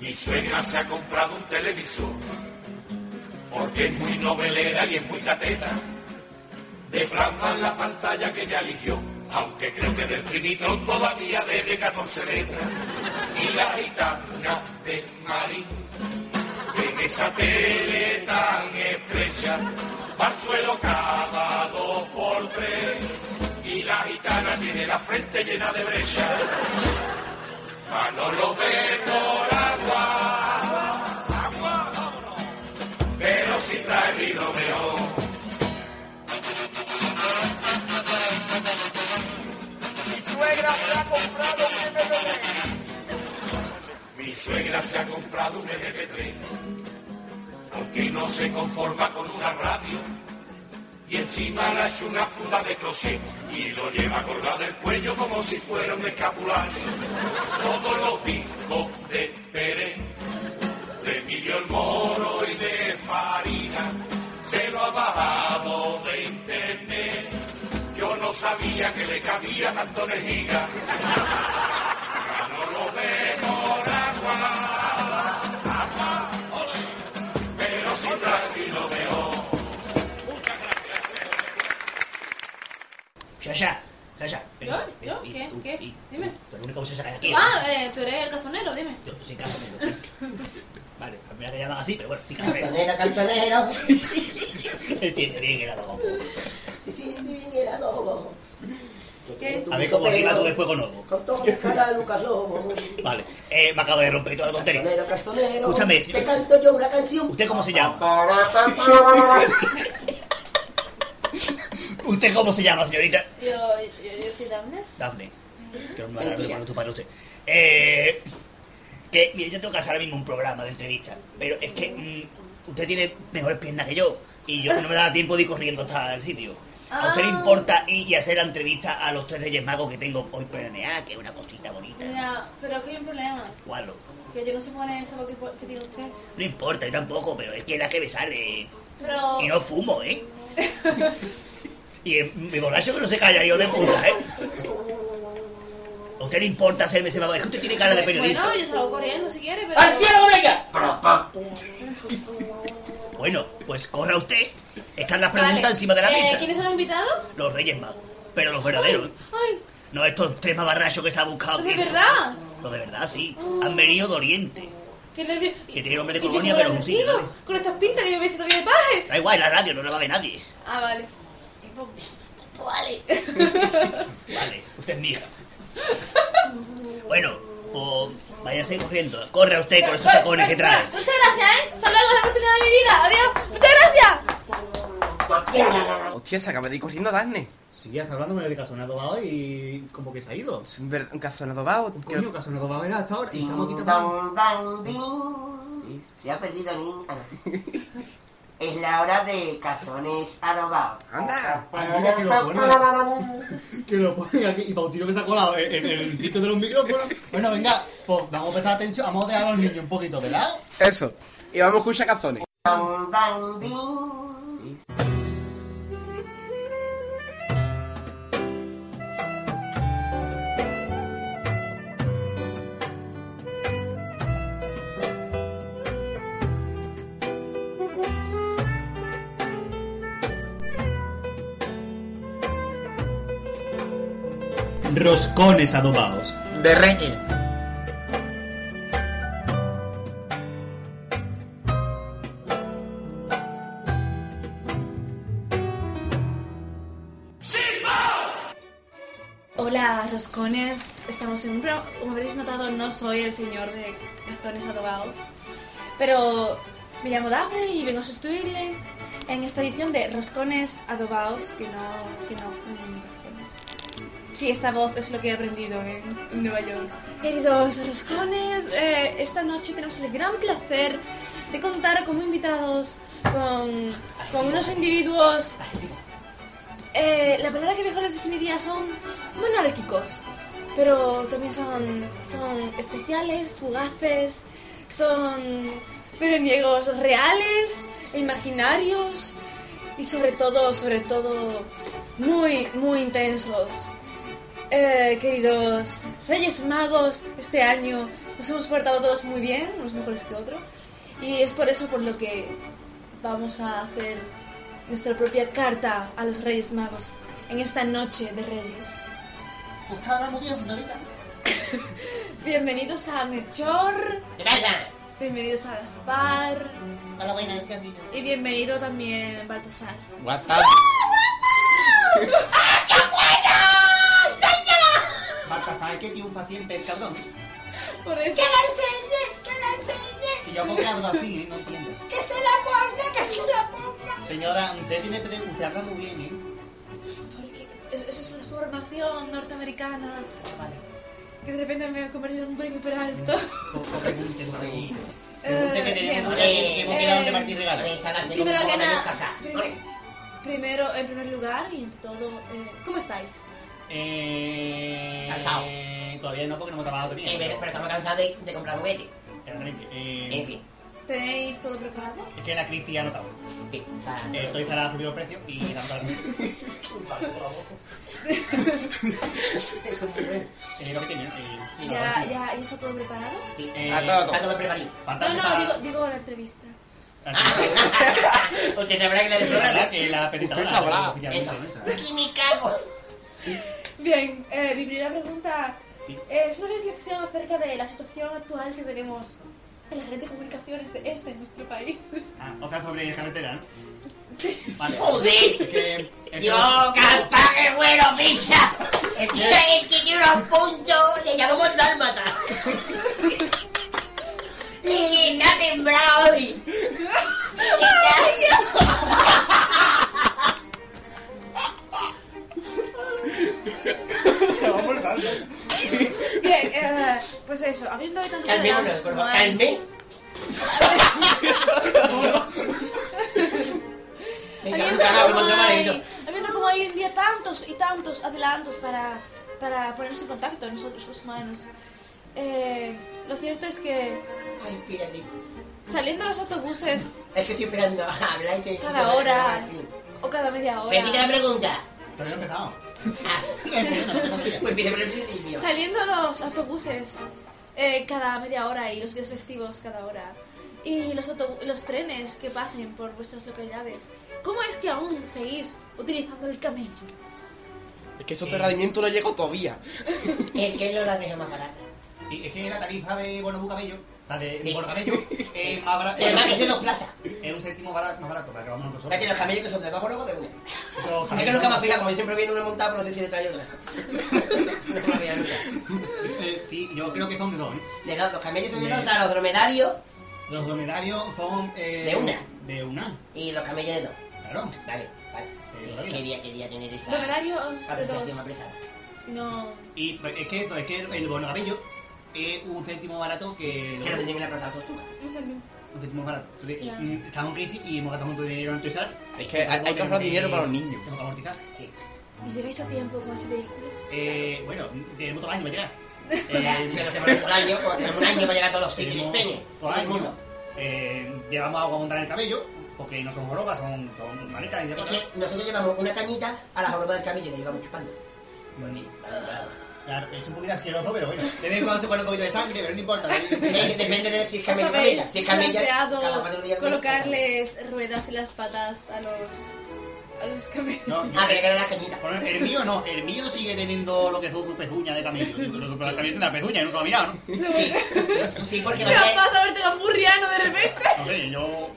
Speaker 7: Mi suegra se ha comprado un televisor, porque es muy novelera y es muy cateta. De plasma en la pantalla que ya eligió, aunque creo que del Trinitron todavía debe 14 letras. Y la gitana de Marín, que en esa tele tan estrecha, va al suelo cada dos por tres. Y la gitana tiene la frente llena de brecha. Manolo ve por agua, agua, vámonos. Pero si trae vino mejor. Mi suegra ya se ha comprado un MP3, porque no se conforma con una radio. Y encima le ha hecho una funda de crochet y lo lleva colgado del cuello como si fuera un escapulario. Todos los discos de Pérez, de Emilio el Moro y de Farina, se lo ha bajado de internet. Yo no sabía que le cabía tanto energía. Ya no lo vemos aguada, ajá, ole, pero sí tranquilo veo. Muchas gracias.
Speaker 9: Shasha, Shasha. pero-
Speaker 3: ¿Yo?
Speaker 9: pero-
Speaker 3: ¿Yo?
Speaker 9: y
Speaker 3: ¿Qué?
Speaker 9: tú-
Speaker 3: ¿Qué?
Speaker 9: y tú,
Speaker 3: Dime.
Speaker 9: Tú eres la única muchacha que hay aquí.
Speaker 3: Ah, eh, tú eres el cazonero, dime.
Speaker 9: Yo, pues sin caso, pero- Vale, a mí me llaman así, pero bueno, sin caso.
Speaker 5: Cantonero, cantonero.
Speaker 9: Entiende bien el adobo.
Speaker 5: Te siente bien el adobo.
Speaker 3: ¿Qué?
Speaker 9: A ver cómo rima tú después con Ovo.
Speaker 5: Con todo mi cara, Lucas Lobo.
Speaker 9: Vale, eh, me acabo de romper toda la tontería.
Speaker 5: Cantonero, cantonero.
Speaker 9: Escúchame,
Speaker 5: Te
Speaker 9: señor.
Speaker 5: canto yo una canción.
Speaker 9: ¿Usted cómo se llama? ¿Usted cómo se llama, señorita?
Speaker 3: Yo, yo, yo soy Dafne.
Speaker 9: Dafne. Que no me
Speaker 5: Mentira.
Speaker 9: agarre tu padre usted. Eh, que, mire, yo tengo que hacer ahora mismo un programa de entrevistas, pero es que mm, usted tiene mejores piernas que yo, y yo no me da tiempo de ir corriendo hasta el sitio. ¿A usted le
Speaker 3: Ah.
Speaker 9: importa ir y hacer la entrevista a los tres reyes magos que tengo hoy planeada, que es una cosita bonita?
Speaker 3: Mira, pero es que hay un problema.
Speaker 9: Guardo.
Speaker 3: Que yo no sé poner esa voz que, po- que tiene usted.
Speaker 9: No importa, yo tampoco, pero es que es la que me sale.
Speaker 3: Pero.
Speaker 9: Y no fumo, ¿eh? y el- mi borracho que no se calla, yo de puta, ¿eh? ¿A usted le importa hacerme ese mago? Es que usted tiene cara de periodista. Ah,
Speaker 3: Bueno, yo salgo corriendo si quiere, pero.
Speaker 5: ¡Al cielo con ella!
Speaker 9: Bueno, pues corra usted. Están las
Speaker 3: Vale.
Speaker 9: preguntas encima de la
Speaker 3: Eh,
Speaker 9: mesa.
Speaker 3: ¿Quiénes son los invitados?
Speaker 9: Los Reyes Magos. Pero los verdaderos.
Speaker 3: ¡Ay!
Speaker 9: No estos tres mamarrachos que se ha buscado.
Speaker 3: ¿De
Speaker 9: ¿quién son?
Speaker 3: verdad?
Speaker 9: Los de verdad, sí. Han venido de Oriente.
Speaker 3: ¡Qué nervios!
Speaker 9: Que tiene nombre de
Speaker 3: ¿Y yo
Speaker 9: colonia,
Speaker 3: cómo
Speaker 9: pero
Speaker 3: lo
Speaker 9: un sitio,
Speaker 3: recibo? Con estas pintas que yo me he visto todavía de paje.
Speaker 9: Da igual, la radio no la va a ver nadie.
Speaker 3: Ah, vale. Pues- pues Vale.
Speaker 9: Vale, usted es mi hija. Bueno, pues váyase corriendo. Corra usted Eh, con esos tacones que trae.
Speaker 3: Muchas gracias, ¿eh? Hasta luego, es la oportunidad de mi vida. Adiós. Muchas gracias.
Speaker 2: Hostia, se acaba de ir corriendo Dafne.
Speaker 4: Sí, está hablando con el casonado va hoy y como que se ha ido.
Speaker 2: Es un ver- un cazonado vaho.
Speaker 4: Coño,
Speaker 2: creo-
Speaker 4: casonado va a ver hasta ahora y estamos aquí tapando.
Speaker 5: Dun, dun, din. Se ha perdido a mí. Ah, no. Es la hora de cazones adobados.
Speaker 2: Anda.
Speaker 4: Ah, mira que lo Que lo ponen aquí y Pautino que se ha colado en, en el sitio de los micrófonos. Bueno, venga, pues vamos a prestar atención, vamos a dejar a los niños un poquito de lado.
Speaker 2: Eso. Y vamos a escuchar cazones.
Speaker 5: Dun, dun, din.
Speaker 4: Roscones adobados.
Speaker 11: De Reyes.
Speaker 3: Hola, Roscones. Estamos en un programa. Como habréis notado, no soy el señor de cartones adobados. Pero me llamo Dafne y vengo a sustituirle en esta edición de Roscones adobados, que no. que no. mm, roscones. Sí, esta voz es lo que he aprendido en Nueva York. Queridos roscones, eh, esta noche tenemos el gran placer de contar como invitados con, con unos individuos. Eh, la palabra que mejor les definiría son monárquicos, pero también son, son especiales, fugaces, son veraniegos reales, imaginarios y sobre todo, sobre todo, muy, muy intensos. Eh, queridos Reyes Magos, este año nos hemos portado todos muy bien, unos mejores que otros, y es por eso por lo que vamos a hacer nuestra propia carta a los Reyes Magos en esta noche de Reyes.
Speaker 4: Está hablando bien, señorita.
Speaker 3: Bienvenidos a Melchor,
Speaker 9: Gracias.
Speaker 3: bienvenidos a Gaspar
Speaker 4: A la vaina de este anillo.
Speaker 3: y bienvenido también Baltasar. ¡Ah,
Speaker 2: What the-
Speaker 4: Baltasar que triunfa siempre el cabrón.
Speaker 3: Por eso.
Speaker 4: Que yo porque hablo así, ¿eh? No entiendo.
Speaker 9: ¡Que se la ponga, que se la ponga!
Speaker 4: Señora, usted tiene pre- usted habla muy bien, ¿eh?
Speaker 3: Porque eso es la formación norteamericana.
Speaker 4: Ah, Vale.
Speaker 3: que de repente me he convertido en un perico hiper alto.
Speaker 4: Pregunte por ahí.
Speaker 3: Eh,
Speaker 4: Pregunte que
Speaker 3: bien. eh,
Speaker 4: tenemos que hemos quedado de repartir
Speaker 5: Eh,
Speaker 4: regalos.
Speaker 3: Primero que nada, prim-
Speaker 5: Vale.
Speaker 3: primero, en primer lugar y ante todo, eh, ¿cómo estáis?
Speaker 4: Eh,
Speaker 5: Cansado.
Speaker 4: Todavía no, porque no hemos trabajado
Speaker 5: Eh,
Speaker 4: todavía.
Speaker 5: pero, pero estamos cansados de, de comprar juguetes.
Speaker 4: Exactamente.
Speaker 5: En
Speaker 4: Eh,
Speaker 5: fin,
Speaker 3: ¿Tenéis todo preparado?
Speaker 4: es que la crisis ha notado.
Speaker 5: en fin. está-
Speaker 4: Eh, Toys R Us ha subido los precios y la mitad.
Speaker 5: Un palo por la boca.
Speaker 4: Eh, lo que tiene, eh,
Speaker 3: ¿Ya, ya, ¿ya está todo preparado?
Speaker 5: Sí.
Speaker 4: eh,
Speaker 2: A todo.
Speaker 5: Está todo preparado.
Speaker 4: falta
Speaker 3: No, no,
Speaker 4: empezar-
Speaker 3: digo, digo la entrevista.
Speaker 5: Usted sabrá que la de
Speaker 4: La verdad
Speaker 5: programa.
Speaker 4: que la
Speaker 2: Usted
Speaker 4: petitadora
Speaker 2: sabrá.
Speaker 4: la oficialmente
Speaker 5: Esa.
Speaker 4: nuestra.
Speaker 5: Aquí me cago.
Speaker 3: Bien, eh, mi primera pregunta eh,
Speaker 4: Sí.
Speaker 3: es una reflexión acerca de la situación actual que tenemos en la red de comunicaciones de este, en nuestro país.
Speaker 4: Ah, o sea, sobre carretera, ¿no? Vale.
Speaker 5: Joder.
Speaker 4: Que, es
Speaker 5: Yo, capaz que bueno, picha. Mira que tiene unos puntos, le llamamos dálmata. Y que está temblado hoy. Está-
Speaker 4: que vamos por tanto.
Speaker 3: Bien, eh, pues eso, habiendo tantos regalos
Speaker 5: Calmémonos, por
Speaker 3: como
Speaker 5: favor.
Speaker 3: hay-
Speaker 5: Calme. Venga, un
Speaker 3: Habiendo
Speaker 5: carajo,
Speaker 3: como
Speaker 5: manda
Speaker 3: hay-
Speaker 5: maravilloso.
Speaker 3: habiendo como hoy en día tantos y tantos adelantos para, para ponernos en contacto nosotros los humanos, eh, lo cierto es que
Speaker 5: Ay, espérate.
Speaker 3: saliendo los autobuses
Speaker 5: Es que estoy esperando a hablar y te...
Speaker 3: cada hora o cada media hora,
Speaker 5: Repite la pregunta.
Speaker 4: Todavía no he empezado.
Speaker 5: Ah, Pues empieza por el principio.
Speaker 3: saliendo los autobuses eh, cada media hora y los días festivos cada hora, y los, autobu- los trenes que pasen por vuestras localidades, ¿cómo es que aún seguís utilizando el camello?
Speaker 2: Es que su aterramiento no llegó todavía.
Speaker 5: El que no la deja más barata.
Speaker 4: Y es que la tarifa de Bono Bucabello, o sea, de
Speaker 5: Sí.
Speaker 4: Bono Cabello, es más barato.
Speaker 5: Y además que es de dos plazas.
Speaker 4: Es un céntimo barato, más barato, para que vamos nosotros.
Speaker 5: Espérate, los camellos que son de dos luego de una.
Speaker 4: Los
Speaker 5: Es que nunca me he fijado, como yo siempre viene una montada, pero no sé si detrás hay otra. No se me fija nunca.
Speaker 4: Eh, sí, yo creo que son de dos, ¿eh?
Speaker 5: De dos, los camellos son de dos, o sea, los dromedarios
Speaker 4: Los dromedarios son... eh,
Speaker 5: De una.
Speaker 4: De una,
Speaker 5: y los camellos de dos.
Speaker 4: claro.
Speaker 5: Vale, vale.
Speaker 4: Eh,
Speaker 5: Quería, quería tener esa
Speaker 3: Dromedarios de
Speaker 5: apreciación
Speaker 3: dos.
Speaker 5: apresada.
Speaker 3: No.
Speaker 4: Y pues, es que eso, es que el Bono Cabello es un céntimo barato que...
Speaker 5: Que lo tendría que la plaza tú.
Speaker 3: un céntimo.
Speaker 4: Un céntimo barato. Entonces,
Speaker 3: Claro.
Speaker 4: mm, estamos en crisis y hemos gastado mucho dinero en Tesar.
Speaker 2: Es que hay, hay que ahorrar dinero para los niños.
Speaker 4: Tengo que amortizar.
Speaker 5: Sí.
Speaker 3: ¿Y llegáis a tiempo con ese vehículo?
Speaker 4: Eh, bueno, tenemos todo el año, ¿verdad?
Speaker 5: O
Speaker 4: Eh,
Speaker 5: sea, que no se pone todo el año, como tenemos un año para llegar a todos los sitios y peña.
Speaker 4: todo el
Speaker 5: mundo.
Speaker 4: mundo. Eh, llevamos agua montada en el cabello, porque no son jorobas, son, son maletas y de
Speaker 5: Es que nosotros llevamos una cañita a la joroba del camello y la llevamos chupando.
Speaker 4: Claro, es un poquito asqueroso, pero bueno. De vez en cuando se pone un poquito de sangre, pero no importa.
Speaker 5: Eh, que
Speaker 4: ¿no?
Speaker 5: Depende de si es
Speaker 3: ¿Os
Speaker 5: camello o
Speaker 3: habéis
Speaker 5: camella. Si es camella, cada
Speaker 3: planteado
Speaker 5: cuatro días.
Speaker 3: colocarles ruedas en las patas a los, a los camellos?
Speaker 4: No,
Speaker 5: Ah, pero que era la cañita.
Speaker 4: por ejemplo, el mío no, el mío sigue teniendo lo que es su pezuña de camello. Pero el camello tendrá pezuña, yo nunca lo he mirado, ¿no?
Speaker 5: Sí, sí,
Speaker 3: ¿Qué
Speaker 5: porque no
Speaker 3: os
Speaker 5: sé.
Speaker 3: pasa verte gamburriano de repente?
Speaker 4: No sé, yo.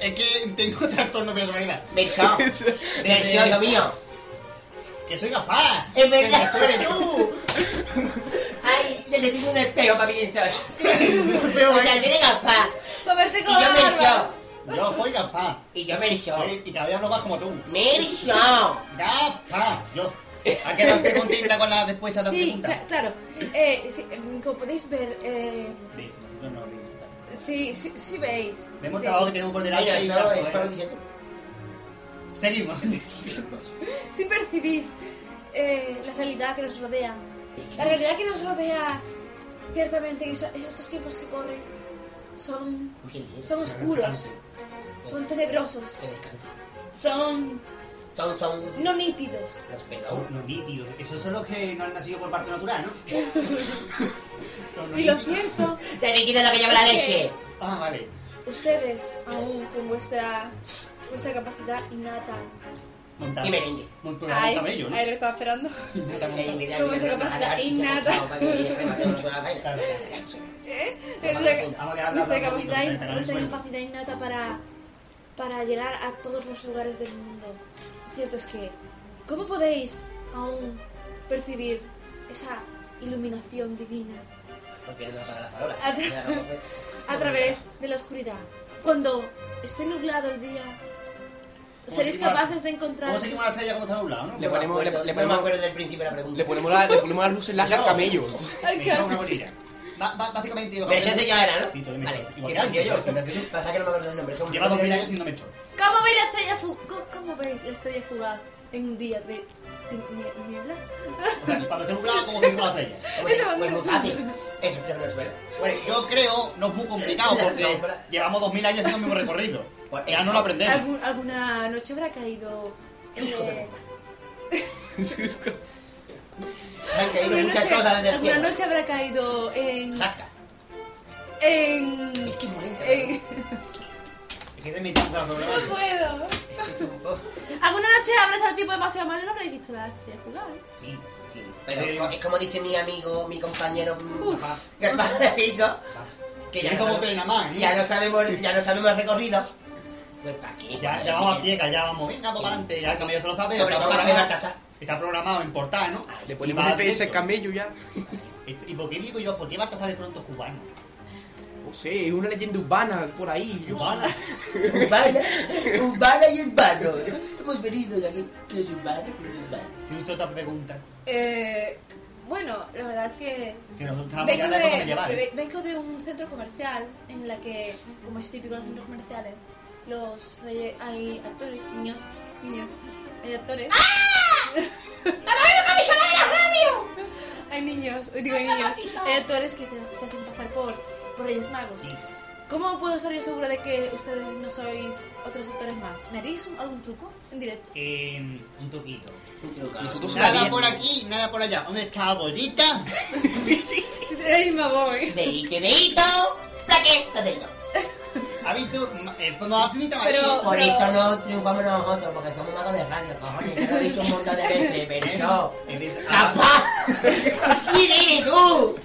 Speaker 4: Es que tengo trastorno de personalidad.
Speaker 5: Versión. Versión, lo mío.
Speaker 4: ¡Que soy Gaspar!
Speaker 5: Es
Speaker 4: ¡Que
Speaker 5: verdad.
Speaker 4: Gaspar eres tú!
Speaker 5: Ay, necesito un espejo para pensar.
Speaker 4: Pero
Speaker 5: O sea, viene Gaspar
Speaker 3: Para verte
Speaker 5: y
Speaker 3: con este
Speaker 5: yo
Speaker 3: la barba.
Speaker 5: Mergión.
Speaker 4: yo soy Gaspar.
Speaker 5: Y yo Mergión.
Speaker 4: Eh, Y cada vez hablo más como tú.
Speaker 5: Mergión.
Speaker 4: ¡Gapa! Yo. ¿A quedaste contenta con la
Speaker 5: Pues
Speaker 4: respuesta de la
Speaker 3: Sí,
Speaker 4: pregunta?
Speaker 3: cla- claro. Eh, sí, em, como podéis ver, eh,
Speaker 4: Sí, no, no, no, no.
Speaker 3: sí, sí, sí veis. sí
Speaker 4: Vemos
Speaker 3: veis.
Speaker 4: trabajo que tenemos por delante
Speaker 5: Mira,
Speaker 4: y
Speaker 5: eso
Speaker 4: trabajo,
Speaker 5: es
Speaker 4: ¿eh?
Speaker 5: para lo que dices tú.
Speaker 4: Seguimos.
Speaker 3: Si percibís eh, la realidad que nos rodea, la realidad que nos rodea, ciertamente en eso- en estos tiempos que corren, son,
Speaker 5: Uy, qué lindo.
Speaker 3: son oscuros, son tenebrosos,
Speaker 5: Se descansa.
Speaker 3: son
Speaker 5: Son, son.
Speaker 3: no nítidos.
Speaker 4: Los
Speaker 5: Los perdón.
Speaker 4: los nítidos. Esos son los que no han nacido por parte natural, ¿no? Son los
Speaker 3: Y lo
Speaker 4: nítidos.
Speaker 3: cierto,
Speaker 5: Te liquido lo que lleva la leche.
Speaker 4: Ah, vale.
Speaker 3: ustedes, aún con vuestra, vuestra capacidad innata,
Speaker 4: Montar.
Speaker 5: Y merengue.
Speaker 4: Montura de cabello, ¿no?
Speaker 3: ahí lo estaba esperando.
Speaker 4: Montar con-
Speaker 5: Le invité a
Speaker 3: ¿Cómo
Speaker 5: mi
Speaker 3: se
Speaker 5: hermana a
Speaker 3: capacita?
Speaker 5: dar
Speaker 3: Y
Speaker 5: chicha
Speaker 3: nada.
Speaker 5: con chao, para que le remate con la vaina.
Speaker 4: Claro.
Speaker 3: ¿Eh?
Speaker 4: Vamos a
Speaker 3: Nuestra-
Speaker 4: ver, vamos a ver,
Speaker 3: nuestra
Speaker 4: habla un poquito,
Speaker 3: capacidad,
Speaker 4: se te acaba el
Speaker 3: nuestra
Speaker 4: sueño.
Speaker 3: capacidad innata para, para llegar a todos los lugares del mundo. Lo cierto es que, ¿cómo podéis aún percibir esa iluminación divina
Speaker 5: Porque no apaga la farola.
Speaker 3: A tra-
Speaker 5: Claro, porque-
Speaker 3: a través de la oscuridad? Cuando esté nublado el día, seréis
Speaker 4: se llama?
Speaker 3: capaces de encontrar.
Speaker 4: ¿Cómo se llama la estrella cuando está nublado, no?
Speaker 2: Le
Speaker 4: Una-
Speaker 2: ponemos, le, le
Speaker 5: No me
Speaker 2: ponemos,
Speaker 5: acuerdo del principio de la pregunta.
Speaker 2: le ponemos la, le ponemos las luces largas al camello.
Speaker 3: Ay,
Speaker 4: una-
Speaker 3: claro.
Speaker 4: una colilla. Ba- ba- Básicamente, lo
Speaker 5: Pero si ese ya era, ¿no?
Speaker 4: Sí, todo el mes.
Speaker 5: Vale,
Speaker 4: Igual
Speaker 5: si
Speaker 4: que
Speaker 5: era
Speaker 4: antes,
Speaker 5: yo.
Speaker 4: sí, sí, sí.
Speaker 5: Pasa que no me acuerdo del nombre. son-
Speaker 4: Lleva dos mil años haciendo mecho.
Speaker 3: ¿Cómo veis la estrella fugaz? ¿Cómo, veis la estrella fugaz en un día de de nie- nieblas?
Speaker 4: O sea, cuando está nublado, ¿cómo se dice la estrella?
Speaker 5: Pues pues muy fácil. El reflejo del suelo.
Speaker 4: Bueno, yo creo, no es muy complicado,
Speaker 5: La
Speaker 4: porque
Speaker 5: sombra.
Speaker 4: llevamos dos mil años haciendo el mismo recorrido.
Speaker 5: Por
Speaker 4: Ya
Speaker 5: eso.
Speaker 4: no lo aprendemos.
Speaker 3: ¿Algún- ¿Alguna noche habrá caído?
Speaker 5: Eh. Chusco de
Speaker 3: eh,
Speaker 5: mota. Han caído
Speaker 3: ¿alguna,
Speaker 5: muchas
Speaker 3: noche,
Speaker 5: cosas desde el
Speaker 3: alguna
Speaker 5: cielo.
Speaker 3: noche habrá caído en.
Speaker 5: Rasca.
Speaker 3: en.
Speaker 5: Es que es molesta.
Speaker 3: en-
Speaker 4: Es que se me encanta la sombra.
Speaker 3: no puedo.
Speaker 5: Esto es un poco-
Speaker 3: ¿Alguna noche habrá estado el tipo demasiado malo y no habréis visto la estrella fugaz? eh?
Speaker 5: Sí, sí. Pero es co- es como dice mi amigo, mi compañero, mm, papá, que el piso, que ya
Speaker 4: Es
Speaker 5: no,
Speaker 4: como
Speaker 5: sabe-
Speaker 4: Trenamán, ¿eh?
Speaker 5: ya no sabemos, ya no sabemos el recorrido. Pues para qué.
Speaker 4: Ya, ya vamos a ciegas, ya vamos, venga, vamos para adelante, ya el camello se lo sabe,
Speaker 5: Sobre
Speaker 4: está
Speaker 5: todo para de
Speaker 4: programado,
Speaker 5: Baltasar.
Speaker 4: está programado en portar, ¿no?
Speaker 2: Le
Speaker 4: Y
Speaker 2: ponemos
Speaker 4: va
Speaker 2: GPS al
Speaker 4: haciendo.
Speaker 2: camello ya.
Speaker 4: Esto- ¿Y por qué digo yo? ¿Por qué Baltasar de pronto es cubano?
Speaker 2: No sé, es una leyenda urbana por ahí. yo-
Speaker 4: ¿Cubana?
Speaker 5: Urbana, urbana y urbano. Hemos venido de aquí, que es urbano, que es urbano.
Speaker 4: Y usted otra pregunta,
Speaker 3: Eh, bueno, la verdad es que
Speaker 4: que nosotros estábamos
Speaker 3: Vengo
Speaker 4: Ah, pues ya de medieval.
Speaker 3: de, vengo de un centro comercial en la que, como es típico en los centros comerciales, los reyes, hay actores, niños, niños, hay actores. ¡Ah! ¡Mamá, una camisola de la radio! Hay niños, digo hay niños, hay actores que se- se hacen pasar por, por reyes magos.
Speaker 4: Sí.
Speaker 3: ¿Cómo puedo estar yo segura de que ustedes no sois otros actores más? ¿Me haréis un- algún truco en directo?
Speaker 4: Eh, un toquito.
Speaker 2: Nosotros
Speaker 4: Nada
Speaker 2: sabíamos.
Speaker 4: por aquí, nada por allá. ¿Dónde está la bolita?
Speaker 3: ¡Ay, me voy!
Speaker 5: Deito, deito, plaque, deito.
Speaker 4: ¿Ha visto? Mm, Eso no hace ni tabaquí.
Speaker 3: Pero-
Speaker 5: Por eso no triunfamos nosotros, porque somos magos de radio, cojones. Ya lo he dicho un montón de veces, pero no.
Speaker 4: Eres-
Speaker 5: ¡Capaz! ¿Quién eres tú?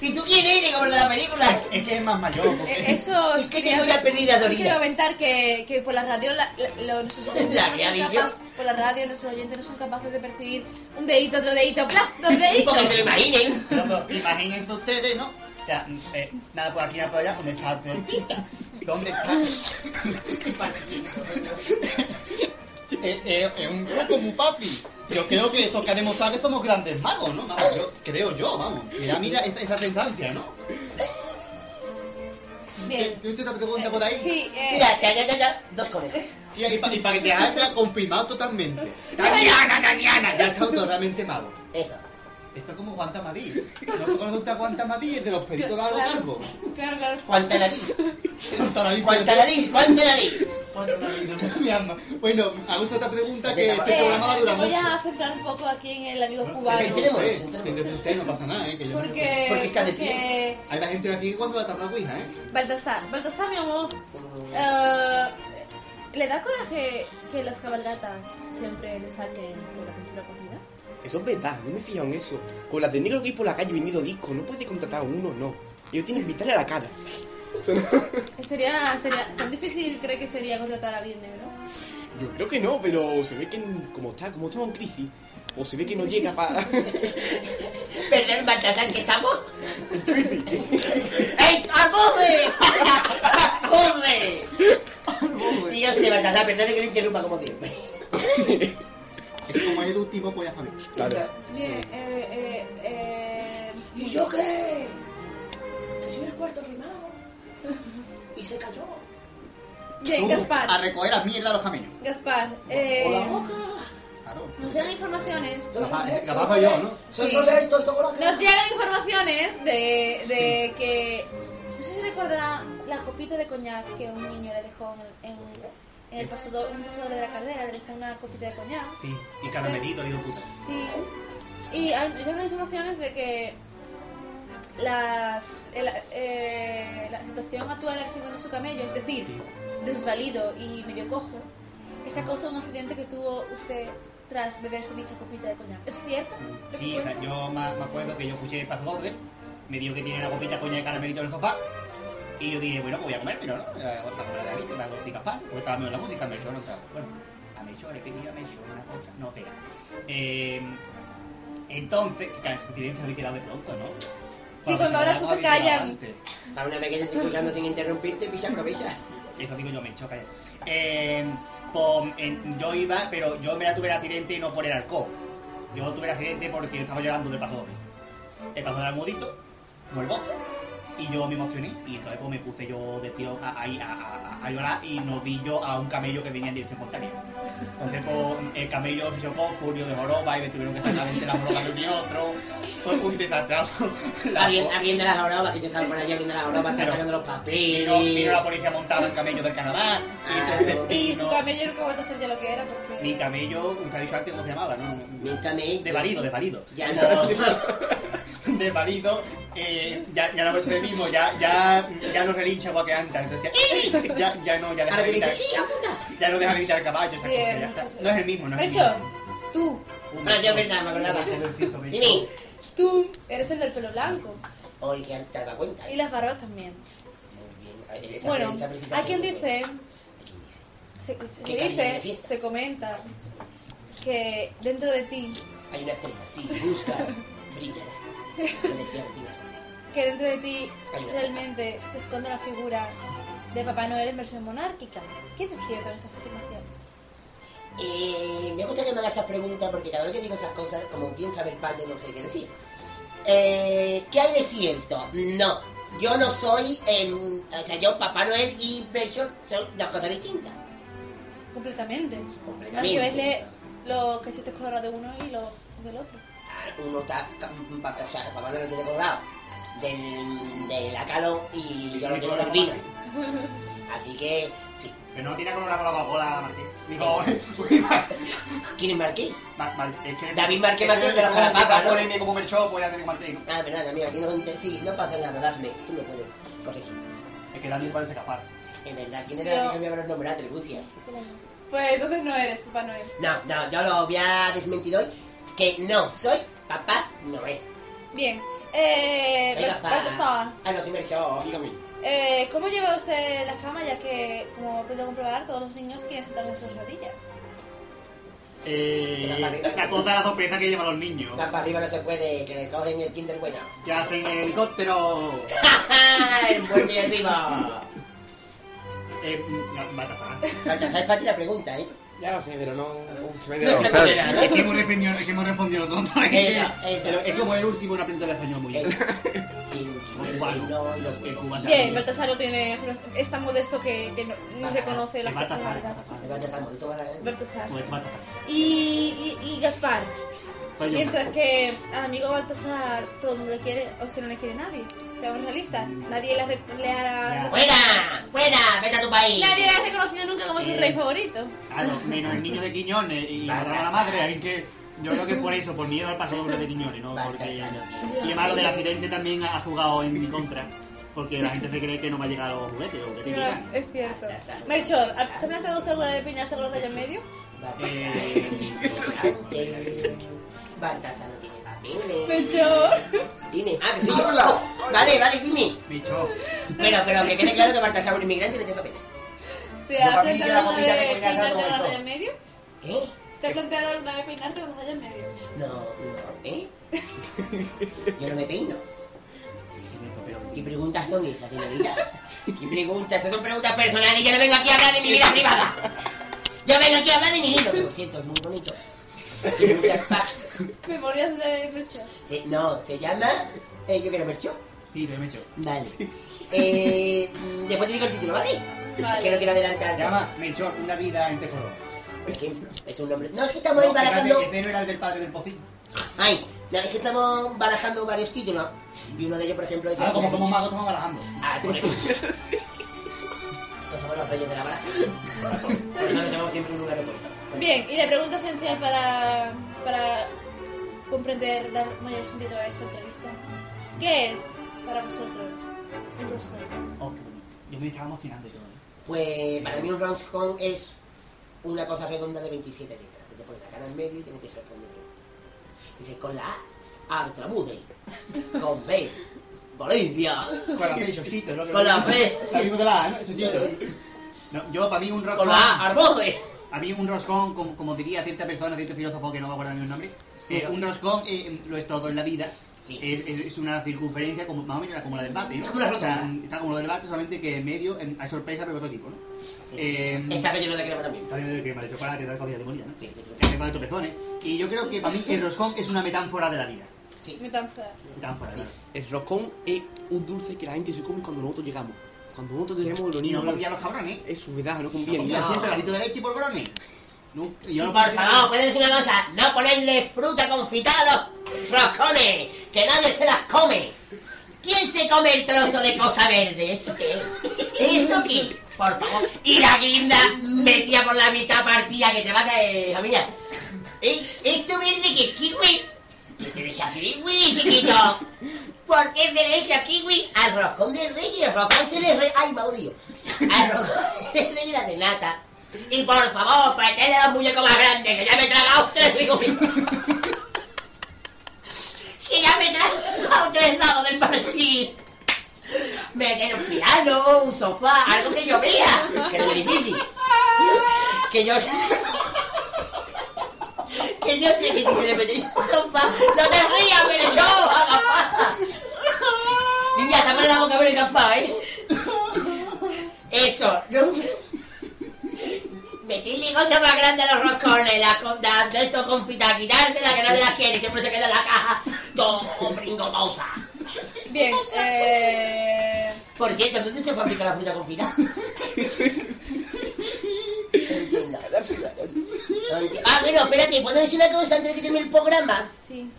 Speaker 5: ¿Y tú quién eres, como lo de la película?
Speaker 4: Es que es más mayor.
Speaker 3: Eh,
Speaker 4: Porque...
Speaker 3: Eso
Speaker 5: Es que
Speaker 3: quería-
Speaker 5: tengo la pérdida de
Speaker 3: Quiero
Speaker 5: orina.
Speaker 3: comentar que, que por la radio la- la- los- nuestros oyentes
Speaker 5: La
Speaker 3: no
Speaker 5: había
Speaker 3: son
Speaker 5: dicho.
Speaker 3: capa- por la radio nuestros oyentes no son capaces de percibir un dedito, otro dedito, ¡plas! dos
Speaker 5: Porque se lo
Speaker 3: deditos.
Speaker 5: imaginen.
Speaker 4: Loco, Imagínense ustedes, ¿no? O sea, mm, eh, nada por aquí, nada por allá. ¿Dónde está la tortita? ¿Dónde está? Eh, Es un grupo muy papi. Yo creo que eso que ha demostrado que somos grandes magos, ¿no? Vamos, yo, creo yo, vamos. Mira, mira esa, esa sentencia, ¿no?
Speaker 3: Bien.
Speaker 4: ¿Tú, tú te preguntas por ahí?
Speaker 3: Eh, Sí, eh,
Speaker 5: Mira, ya, ya, ya, ya, dos conejos.
Speaker 4: Y, y para que te haya confirmado totalmente. ¡Taniana, Naniana! Ya está totalmente mago.
Speaker 5: Eso.
Speaker 4: Esto es como Guantamadí. ¿No conoces a Guantamadí? Es de los peritos de algo
Speaker 3: Claro.
Speaker 4: largo.
Speaker 3: claro, claro.
Speaker 5: ¿Cuánta nariz?
Speaker 4: Cuánta nariz.
Speaker 5: ¿Cuánta nariz? ¿Cuánta nariz?
Speaker 4: Cuánta nariz, mi alma. Bueno, hago otra pregunta que
Speaker 5: Venga,
Speaker 4: este
Speaker 5: va.
Speaker 3: Eh,
Speaker 4: programa va a durar
Speaker 3: voy
Speaker 4: mucho. Pues
Speaker 3: a centrar un poco aquí en el amigo
Speaker 5: que
Speaker 3: cubano.
Speaker 5: Pues tenemos,
Speaker 4: Usted,
Speaker 5: centremos.
Speaker 4: siéntese usted, no pasa nada, ¿eh? Que yo no me preocupo.
Speaker 3: Porque,
Speaker 5: Porque está de pie.
Speaker 3: porque-
Speaker 4: Hay más gente aquí cuando la tabla Ouija, ¿eh?
Speaker 3: Baltasar, Baltasar, mi amor, eh, ¿le da coraje que las cabalgatas siempre le saquen por la pintura comida?
Speaker 2: Eso es verdad, yo me he fijado en eso. Con la de negro que hay por la calle vendiendo discos, no puede contratar a uno, no. Ellos tienen que invitarle a la cara. Eso no-
Speaker 3: Eh, ¿Sería, sería, ¿Tan difícil cree que sería contratar a alguien negro?
Speaker 2: Yo creo que no, pero se ve que en- como está, como estamos en crisis, o se ve que no llega para...
Speaker 5: ¿Perdón, Baltasar, que estamos? ¡Ey, al borde! ¡Al borde! Diga usted, Baltasar, perdone que lo interrumpa como siempre.
Speaker 4: Es como es de último, pues ya sabes.
Speaker 2: Claro.
Speaker 3: Bien, eh, eh, eh,
Speaker 5: ¿Y yo qué? Que soy el cuarto rimado. Y se cayó.
Speaker 3: bien,
Speaker 4: Tú, A
Speaker 3: Gaspar,
Speaker 4: recoger las mierdas a los camellos.
Speaker 3: Gaspar, eh,
Speaker 5: Hola.
Speaker 4: Claro.
Speaker 3: nos llegan informaciones,
Speaker 4: Capaz- capaz yo, ¿no?
Speaker 5: Soy
Speaker 3: Sí.
Speaker 5: Roberto, toco la cara.
Speaker 3: nos llegan informaciones de, de que, no sé si recordará la copita de coñac que un niño le dejó en, en- en el pasador, en un pasador de la caldera, le dejó una copita de coñac,
Speaker 4: Sí, y caramelito, digo puta.
Speaker 3: sí, y hay- nos llegan informaciones de que las, el- eh, la situación actual en la que se encuentra su camello, es decir, desvalido y medio cojo, es a causa de un accidente que tuvo usted tras beberse dicha copita de coñac. ¿Es cierto? ¿Lo que
Speaker 4: Sí,
Speaker 3: cuenta?
Speaker 4: yo me, me acuerdo que yo escuché el paso orden, me dijo que tiene una copita coña de caramelito en el sofá, y yo dije, bueno, pues voy a comérmelo, ¿no? Eh, Para comer de mí, me hago así pan, porque estaba medio la música, me no estaba. Bueno, a Melchor le pedí a Melchor una cosa, no pega. Eh, entonces, que en silencio habéis quedado de pronto, ¿no?
Speaker 3: cuando ahora tú se callan.
Speaker 5: Para una vez que te estoy escuchando sin interrumpirte, pilla, aprovecha.
Speaker 4: Eso digo yo, me choca ya. Eh, pom- en- yo iba, pero yo me la tuve el accidente y no por el alcohol. Yo tuve el accidente porque yo estaba llorando del paso doble. El paso doble era mudito, morboso, y yo me emocioné. Y entonces pues, me puse yo de tío a, a- a- a- a llorar y nos di yo a un camello que venía en dirección contraria. Entonces pues, el camello se chocó, furio de joroba y me tuvieron que sacar entre las jorobas de un y otro. Fue un desastre. La-
Speaker 5: Abri- Abriendo las jorobas, que yo estaba por allí abriendo las jorobas, estaba sacando los
Speaker 4: Vino, vino la
Speaker 5: papeles.
Speaker 4: policía montada en camello del Canadá. Y, entonces
Speaker 3: Y su
Speaker 4: vino-
Speaker 3: camello nunca vuelto a ser ya lo que era porque.
Speaker 4: Mi camello, usted ha dicho antes cómo se llamaba, ¿no?
Speaker 5: Mi camello.
Speaker 4: De valido, de valido.
Speaker 5: Ya
Speaker 4: no. De valido, eh, ya, ya no es el mismo, ya, ya, ya no relincha igual que antes. Entonces ya, ya, ya no, ya deja
Speaker 5: Ahora
Speaker 4: de
Speaker 5: que dice,
Speaker 4: gritar.
Speaker 5: ¡y, puta!
Speaker 4: Ya no deja de gritar el caballo, esta cosa,
Speaker 3: Bien,
Speaker 4: ya está.
Speaker 3: muchas
Speaker 4: No es el mismo, no es el
Speaker 3: Melchor,
Speaker 4: mismo.
Speaker 3: tú,
Speaker 4: Un
Speaker 5: Ah, ya
Speaker 4: Melchor.
Speaker 5: es verdad, me acordaba.
Speaker 4: Jovencito Melchor.
Speaker 5: Dime.
Speaker 3: tú eres el del pelo blanco.
Speaker 5: Oye, que te has dado cuenta.
Speaker 3: Y las barbas también.
Speaker 5: Muy bien. A ver, esa
Speaker 3: Bueno,
Speaker 5: precisa- precisa-
Speaker 3: hay quien dice, se, se
Speaker 5: Que caiga en la
Speaker 3: dice,
Speaker 5: fiesta.
Speaker 3: se comenta que dentro de ti,
Speaker 5: Hay una estrella, sí, busca, brillará. Lo decía Artigas.
Speaker 3: que dentro de ti
Speaker 5: Ahí está.
Speaker 3: realmente se esconde la figura de Papá Noel en versión monárquica. ¿Qué te cierto en esas afirmaciones?
Speaker 5: Eh, me gusta que me hagas esas preguntas porque cada vez que digo esas cosas, como bien sabe el padre, no sé qué decir. Eh, ¿Qué hay de cierto? No, yo no soy, em, o sea, yo Papá Noel y Bershon son dos cosas distintas.
Speaker 3: Completamente. Además,
Speaker 5: Completamente.
Speaker 3: que ves le- los cachetes colorados de uno y los del otro.
Speaker 5: Ah, Uno está, ca- pa- o sea, Papá Noel lo tiene colorado del, del acalo y yo lo tengo del vino. Así que, sí.
Speaker 4: Pero no tiene color la Coca-Cola, Martín. Digo,
Speaker 5: ¿quién es Marqués?
Speaker 4: Mar- Mar- es que-
Speaker 5: David Márquez
Speaker 4: es que
Speaker 5: Márquez de la
Speaker 4: como-
Speaker 5: Jalapapa, ¿no?
Speaker 4: como N como Melchor, pues ya tengo Martín.
Speaker 5: Ah, verdad, amigo, aquí no gente, sí, no pasa nada, Dafne, tú me puedes corregir.
Speaker 4: Es que Daniel parece escapar.
Speaker 5: En verdad, ¿quién era el
Speaker 3: Yo-
Speaker 5: que cambiaba los nombres? Atribucia.
Speaker 3: Pues entonces no eres Papá Noel.
Speaker 5: No, no, yo lo voy a desmentir hoy, que no soy papá Noel.
Speaker 3: Bien. Eh,
Speaker 5: Soy
Speaker 3: la- la
Speaker 5: papá.
Speaker 3: tostada.
Speaker 5: Ah, no, soy Merchó, dígame.
Speaker 3: Eh, ¿Cómo lleva usted la fama? Ya que, como ha podido comprobar, todos los niños quieren sentarse en sus rodillas.
Speaker 5: Las
Speaker 4: Eh,
Speaker 5: barrigas.
Speaker 4: la cosa la sorpresa que llevan los niños.
Speaker 5: Más para arriba no se puede, que le cogen el kinder bueno.
Speaker 4: Que hacen el helicóptero.
Speaker 5: ¡Ja, el muerto y el vivo!
Speaker 4: Eh, mm, batata.
Speaker 5: Falta para ti la pregunta, ¿eh?
Speaker 2: Ya lo sé, pero no. Uf, se me ha
Speaker 5: No
Speaker 2: quedado.
Speaker 5: se puede nada,
Speaker 4: Es que
Speaker 5: ¿no?
Speaker 4: hemos respondido, es que hemos respondido nosotros. Es,
Speaker 5: Esa, esa.
Speaker 4: Pero es como el último en aprender español muy bien.
Speaker 5: Eso. Sin kinder bueno y los
Speaker 4: Que
Speaker 5: huevos.
Speaker 4: Cuba se
Speaker 3: Bien,
Speaker 4: aprende.
Speaker 3: Baltasar no tiene. Es tan modesto que, que no, no
Speaker 5: Ah,
Speaker 3: reconoce la
Speaker 4: Es batata, es
Speaker 3: personalidad.
Speaker 5: Me va a
Speaker 4: batata.
Speaker 5: dejar molesto para la-
Speaker 3: Baltasar.
Speaker 4: Pues es batata.
Speaker 3: Y, y, y Gaspar.
Speaker 4: Soy yo.
Speaker 3: Mientras que al amigo Baltasar todo el mundo le quiere, o si no le quiere nadie. Seamos realistas. Nadie le ha, re- le ha-
Speaker 5: ¡Fuera! ¡Fuera! ¡Vete a tu país!
Speaker 3: nadie le ha reconocido nunca como su
Speaker 4: Eh.
Speaker 3: rey favorito.
Speaker 4: Claro, menos el niño de Quiñones y
Speaker 5: Batata.
Speaker 4: mataron a la madre. A mí que yo creo que es por eso, por miedo al paso doble de Quiñones, ¿no?
Speaker 5: Barca
Speaker 4: Porque...
Speaker 5: sano, tío.
Speaker 4: Y además lo del accidente también ha jugado en mi contra. Porque la gente se cree que no va a llegar a los juguetes, los juguetes llegan.
Speaker 3: No, es cierto. Melchor, ¿se han tratado usted alguna vez de peinarse con los rayos medios?
Speaker 5: Barca
Speaker 4: Eh,
Speaker 5: Baltasar no tiene papeles.
Speaker 3: Melchor.
Speaker 5: Dime. Ah, que sí. Vale, vale, dime.
Speaker 4: bicho.
Speaker 5: Pero, pero que quede claro que Baltasar es un inmigrante y no tiene papeles.
Speaker 3: ¿Te
Speaker 4: Yo
Speaker 3: has
Speaker 4: para mí que
Speaker 3: planteado
Speaker 4: la
Speaker 3: alguna
Speaker 4: comida de
Speaker 3: vez
Speaker 4: coñac
Speaker 3: peinarte
Speaker 4: algo
Speaker 3: con los
Speaker 4: mejor.
Speaker 3: rayos medios?
Speaker 5: ¿Eh?
Speaker 3: ¿Te has planteado alguna vez peinarte con los rayos medios?
Speaker 5: No, no, ¿eh? Yo no me peino. ¿Qué preguntas son estas, señorita? ¿Qué preguntas? Esas son preguntas personales. Yo no vengo aquí a hablar de mi vida privada. Yo vengo aquí a hablar de mi libro. que, Por cierto, es muy bonito. Tiene muchas pa-
Speaker 3: Memorias de Melchor.
Speaker 5: se- no, se llama... eh, yo quiero ver show.
Speaker 4: Sí, de Melchor.
Speaker 5: Vale. Eh, mm, después te digo el título, ¿vale?
Speaker 3: Vale.
Speaker 5: Que no quiero adelantar.
Speaker 4: Se llama Melchor, una vida en Tejoro.
Speaker 5: Por ejemplo, es un nombre. No, es que estamos embarajando.
Speaker 4: Ese no era el del padre del pocillo.
Speaker 5: Ay, no, es que estamos barajando varios títulos. Y uno de ellos, por ejemplo, es.
Speaker 4: Ahora,
Speaker 5: el
Speaker 4: como
Speaker 5: que has
Speaker 4: somos
Speaker 5: dicho.
Speaker 4: magos, estamos barajando.
Speaker 5: Ah, por ejemplo. No somos los reyes de la baraja. Por eso nos llamamos siempre un lugar opuesto.
Speaker 3: Bien, y la pregunta esencial para, para comprender, dar mayor sentido a esta entrevista. ¿Qué es para vosotros un roscón?
Speaker 4: Oh, qué bonito. Yo me estaba emocionando yo. ¿eh?
Speaker 5: Pues para mí un round es una cosa redonda de 27 letras. Que te pones la cara en medio y tienes que responder preguntas. Dice, con la A, Artamude. Con B, Bolivia.
Speaker 4: Con la C, Chochito, ¿no?
Speaker 5: Con la C.
Speaker 4: La misma de la A, ¿no? Chochito. No, yo, para mí, un roscón.
Speaker 5: Con la A, Arbode.
Speaker 4: A mí, un roscón, como, como diría cierta persona, cierto filósofo que no me acuerdo ni el nombre, eh, un roscón eh, lo es todo en la vida.
Speaker 5: Sí.
Speaker 4: Es, es- es una circunferencia como, más o menos como la del bate, ¿no?
Speaker 5: Como la rota.
Speaker 4: Está, está como lo del bate, solamente que en medio en- hay sorpresa, pero otro tipo, ¿no?
Speaker 5: Sí.
Speaker 4: Eh,
Speaker 5: Está relleno de crema también.
Speaker 4: Está bien de crema de chocolate, de comida de molida, ¿no?
Speaker 5: Sí,
Speaker 4: El tema de tropezones. Y yo creo que para mí el roscón es una metáfora de la vida.
Speaker 5: sí.
Speaker 3: Me tan fea.
Speaker 4: Metáfora, claro.
Speaker 2: El roscón es un dulce que la gente se come cuando nosotros llegamos. Cuando nosotros llegamos, los
Speaker 4: Y
Speaker 2: niños.
Speaker 4: no volvían los cabrones.
Speaker 2: Eso, verdad, no
Speaker 4: Y
Speaker 2: conviene.
Speaker 5: No.
Speaker 4: hacían pedacito de leche y polvorones. No, y
Speaker 5: Y
Speaker 4: yo no
Speaker 5: por favor, puedes decir una cosa, no ponerle fruta confitada a los roscones, que nadie se las come. ¿Quién se come el trozo de cosa verde? ¿Eso qué? ¿Eso qué? Por favor. Y la guinda metida por la mitad partida que te va a caer, familia. ¿Eh? ¿Eso verde que es kiwi? ¿Que se le echa kiwi, chiquito? ¿Por qué se le echa kiwi al roscón de rey? El roscón se le re... ¡Ay, Maurillo! Al roscón de rey la renata. Y por favor, petele los muñecos más grandes, que ya me he tragado tres figuritas. que ya me he tragado tres dados del perfil. Meter un piano, un sofá, algo que yo vea, que no es difícil. Que yo sé... Que yo sé que si se le metió un sofá, no te rías, me le echó agafada. Niña, tapale la boca con el gafá, ¿eh? Eso, no... Metirle cosas más grandes a los roscones, la, con- da- de eso con pita, quitársela que nadie las quiere, siempre se queda en la caja todo pringotosa.
Speaker 3: Bien, eh.
Speaker 5: Por cierto, ¿dónde se fabrica la fruta confita? Entiendo. ah, bueno, espérate, ¿puedo decir una cosa antes de que termine el programa?
Speaker 3: Sí.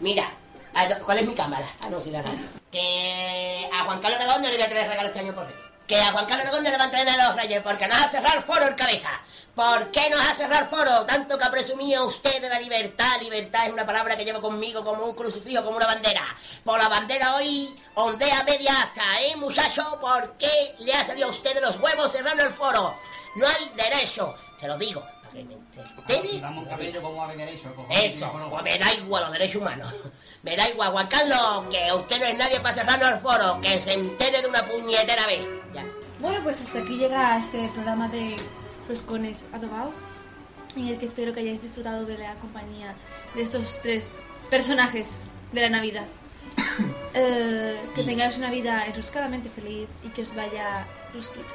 Speaker 5: Mira, a ver, ¿cuál es mi cámara? Ah, no, sí, la radio. Que a Juan Carlos Aragón no le voy a traer regalo este año por Reyes. Que a Juan Carlos Aragón no le van a traer a los Reyes porque nos ha cerrado el foro el cabeza. ¿Por qué nos ha cerrado el foro? Tanto que ha presumido usted de la libertad. Libertad es una palabra que llevo conmigo como un crucifijo, como una bandera. Por la bandera hoy ondea media hasta, ¿eh, muchacho? ¿Por qué le ha salido a usted de los huevos cerrando el foro? No hay derecho, se lo digo. para que me entere.
Speaker 4: Vamos cabello como a vender eso, cojones.
Speaker 5: Eso,
Speaker 4: Bueno,
Speaker 5: pues me da igual los derechos humanos. Me da igual, Juan Carlos, que usted no es nadie para cerrarnos el foro, que se entere de una puñetera vez. Ya.
Speaker 3: Bueno, pues hasta aquí llega este programa de Roscones Adobados, en el que espero que hayáis disfrutado de la compañía de estos tres personajes de la Navidad. Eh, que tengáis una vida enroscadamente feliz y que os vaya rosquito.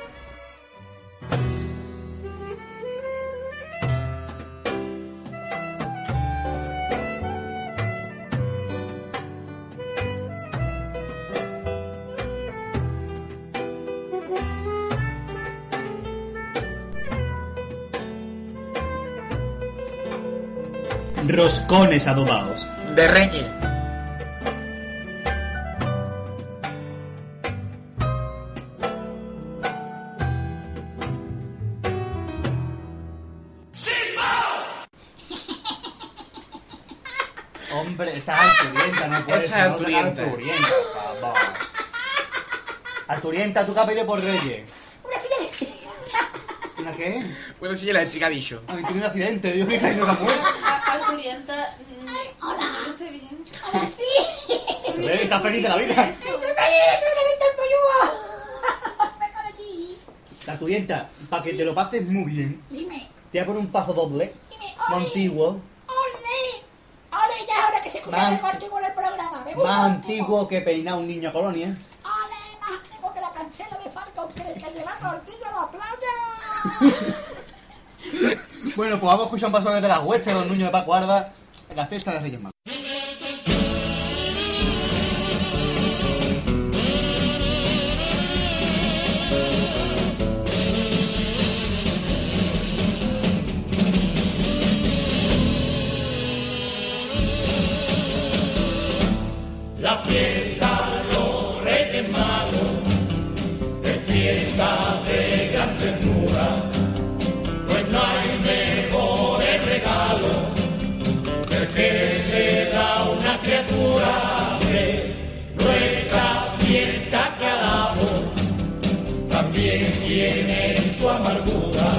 Speaker 4: Roscones adobados.
Speaker 5: De Reyes.
Speaker 4: Hombre, estás alturienta, no puedes
Speaker 2: Esa es alturienta.
Speaker 4: Alturienta, vamos. Alturienta, ¿tú qué has pedido por Reyes? ¿Una qué?
Speaker 2: Bueno, sí, la eléctrica ha dicho.
Speaker 4: A mí tiene un accidente, Dios mío, está yendo tan bueno.
Speaker 3: Ah, Arturienta, hola. No estoy mm, bien.
Speaker 4: ¿Ves? Está feliz de la vida. La turienta, para que te lo pases muy bien,
Speaker 12: Dime,
Speaker 4: te voy a poner un paso doble,
Speaker 12: dime,
Speaker 4: más
Speaker 12: ole,
Speaker 4: antiguo,
Speaker 12: ole, ole, ya es hora que se escucha
Speaker 4: Más-
Speaker 12: algo antiguo en el programa, me gusta
Speaker 4: más
Speaker 12: lo
Speaker 4: antiguo que peinar un niño a colonia.
Speaker 12: ole, más antiguo que la cancela de Falcon, que le lleva tortilla a la playa.
Speaker 4: Bueno, pues vamos a escuchar un paso doble de las huestes de Don Nuño de Paco Arda en la fiesta de Reyes Magos.
Speaker 6: La fiesta de los Reyes Magos es fiesta de gran ternura, pues no hay mejores regalos que el que se da una criatura de nuestra fiesta que alabo. También tiene su amargura,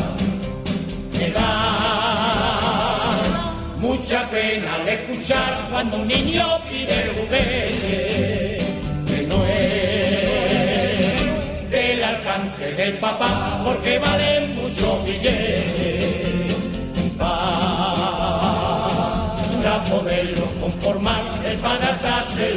Speaker 6: me da mucha pena al escuchar cuando un niño pide juguete que no es del alcance del papá porque valen muchos billetes para poderlos conformar el para darse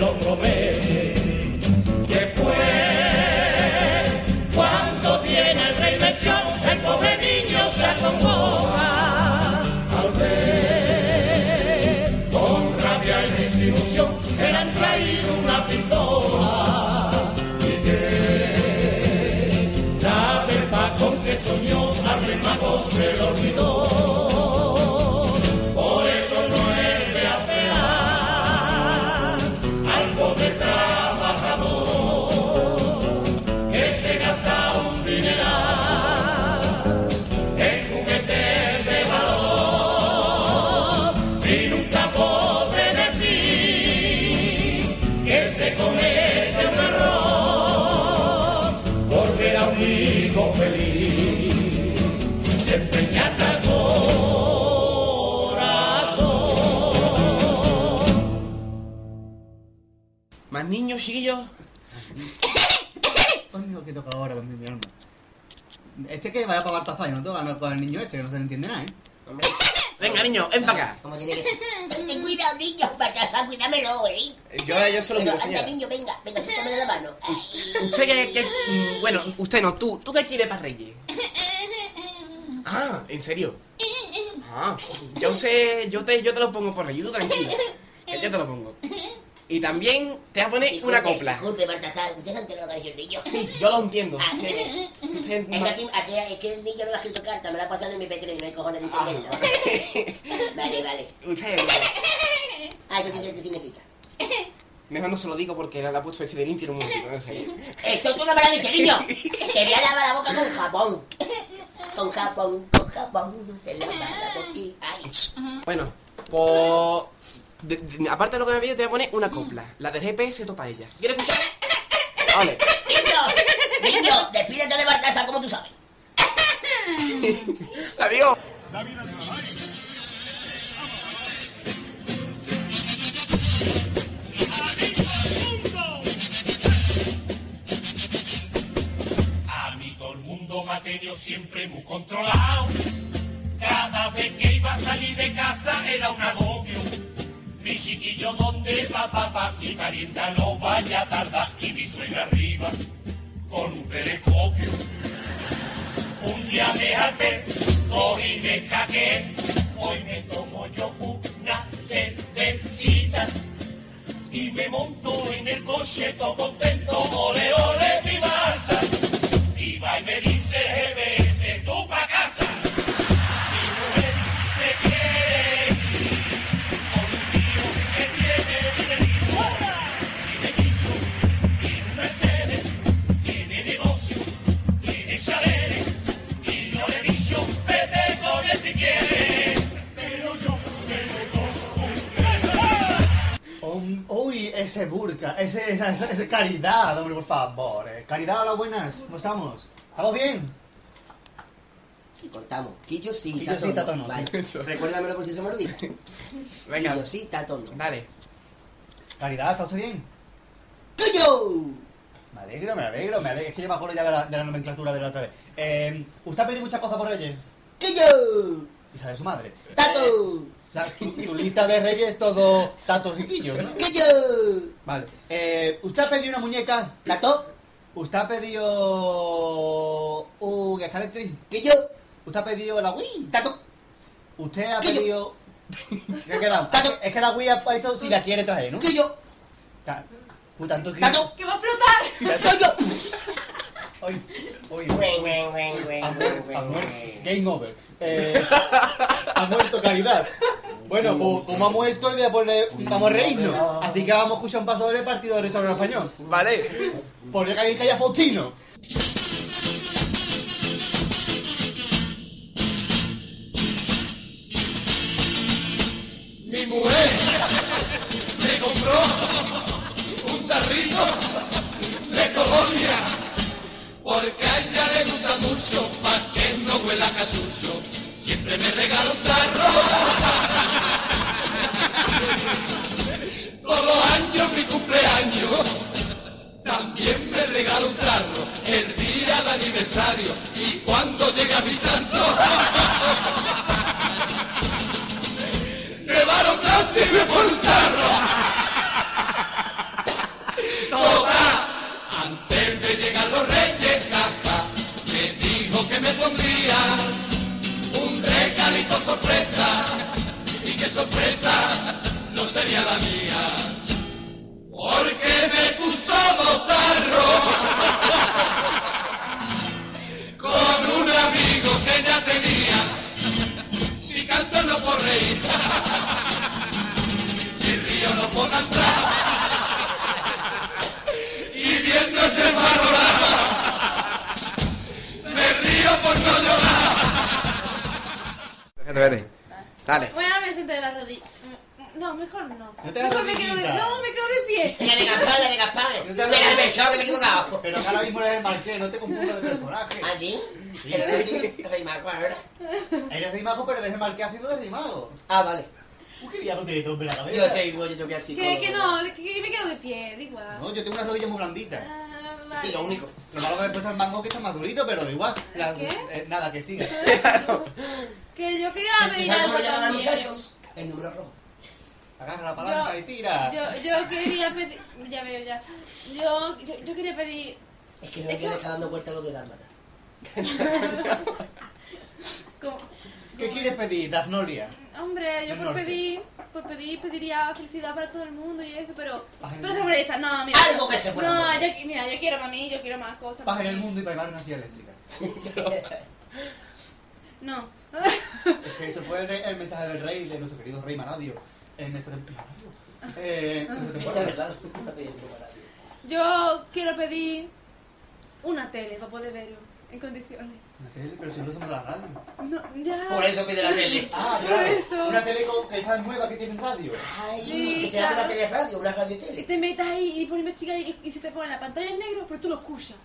Speaker 2: coño, chiquillo?
Speaker 4: Coño, que toca ahora, donde mi alma. Este que vaya para Bartazá, yo no tengo ganas con el niño este, que no se le entiende nada, ¿eh?
Speaker 5: Hombre,
Speaker 2: Venga, niño, ven para acá.
Speaker 5: como tiene que ser. Ten cuidado, niño, para casa, cuídamelo, ¿eh?
Speaker 2: Yo, yo solo
Speaker 5: Pero
Speaker 2: miro,
Speaker 5: anda,
Speaker 2: señora.
Speaker 5: niño, venga, venga, quítame de la mano. Ay.
Speaker 2: ¿Usted qué, qué- mm, Bueno, usted no, tú. ¿Tú qué quieres para Reyes? Ah, ¿en serio? Ah, yo sé, yo te, yo te lo pongo por Reyes, tú tranquilo. Que yo te lo pongo. Y también te voy a poner
Speaker 5: Disculpe,
Speaker 2: una copla.
Speaker 5: Disculpe, Baltasar, usted se enteró de lo que ha dicho el niño.
Speaker 2: Sí, yo lo entiendo. Que- usted
Speaker 5: Ah, ¿eh? Es
Speaker 2: no-
Speaker 5: que, así- así- es que el niño no me ha escrito carta, me la ha pasado en mi petro y no hay cojones de
Speaker 2: Ah.
Speaker 5: entenderlo. Vale, vale.
Speaker 2: Usted,
Speaker 5: Ah, eso sí sé qué significa.
Speaker 2: mejor no se lo digo porque la, la ha puesto este de limpio en un momentito, no sé.
Speaker 5: Eso tú no me lo has dicho, niño. Te voy a lavar la boca con jabón. Con jabón, con jabón, no se lava la boquita. Ay.
Speaker 2: Bueno, pues... de- de- aparte de lo que me ha pedido, te voy a poner una copla. La del GPS topa ella. ¿Quieres escuchar? Vale.
Speaker 5: Niño, niño, despídete de Baltasar, como tú sabes.
Speaker 2: Adiós.
Speaker 6: A mí todo el mundo me ha tenido siempre muy controlado. Cada vez que iba a salir de casa era un agobio. Mi chiquillo, ¿dónde va papá? Mi parienta no vaya a tardar. Y mi suegra arriba con un telescopio. Un día me harté, cogí y me cagué. Hoy me tomo yo una cervecita y me monto en el coche todo contento, ole, ole, mi marza. Y va y me dice el GBS, tú pa' casa. Mi mujer se quiere ir, con un tío que tiene dinerito. Tiene piso, tiene un Mercedes, tiene negocio, tiene chaleres. Y yo le he dicho, vete con él si quieres. Pero yo
Speaker 4: Um, uy, ese burka, ese, esa, esa- esa caridad, hombre, por favor. eh. Caridad, hola, buenas, ¿cómo estamos? ¿Estamos bien?
Speaker 5: Cortamos. Quillo sí,
Speaker 4: Quillo sí,
Speaker 5: está
Speaker 4: tatono,
Speaker 5: tono. Vale.
Speaker 2: sí.
Speaker 5: Recuérdamelo por si se me olvida.
Speaker 2: Venga,
Speaker 5: Quillo sí, está tono.
Speaker 2: dale.
Speaker 4: Caridad, ¿está usted bien?
Speaker 5: ¡Quillo!
Speaker 4: Me alegro, me alegro, me alegro. Es que yo me acuerdo ya de la, de la nomenclatura de la otra vez. Eh, ¿Usted ha pedido muchas cosas por Reyes?
Speaker 5: ¡Quillo!
Speaker 4: Hija de su madre.
Speaker 5: ¡Tato!
Speaker 4: O sea, su, su lista de Reyes es todo tatos y pillos, ¿no?
Speaker 5: ¡Quillo!
Speaker 4: Vale. Eh, ¿Usted ha pedido una muñeca? ¿Tato? ¿Usted ha pedido un escaletriz?
Speaker 5: ¡Quillo!
Speaker 4: ¿Usted ha pedido la Wii?
Speaker 5: ¡Tato!
Speaker 4: Usted ha
Speaker 5: ¿Qué yo?
Speaker 4: pedido. ¿Qué queda? Es que la Wii ha puesto si la quiere traer, ¿no?
Speaker 5: ¡Quillo!
Speaker 4: Claro. Uy, tanto que.
Speaker 5: ¡Tato!
Speaker 3: ¡Que va a explotar!
Speaker 5: ¡Quillo!
Speaker 4: Uy, uy, uy. Ha muerto, ha muerto. Game over. Eh, ha muerto Caridad. Bueno, pues como ha muerto, le voy a poner. Vamos a reírnos. Así que vamos a escuchar un paso del partido de Resolver Español.
Speaker 2: Vale.
Speaker 4: Por Dios, que alguien calla Faustino.
Speaker 6: Mi mujer me compró un tarrito de colonia porque a ella le gusta mucho pa' que no huela a casucho. Siempre me regala un tarro. Todos los años mi cumpleaños también me regala un tarro el día de aniversario y cuando llega mi santo. me van tanto y me fue un tarro. Total, antes de llegar los reyes, caja, me dijo que me pondría un regalito sorpresa. Y que sorpresa no sería la mía, porque me puso dos tarros con un amigo que ya tenía. Si canto no por reír, si río no por cantar y viendo este panorama me río por no llorar
Speaker 2: Espérate, espérate. Dale.
Speaker 3: Bueno, me siento de la rodilla. No, mejor no.
Speaker 4: No te hagas
Speaker 3: Mejor me quedo de...
Speaker 4: rodillita.
Speaker 3: No, me quedo de pie.
Speaker 5: ¡La de Gaspar, la de Gaspar! ¡Mira el beso que me he equivocado!
Speaker 4: Pero que ahora mismo eres el marqués, no te confundas de personaje.
Speaker 5: ¿Ah, sí?
Speaker 4: Sí.
Speaker 5: ¿Pero sí? ¿Rey Marco ahora?
Speaker 4: Eres rimago, pero eres el marqués ácido de rimago.
Speaker 5: Ah, vale.
Speaker 4: ¿Por qué diablo tiene todo en la
Speaker 5: Yo
Speaker 4: cabeza?
Speaker 5: te digo, yo tengo que ir al
Speaker 3: Que,
Speaker 5: psicólogo.
Speaker 3: que no, que, que me quedo de pie, da igual.
Speaker 4: No, yo tengo unas rodillas muy blanditas.
Speaker 3: Ah,
Speaker 5: Sí, lo
Speaker 3: vale.
Speaker 5: único.
Speaker 4: Lo malo que después está el mango que está más durito, pero da igual. Las-
Speaker 3: ¿Qué?
Speaker 4: eh, nada, que siga.
Speaker 3: Que yo quería
Speaker 5: ¿Y
Speaker 3: pedir
Speaker 5: sabes
Speaker 3: algo
Speaker 5: cómo lo llaman a los
Speaker 3: también.
Speaker 5: muchachos? El número rojo.
Speaker 4: Agarra la palanca
Speaker 3: Yo-
Speaker 4: y tira.
Speaker 3: Yo, yo quería pedir. Ya veo, ya. Yo, yo, yo quería pedir.
Speaker 5: Es que no
Speaker 3: Es
Speaker 5: es que
Speaker 3: que-
Speaker 5: le está dando vuelta a los de Dálmata.
Speaker 3: Como,
Speaker 4: ¿Qué
Speaker 3: como-
Speaker 4: quieres pedir, Dafnolia?
Speaker 3: Hombre, yo
Speaker 4: Del
Speaker 3: por
Speaker 4: norte.
Speaker 3: pedir, por pedir pediría felicidad para todo el mundo y eso, pero.
Speaker 4: Paz en
Speaker 3: Pero
Speaker 4: el
Speaker 3: se
Speaker 4: mundo.
Speaker 3: molesta, no, mira.
Speaker 5: Algo que se pueda
Speaker 3: No,
Speaker 5: mover.
Speaker 3: yo, qui- mira, yo quiero para mí, yo quiero más cosas.
Speaker 4: Paz
Speaker 3: mami.
Speaker 4: en el mundo y para llevar una silla eléctrica.
Speaker 3: No.
Speaker 4: Es que eso fue el, el mensaje del rey, de nuestro querido rey Manadio. En esta temporada. Eh, en esta
Speaker 5: Es la
Speaker 4: temporada.
Speaker 5: verdad, no está bien preparado.
Speaker 3: Yo quiero pedir una tele para poder verlo en condiciones.
Speaker 4: Una tele, pero si no lo hacemos la radio.
Speaker 3: No, ya.
Speaker 5: Por eso pide la tele.
Speaker 4: Ah,
Speaker 3: Por
Speaker 4: claro.
Speaker 3: eso.
Speaker 4: Una tele con, que está nueva que tiene radio.
Speaker 5: Ay,
Speaker 3: Sí,
Speaker 5: que se llama una
Speaker 3: claro.
Speaker 5: tele radio, una radio
Speaker 3: Y
Speaker 5: tele.
Speaker 3: te metas ahí y por investigar y, y se te pone la pantalla en negro, pero tú lo escuchas.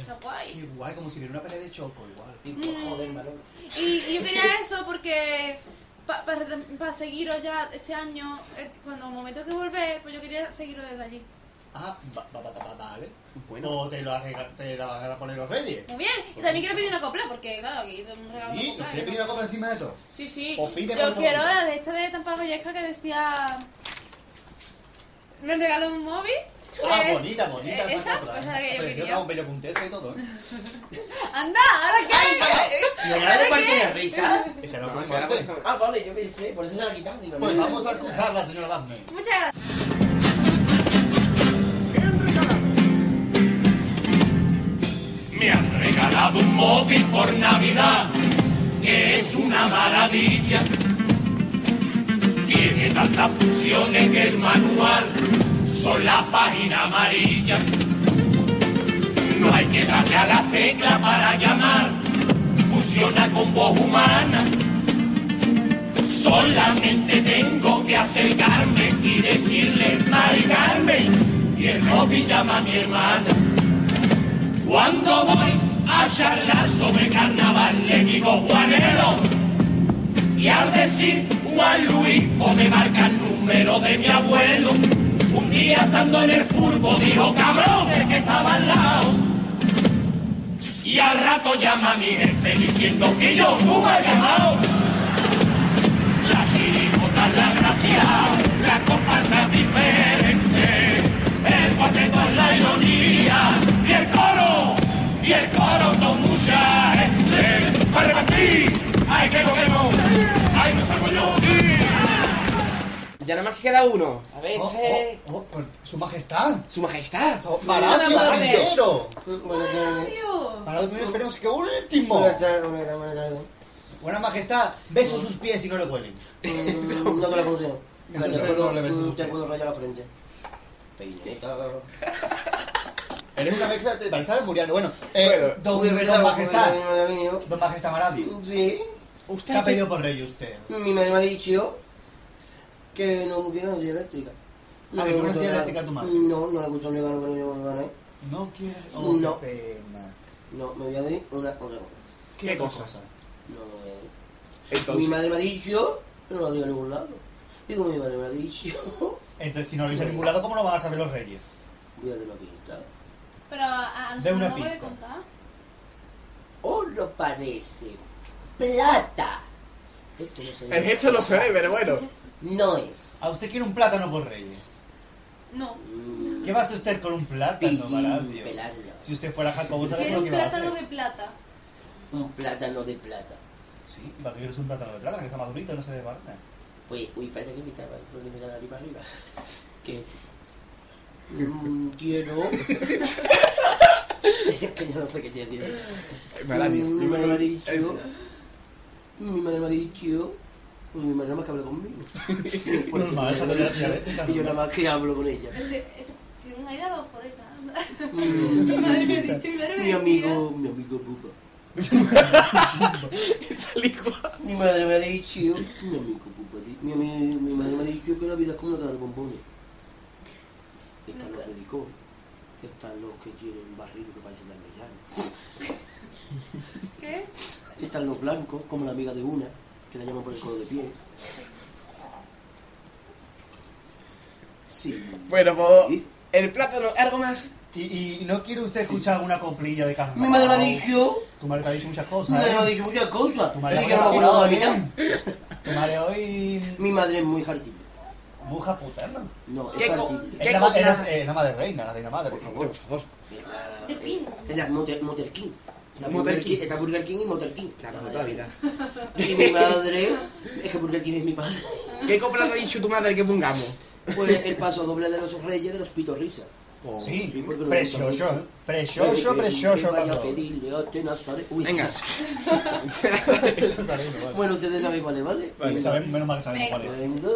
Speaker 3: Está
Speaker 4: Qué
Speaker 3: guay.
Speaker 4: guay, como si viera una pelea de choco igual. pues,
Speaker 3: Mm.
Speaker 5: Digo, joder, Manolo.
Speaker 3: Y, y yo quería eso porque para pa, retran- pa seguiros ya este año, eh, cuando el momento que volver, pues yo quería seguiros desde allí.
Speaker 4: Ah, va, va, va, va, vale.
Speaker 2: Bueno.
Speaker 4: O te, lo arregla- te la van a poner los reyes.
Speaker 3: Muy bien. Y también quiero pedir una copla porque, claro, aquí todo el mundo regala una
Speaker 4: ¿Y?
Speaker 3: copla.
Speaker 4: ¿Nos
Speaker 3: ¿no?
Speaker 4: quieres pedir una copa encima de todo?
Speaker 3: Sí, sí.
Speaker 4: O pide por
Speaker 3: Yo
Speaker 4: favor.
Speaker 3: quiero la de esta de Tampa Goyesca que decía. Me regaló un móvil.
Speaker 4: Ah,
Speaker 3: Eh,
Speaker 4: bonita, bonita.
Speaker 3: eh,
Speaker 4: esa
Speaker 3: esa, pues esa que yo
Speaker 4: Pero
Speaker 3: quería. Mm.
Speaker 4: estaba un bello punteza y todo. ¿eh?
Speaker 3: Anda, ahora qué.
Speaker 5: ¿Y ahora de cuál tiene risa?
Speaker 4: Esa era
Speaker 2: No,
Speaker 4: la
Speaker 2: se la
Speaker 4: próxima.
Speaker 2: puedes-
Speaker 5: Ah, vale, yo pensé, por eso se la quitaron. digo,
Speaker 4: Pues
Speaker 5: mira.
Speaker 4: vamos a escucharla, señora Daphne.
Speaker 3: Muchas gracias.
Speaker 6: Me han regalado un móvil por Navidad, que es una maravilla. Tiene tantas funciones que el manual son las páginas amarillas. No hay que darle a las teclas para llamar, funciona con voz humana. Solamente tengo que acercarme y decirle, Mari Carmen, y el móvil llama a mi hermana. Cuando voy a charlar sobre carnaval le digo Juanelo y al decir Juan Luis o me marca el número de mi abuelo. Un día estando en el furbo dijo cabrón el que estaba al lado. Y al rato llama a mi jefe diciendo que yo tú me has llamado. La chirigota es la gracia, la comparsa es diferente, el cuarteto es la ironía, y el coro, y el coro son mucha gente. Para repartir, ay que lo quemo, ay me salgo yo.
Speaker 2: Ya nada más que queda uno. A ver,
Speaker 4: Oh,
Speaker 2: este...
Speaker 4: oh, oh, por- ¡Su majestad!
Speaker 2: Su majestad.
Speaker 4: Oh, ¡Maradio,
Speaker 3: Madre.
Speaker 4: caballero!
Speaker 3: Adiós.
Speaker 4: Maradio, primero esperemos que último. Buena majestad, beso sus pies y no le huelen.
Speaker 5: Mm, No me la consigo.
Speaker 4: Entonces,
Speaker 5: Te
Speaker 4: no le ves
Speaker 5: mm,
Speaker 4: sus
Speaker 5: Te
Speaker 4: pies.
Speaker 5: puedo rayar la frente. Peineta.
Speaker 4: Eres una mezcla de Barizal Muriano. Bueno, eh, don,
Speaker 5: Uy, es verdad,
Speaker 4: don majestad,
Speaker 5: porque mi madre mía.
Speaker 4: don majestad Maradio.
Speaker 5: Sí,
Speaker 4: Ah, ¿Qué ha pedido por rey usted?
Speaker 5: mi madre me ha dicho que no quiere una silla eléctrica.
Speaker 4: Ah, que no
Speaker 5: le
Speaker 4: una
Speaker 5: gusta
Speaker 4: silla
Speaker 5: nada.
Speaker 4: eléctrica a tu madre.
Speaker 5: No, no le gusta un regalo que no me van a ir.
Speaker 4: No quiere. Oh, qué
Speaker 5: No.
Speaker 4: pena.
Speaker 5: No, me voy a pedir una otra cosa.
Speaker 2: ¿Qué
Speaker 4: otra
Speaker 2: cosa?
Speaker 5: No, no voy a ir. Mi
Speaker 2: Entonces,
Speaker 5: madre me ha dicho, pero no lo digo a ningún lado. Digo, mi madre me ha dicho,
Speaker 4: Entonces, si no lo dice a ningún lado, ¿cómo lo van a saber los reyes?
Speaker 5: voy a dar una pista.
Speaker 3: Pero a, a
Speaker 4: De
Speaker 3: nosotros
Speaker 4: una
Speaker 3: no puede
Speaker 4: pista.
Speaker 3: contar.
Speaker 5: ¿O lo ¡Oh, parece? Plata. Esto no se ve.
Speaker 2: el gesto no se ve, pero bueno.
Speaker 5: No es.
Speaker 4: A usted quiere un plátano por reyes.
Speaker 3: No.
Speaker 5: Mm,
Speaker 4: ¿Qué va a hacer usted con un plátano,
Speaker 5: pillín,
Speaker 4: Maradio?
Speaker 5: pelarlo.
Speaker 4: Si usted fuera Jacobo, ¿sabe
Speaker 3: Quiero un
Speaker 4: lo que va a
Speaker 3: plátano
Speaker 4: hacer?
Speaker 3: de plata.
Speaker 5: Un plátano de plata.
Speaker 4: Sí, y para que yo un plátano de plátano, que está más durito, no se ¿eh? desbarata.
Speaker 5: Pues, uy, espérate que me estaba que me estaba aquí para arriba. Que mm, quiero. Es que yo no sé qué tiene. tío.
Speaker 2: Maradio.
Speaker 5: Mi madre me ha dicho.
Speaker 2: Eso.
Speaker 5: Mi madre me ha dicho. Pues mi madre nada más que habla conmigo. Por
Speaker 4: Normal,
Speaker 5: eso mi
Speaker 4: esa
Speaker 5: madre me ha
Speaker 4: todavía la
Speaker 5: dicho,
Speaker 4: señalé,
Speaker 5: Y yo nada más que hablo con ella.
Speaker 3: Este- ese- Tiene un aire a los orejas.
Speaker 5: Mm,
Speaker 3: Mi madre me ha dicho, mi madre me
Speaker 5: Mi
Speaker 3: decía-
Speaker 5: amigo, mi amigo Buba.
Speaker 2: Salí igual.
Speaker 5: Mi madre me ha dicho, mi amigo Buba, di- mi, ami- mi madre me ha dicho que la vida es como una caja de bombones. Están los de licor, están los que tienen barriles que parecen de almellanas,
Speaker 3: ¿Qué?
Speaker 5: están los blancos, como la amiga de una, que la llaman por el color de piel.
Speaker 1: Sí.
Speaker 2: Bueno, pues.
Speaker 1: Sí.
Speaker 2: El plátano, algo más.
Speaker 4: ¿Y, y no quiere usted escuchar alguna coplilla de Carmen?
Speaker 5: Mi madre me ha
Speaker 4: Bacalao?
Speaker 5: dicho,
Speaker 4: Tu madre te ha dicho muchas
Speaker 5: mi
Speaker 4: cosas.
Speaker 5: madre me ha
Speaker 4: ¿eh?
Speaker 5: dicho muchas cosas.
Speaker 4: Tu madre
Speaker 5: Pero yo no me acuerdo de la mitad.
Speaker 4: Tu madre hoy.
Speaker 5: Mi madre es muy jardín.
Speaker 4: Buja puterna.
Speaker 5: No,
Speaker 2: ¿Qué
Speaker 5: es
Speaker 2: co-
Speaker 5: jardín.
Speaker 2: ¿Qué
Speaker 4: Es la, ma-
Speaker 2: copla?
Speaker 4: es- es la madre reina, la reina madre, por favor.
Speaker 1: favor.
Speaker 5: Es la Motter, Motter King. La
Speaker 2: Motter
Speaker 5: Burger
Speaker 2: King.
Speaker 5: King. Está Burger King y Motter King.
Speaker 2: Claro, de toda la vida.
Speaker 5: Y mi madre, es que Burger King es mi padre.
Speaker 2: ¿Qué copla te ha dicho tu madre que pongamos?
Speaker 5: Pues el paso doble de los reyes de los pitorrisas.
Speaker 2: Oh.
Speaker 4: Sí,
Speaker 5: porque me gusta
Speaker 4: precioso,
Speaker 5: mucho.
Speaker 4: ¿eh? Precioso, precioso,
Speaker 5: Vaya a
Speaker 4: precioso.
Speaker 5: pedirle a Tenazare- Uy,
Speaker 2: Venga.
Speaker 5: Bueno, ustedes saben cuál es, ¿vale?
Speaker 4: Vale, sabemos- Menos mal que sabemos cuál es.
Speaker 5: Venga.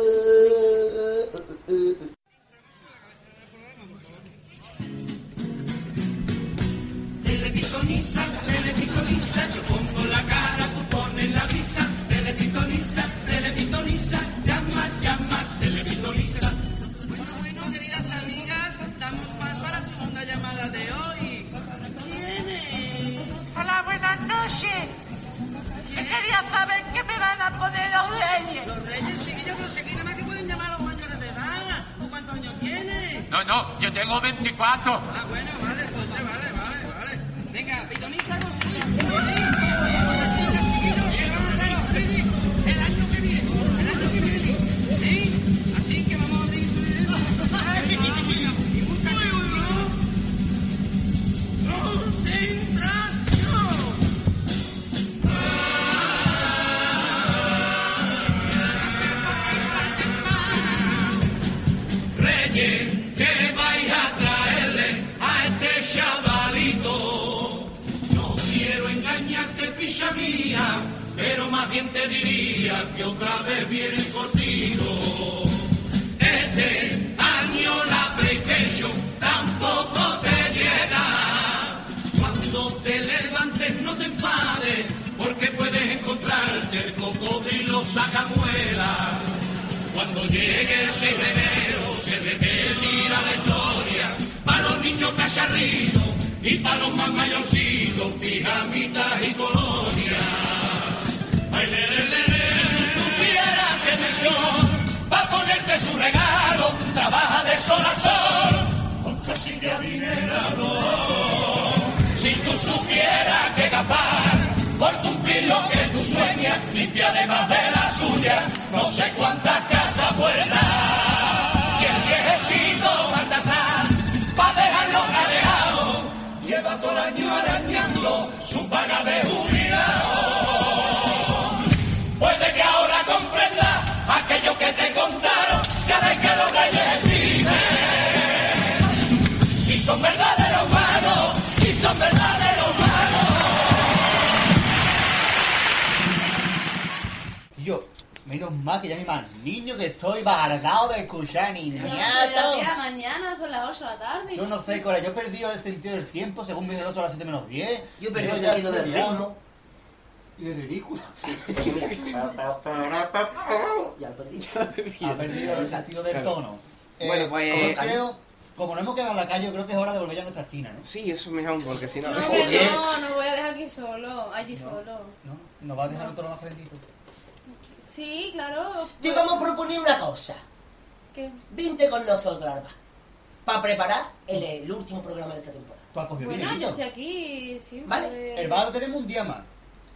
Speaker 13: Hola, buenas noches. Quería saber qué me van a poner los reyes.
Speaker 7: Los reyes, sí, yo no sé qué, nada más que pueden llamar a los mayores de edad. ¿O cuántos años tiene?
Speaker 6: No, no, yo tengo 24.
Speaker 7: Ah, bueno, vale, entonces, vale, vale, vale. Venga, pitoniza con su El año que viene, el año que viene. ¿Sí? Así que vamos a abrir Y mucha atención. ¡Concentración!
Speaker 6: Reyes, ¿qué vais a traerle a este chavalito? No quiero engañarte, picha mía, pero más bien te diría que otra vez vienen contigo. Este año la PlayStation tampoco te llega. Cuando te levantes no te enfades, porque puedes encontrarte el cocodrilo sacamuela. Cuando llegue el 6 de enero se repetirá la historia para los niños cacharritos y para los más mayorcitos, pijamitas y colonias. Ay, le, le, le, le. Si tú supieras que mención va a ponerte su regalo, trabaja de sol a sol, aunque así de adinerado. Si tú supieras que capaz por cumplir lo que tú sueñas, limpia además de la suya, no sé cuántas casas vueltas. Y el viejecito Baltasar, pa' dejarlo calejado, lleva todo el año arañando su paga de jubilado. Puede que ahora comprenda aquello que te contaron, ya ves que los reyes exigen. Y son verdaderos magos, y son verdaderos magos.
Speaker 4: Tío, menos mal que ya ni más niño que estoy bardado de
Speaker 3: Son
Speaker 4: escuchar
Speaker 3: las diez de la
Speaker 4: niñato.
Speaker 3: mañana, son las 8 de la tarde.
Speaker 4: Yo no sé, Cora, yo he perdido el sentido del tiempo según mi reloj a las 7 menos 10.
Speaker 5: Yo perdí el
Speaker 4: ya
Speaker 5: sentido del
Speaker 4: estoy liado.
Speaker 5: ritmo.
Speaker 4: Y de ridículo.
Speaker 5: Ya lo perdí.
Speaker 4: Ha perdido el sentido del
Speaker 2: Claro.
Speaker 4: tono. Eh,
Speaker 2: Bueno, pues-
Speaker 4: Como, creo- como no hemos quedado en la calle, yo creo que es hora de volver ya a nuestra esquina, ¿no?
Speaker 2: Sí, eso es mejor porque si no.
Speaker 3: No, hombre, no, no voy a dejar aquí solo, allí solo.
Speaker 4: ¿No? Nos va a dejar todo lo más calentito.
Speaker 3: Sí, claro.
Speaker 5: Te
Speaker 3: pues,
Speaker 5: vamos a proponer una cosa.
Speaker 3: ¿qué?
Speaker 5: Vente con nosotros, Alba. Para preparar el, el último programa de esta temporada.
Speaker 4: Tú has cogido
Speaker 3: Bueno, yo
Speaker 4: dinerito.
Speaker 3: estoy aquí siempre.
Speaker 5: Vale,
Speaker 4: El bar lo tenemos un día más.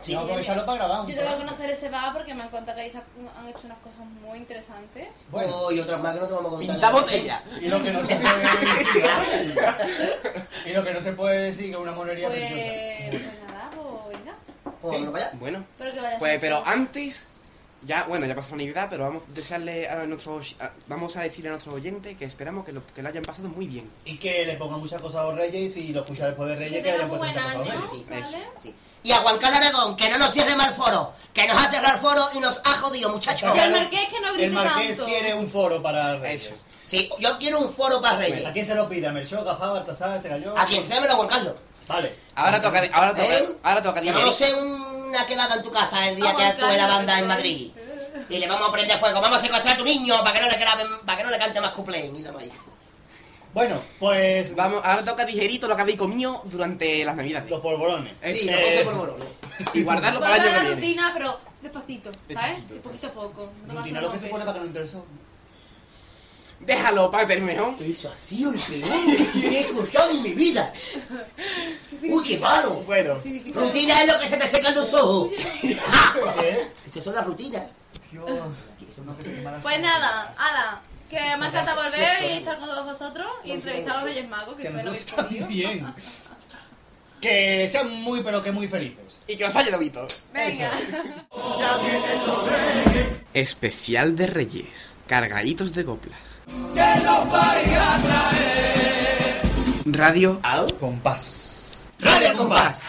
Speaker 5: Sí.
Speaker 4: Vamos a aprovecharlo para grabar. un
Speaker 3: Yo tengo que
Speaker 4: programa.
Speaker 3: conocer ese bar porque me han contado que ahí se han han hecho unas cosas muy interesantes.
Speaker 4: Bueno,
Speaker 5: Oh, y otras más que no te vamos a contar.
Speaker 2: Pinta botella.
Speaker 4: y lo que no se puede decir. ¿no? Y lo que no se puede decir que es una monería
Speaker 3: Pues,
Speaker 4: preciosa.
Speaker 3: pues nada, pues venga.
Speaker 5: Pues vámonos para allá.
Speaker 2: Bueno,
Speaker 3: Pero que vaya a
Speaker 2: pues
Speaker 3: ser-
Speaker 2: pero antes. Ya, bueno, ya pasó la Navidad, pero vamos a desearle a nuestros. a- vamos a decirle a nuestros oyentes que esperamos que lo, que lo hayan pasado muy bien.
Speaker 4: Y que le pongan muchas cosas a los reyes y si lo escucha después de
Speaker 3: Que
Speaker 4: reyes que
Speaker 3: tenga
Speaker 4: hayan
Speaker 3: un
Speaker 4: puesto
Speaker 3: buen
Speaker 4: muchas cosas a
Speaker 3: año,
Speaker 4: los reyes.
Speaker 2: sí,
Speaker 3: ¿vale?
Speaker 5: Sí. Y a Juan Carlos Aragón, que no nos cierre mal foro. Que nos ha cerrado el foro y nos ha jodido, muchachos.
Speaker 3: Y al marqués que no grite
Speaker 4: El marqués
Speaker 3: tanto.
Speaker 4: quiere un foro para reyes.
Speaker 2: Eso.
Speaker 5: Sí, yo quiero un foro para
Speaker 4: ¿A
Speaker 5: Reyes.
Speaker 4: quién se lo pide? ¿A Melchor, Gaspar, Baltasar, se cayó?
Speaker 5: A quien sea, me lo Juan Carlos.
Speaker 4: Vale.
Speaker 2: Ahora toca. Ahora toca.
Speaker 5: ¿Eh?
Speaker 2: Ahora toca
Speaker 5: Que
Speaker 2: dinero.
Speaker 5: vamos a hacer una quedada en tu casa el día
Speaker 3: A
Speaker 5: que
Speaker 3: Juan
Speaker 5: actúe la
Speaker 3: Carlos,
Speaker 5: banda en
Speaker 3: ¿eh?
Speaker 5: Madrid. Y le vamos a prender fuego. Vamos a secuestrar a tu niño para que no le, graben- para que no le cante más cuplén. Y la madre.
Speaker 4: Bueno, pues
Speaker 2: Vamos, ahora toca digerito lo que habéis comido durante las Navidades.
Speaker 4: los polvorones.
Speaker 5: Sí,
Speaker 2: Eh,
Speaker 5: no pose por bolones.
Speaker 2: Y guardarlo para
Speaker 3: Vuelve
Speaker 2: el
Speaker 3: a
Speaker 2: año
Speaker 3: la
Speaker 2: que viene.
Speaker 3: rutina, pero despacito, ¿sabes?
Speaker 2: Despacito,
Speaker 3: Sí, poquito a poco. No te vas a
Speaker 4: Rutina, lo que
Speaker 3: romper.
Speaker 4: se pone para que no interesó.
Speaker 2: Déjalo, Pater, mejor.
Speaker 5: Eso ha sido el peor que he escuchado en mi vida. Uy, qué malo.
Speaker 2: Bueno,
Speaker 5: Rutina es lo que se te secan los ojos. Esas son las rutinas.
Speaker 4: Dios, eso no que mala
Speaker 3: Pues nada, ala, que me ha encantado volver y estar con todos vosotros y entrevistar a los Reyes Magos, que
Speaker 4: que
Speaker 3: fue lo
Speaker 4: nosotros
Speaker 3: que he podido.
Speaker 4: también. Que sean muy, pero que muy felices.
Speaker 2: y que os falle Dobito.
Speaker 3: Venga.
Speaker 2: Especial de Reyes. Cargaditos de coplas. Radio
Speaker 4: Compás.
Speaker 5: Radio Compás.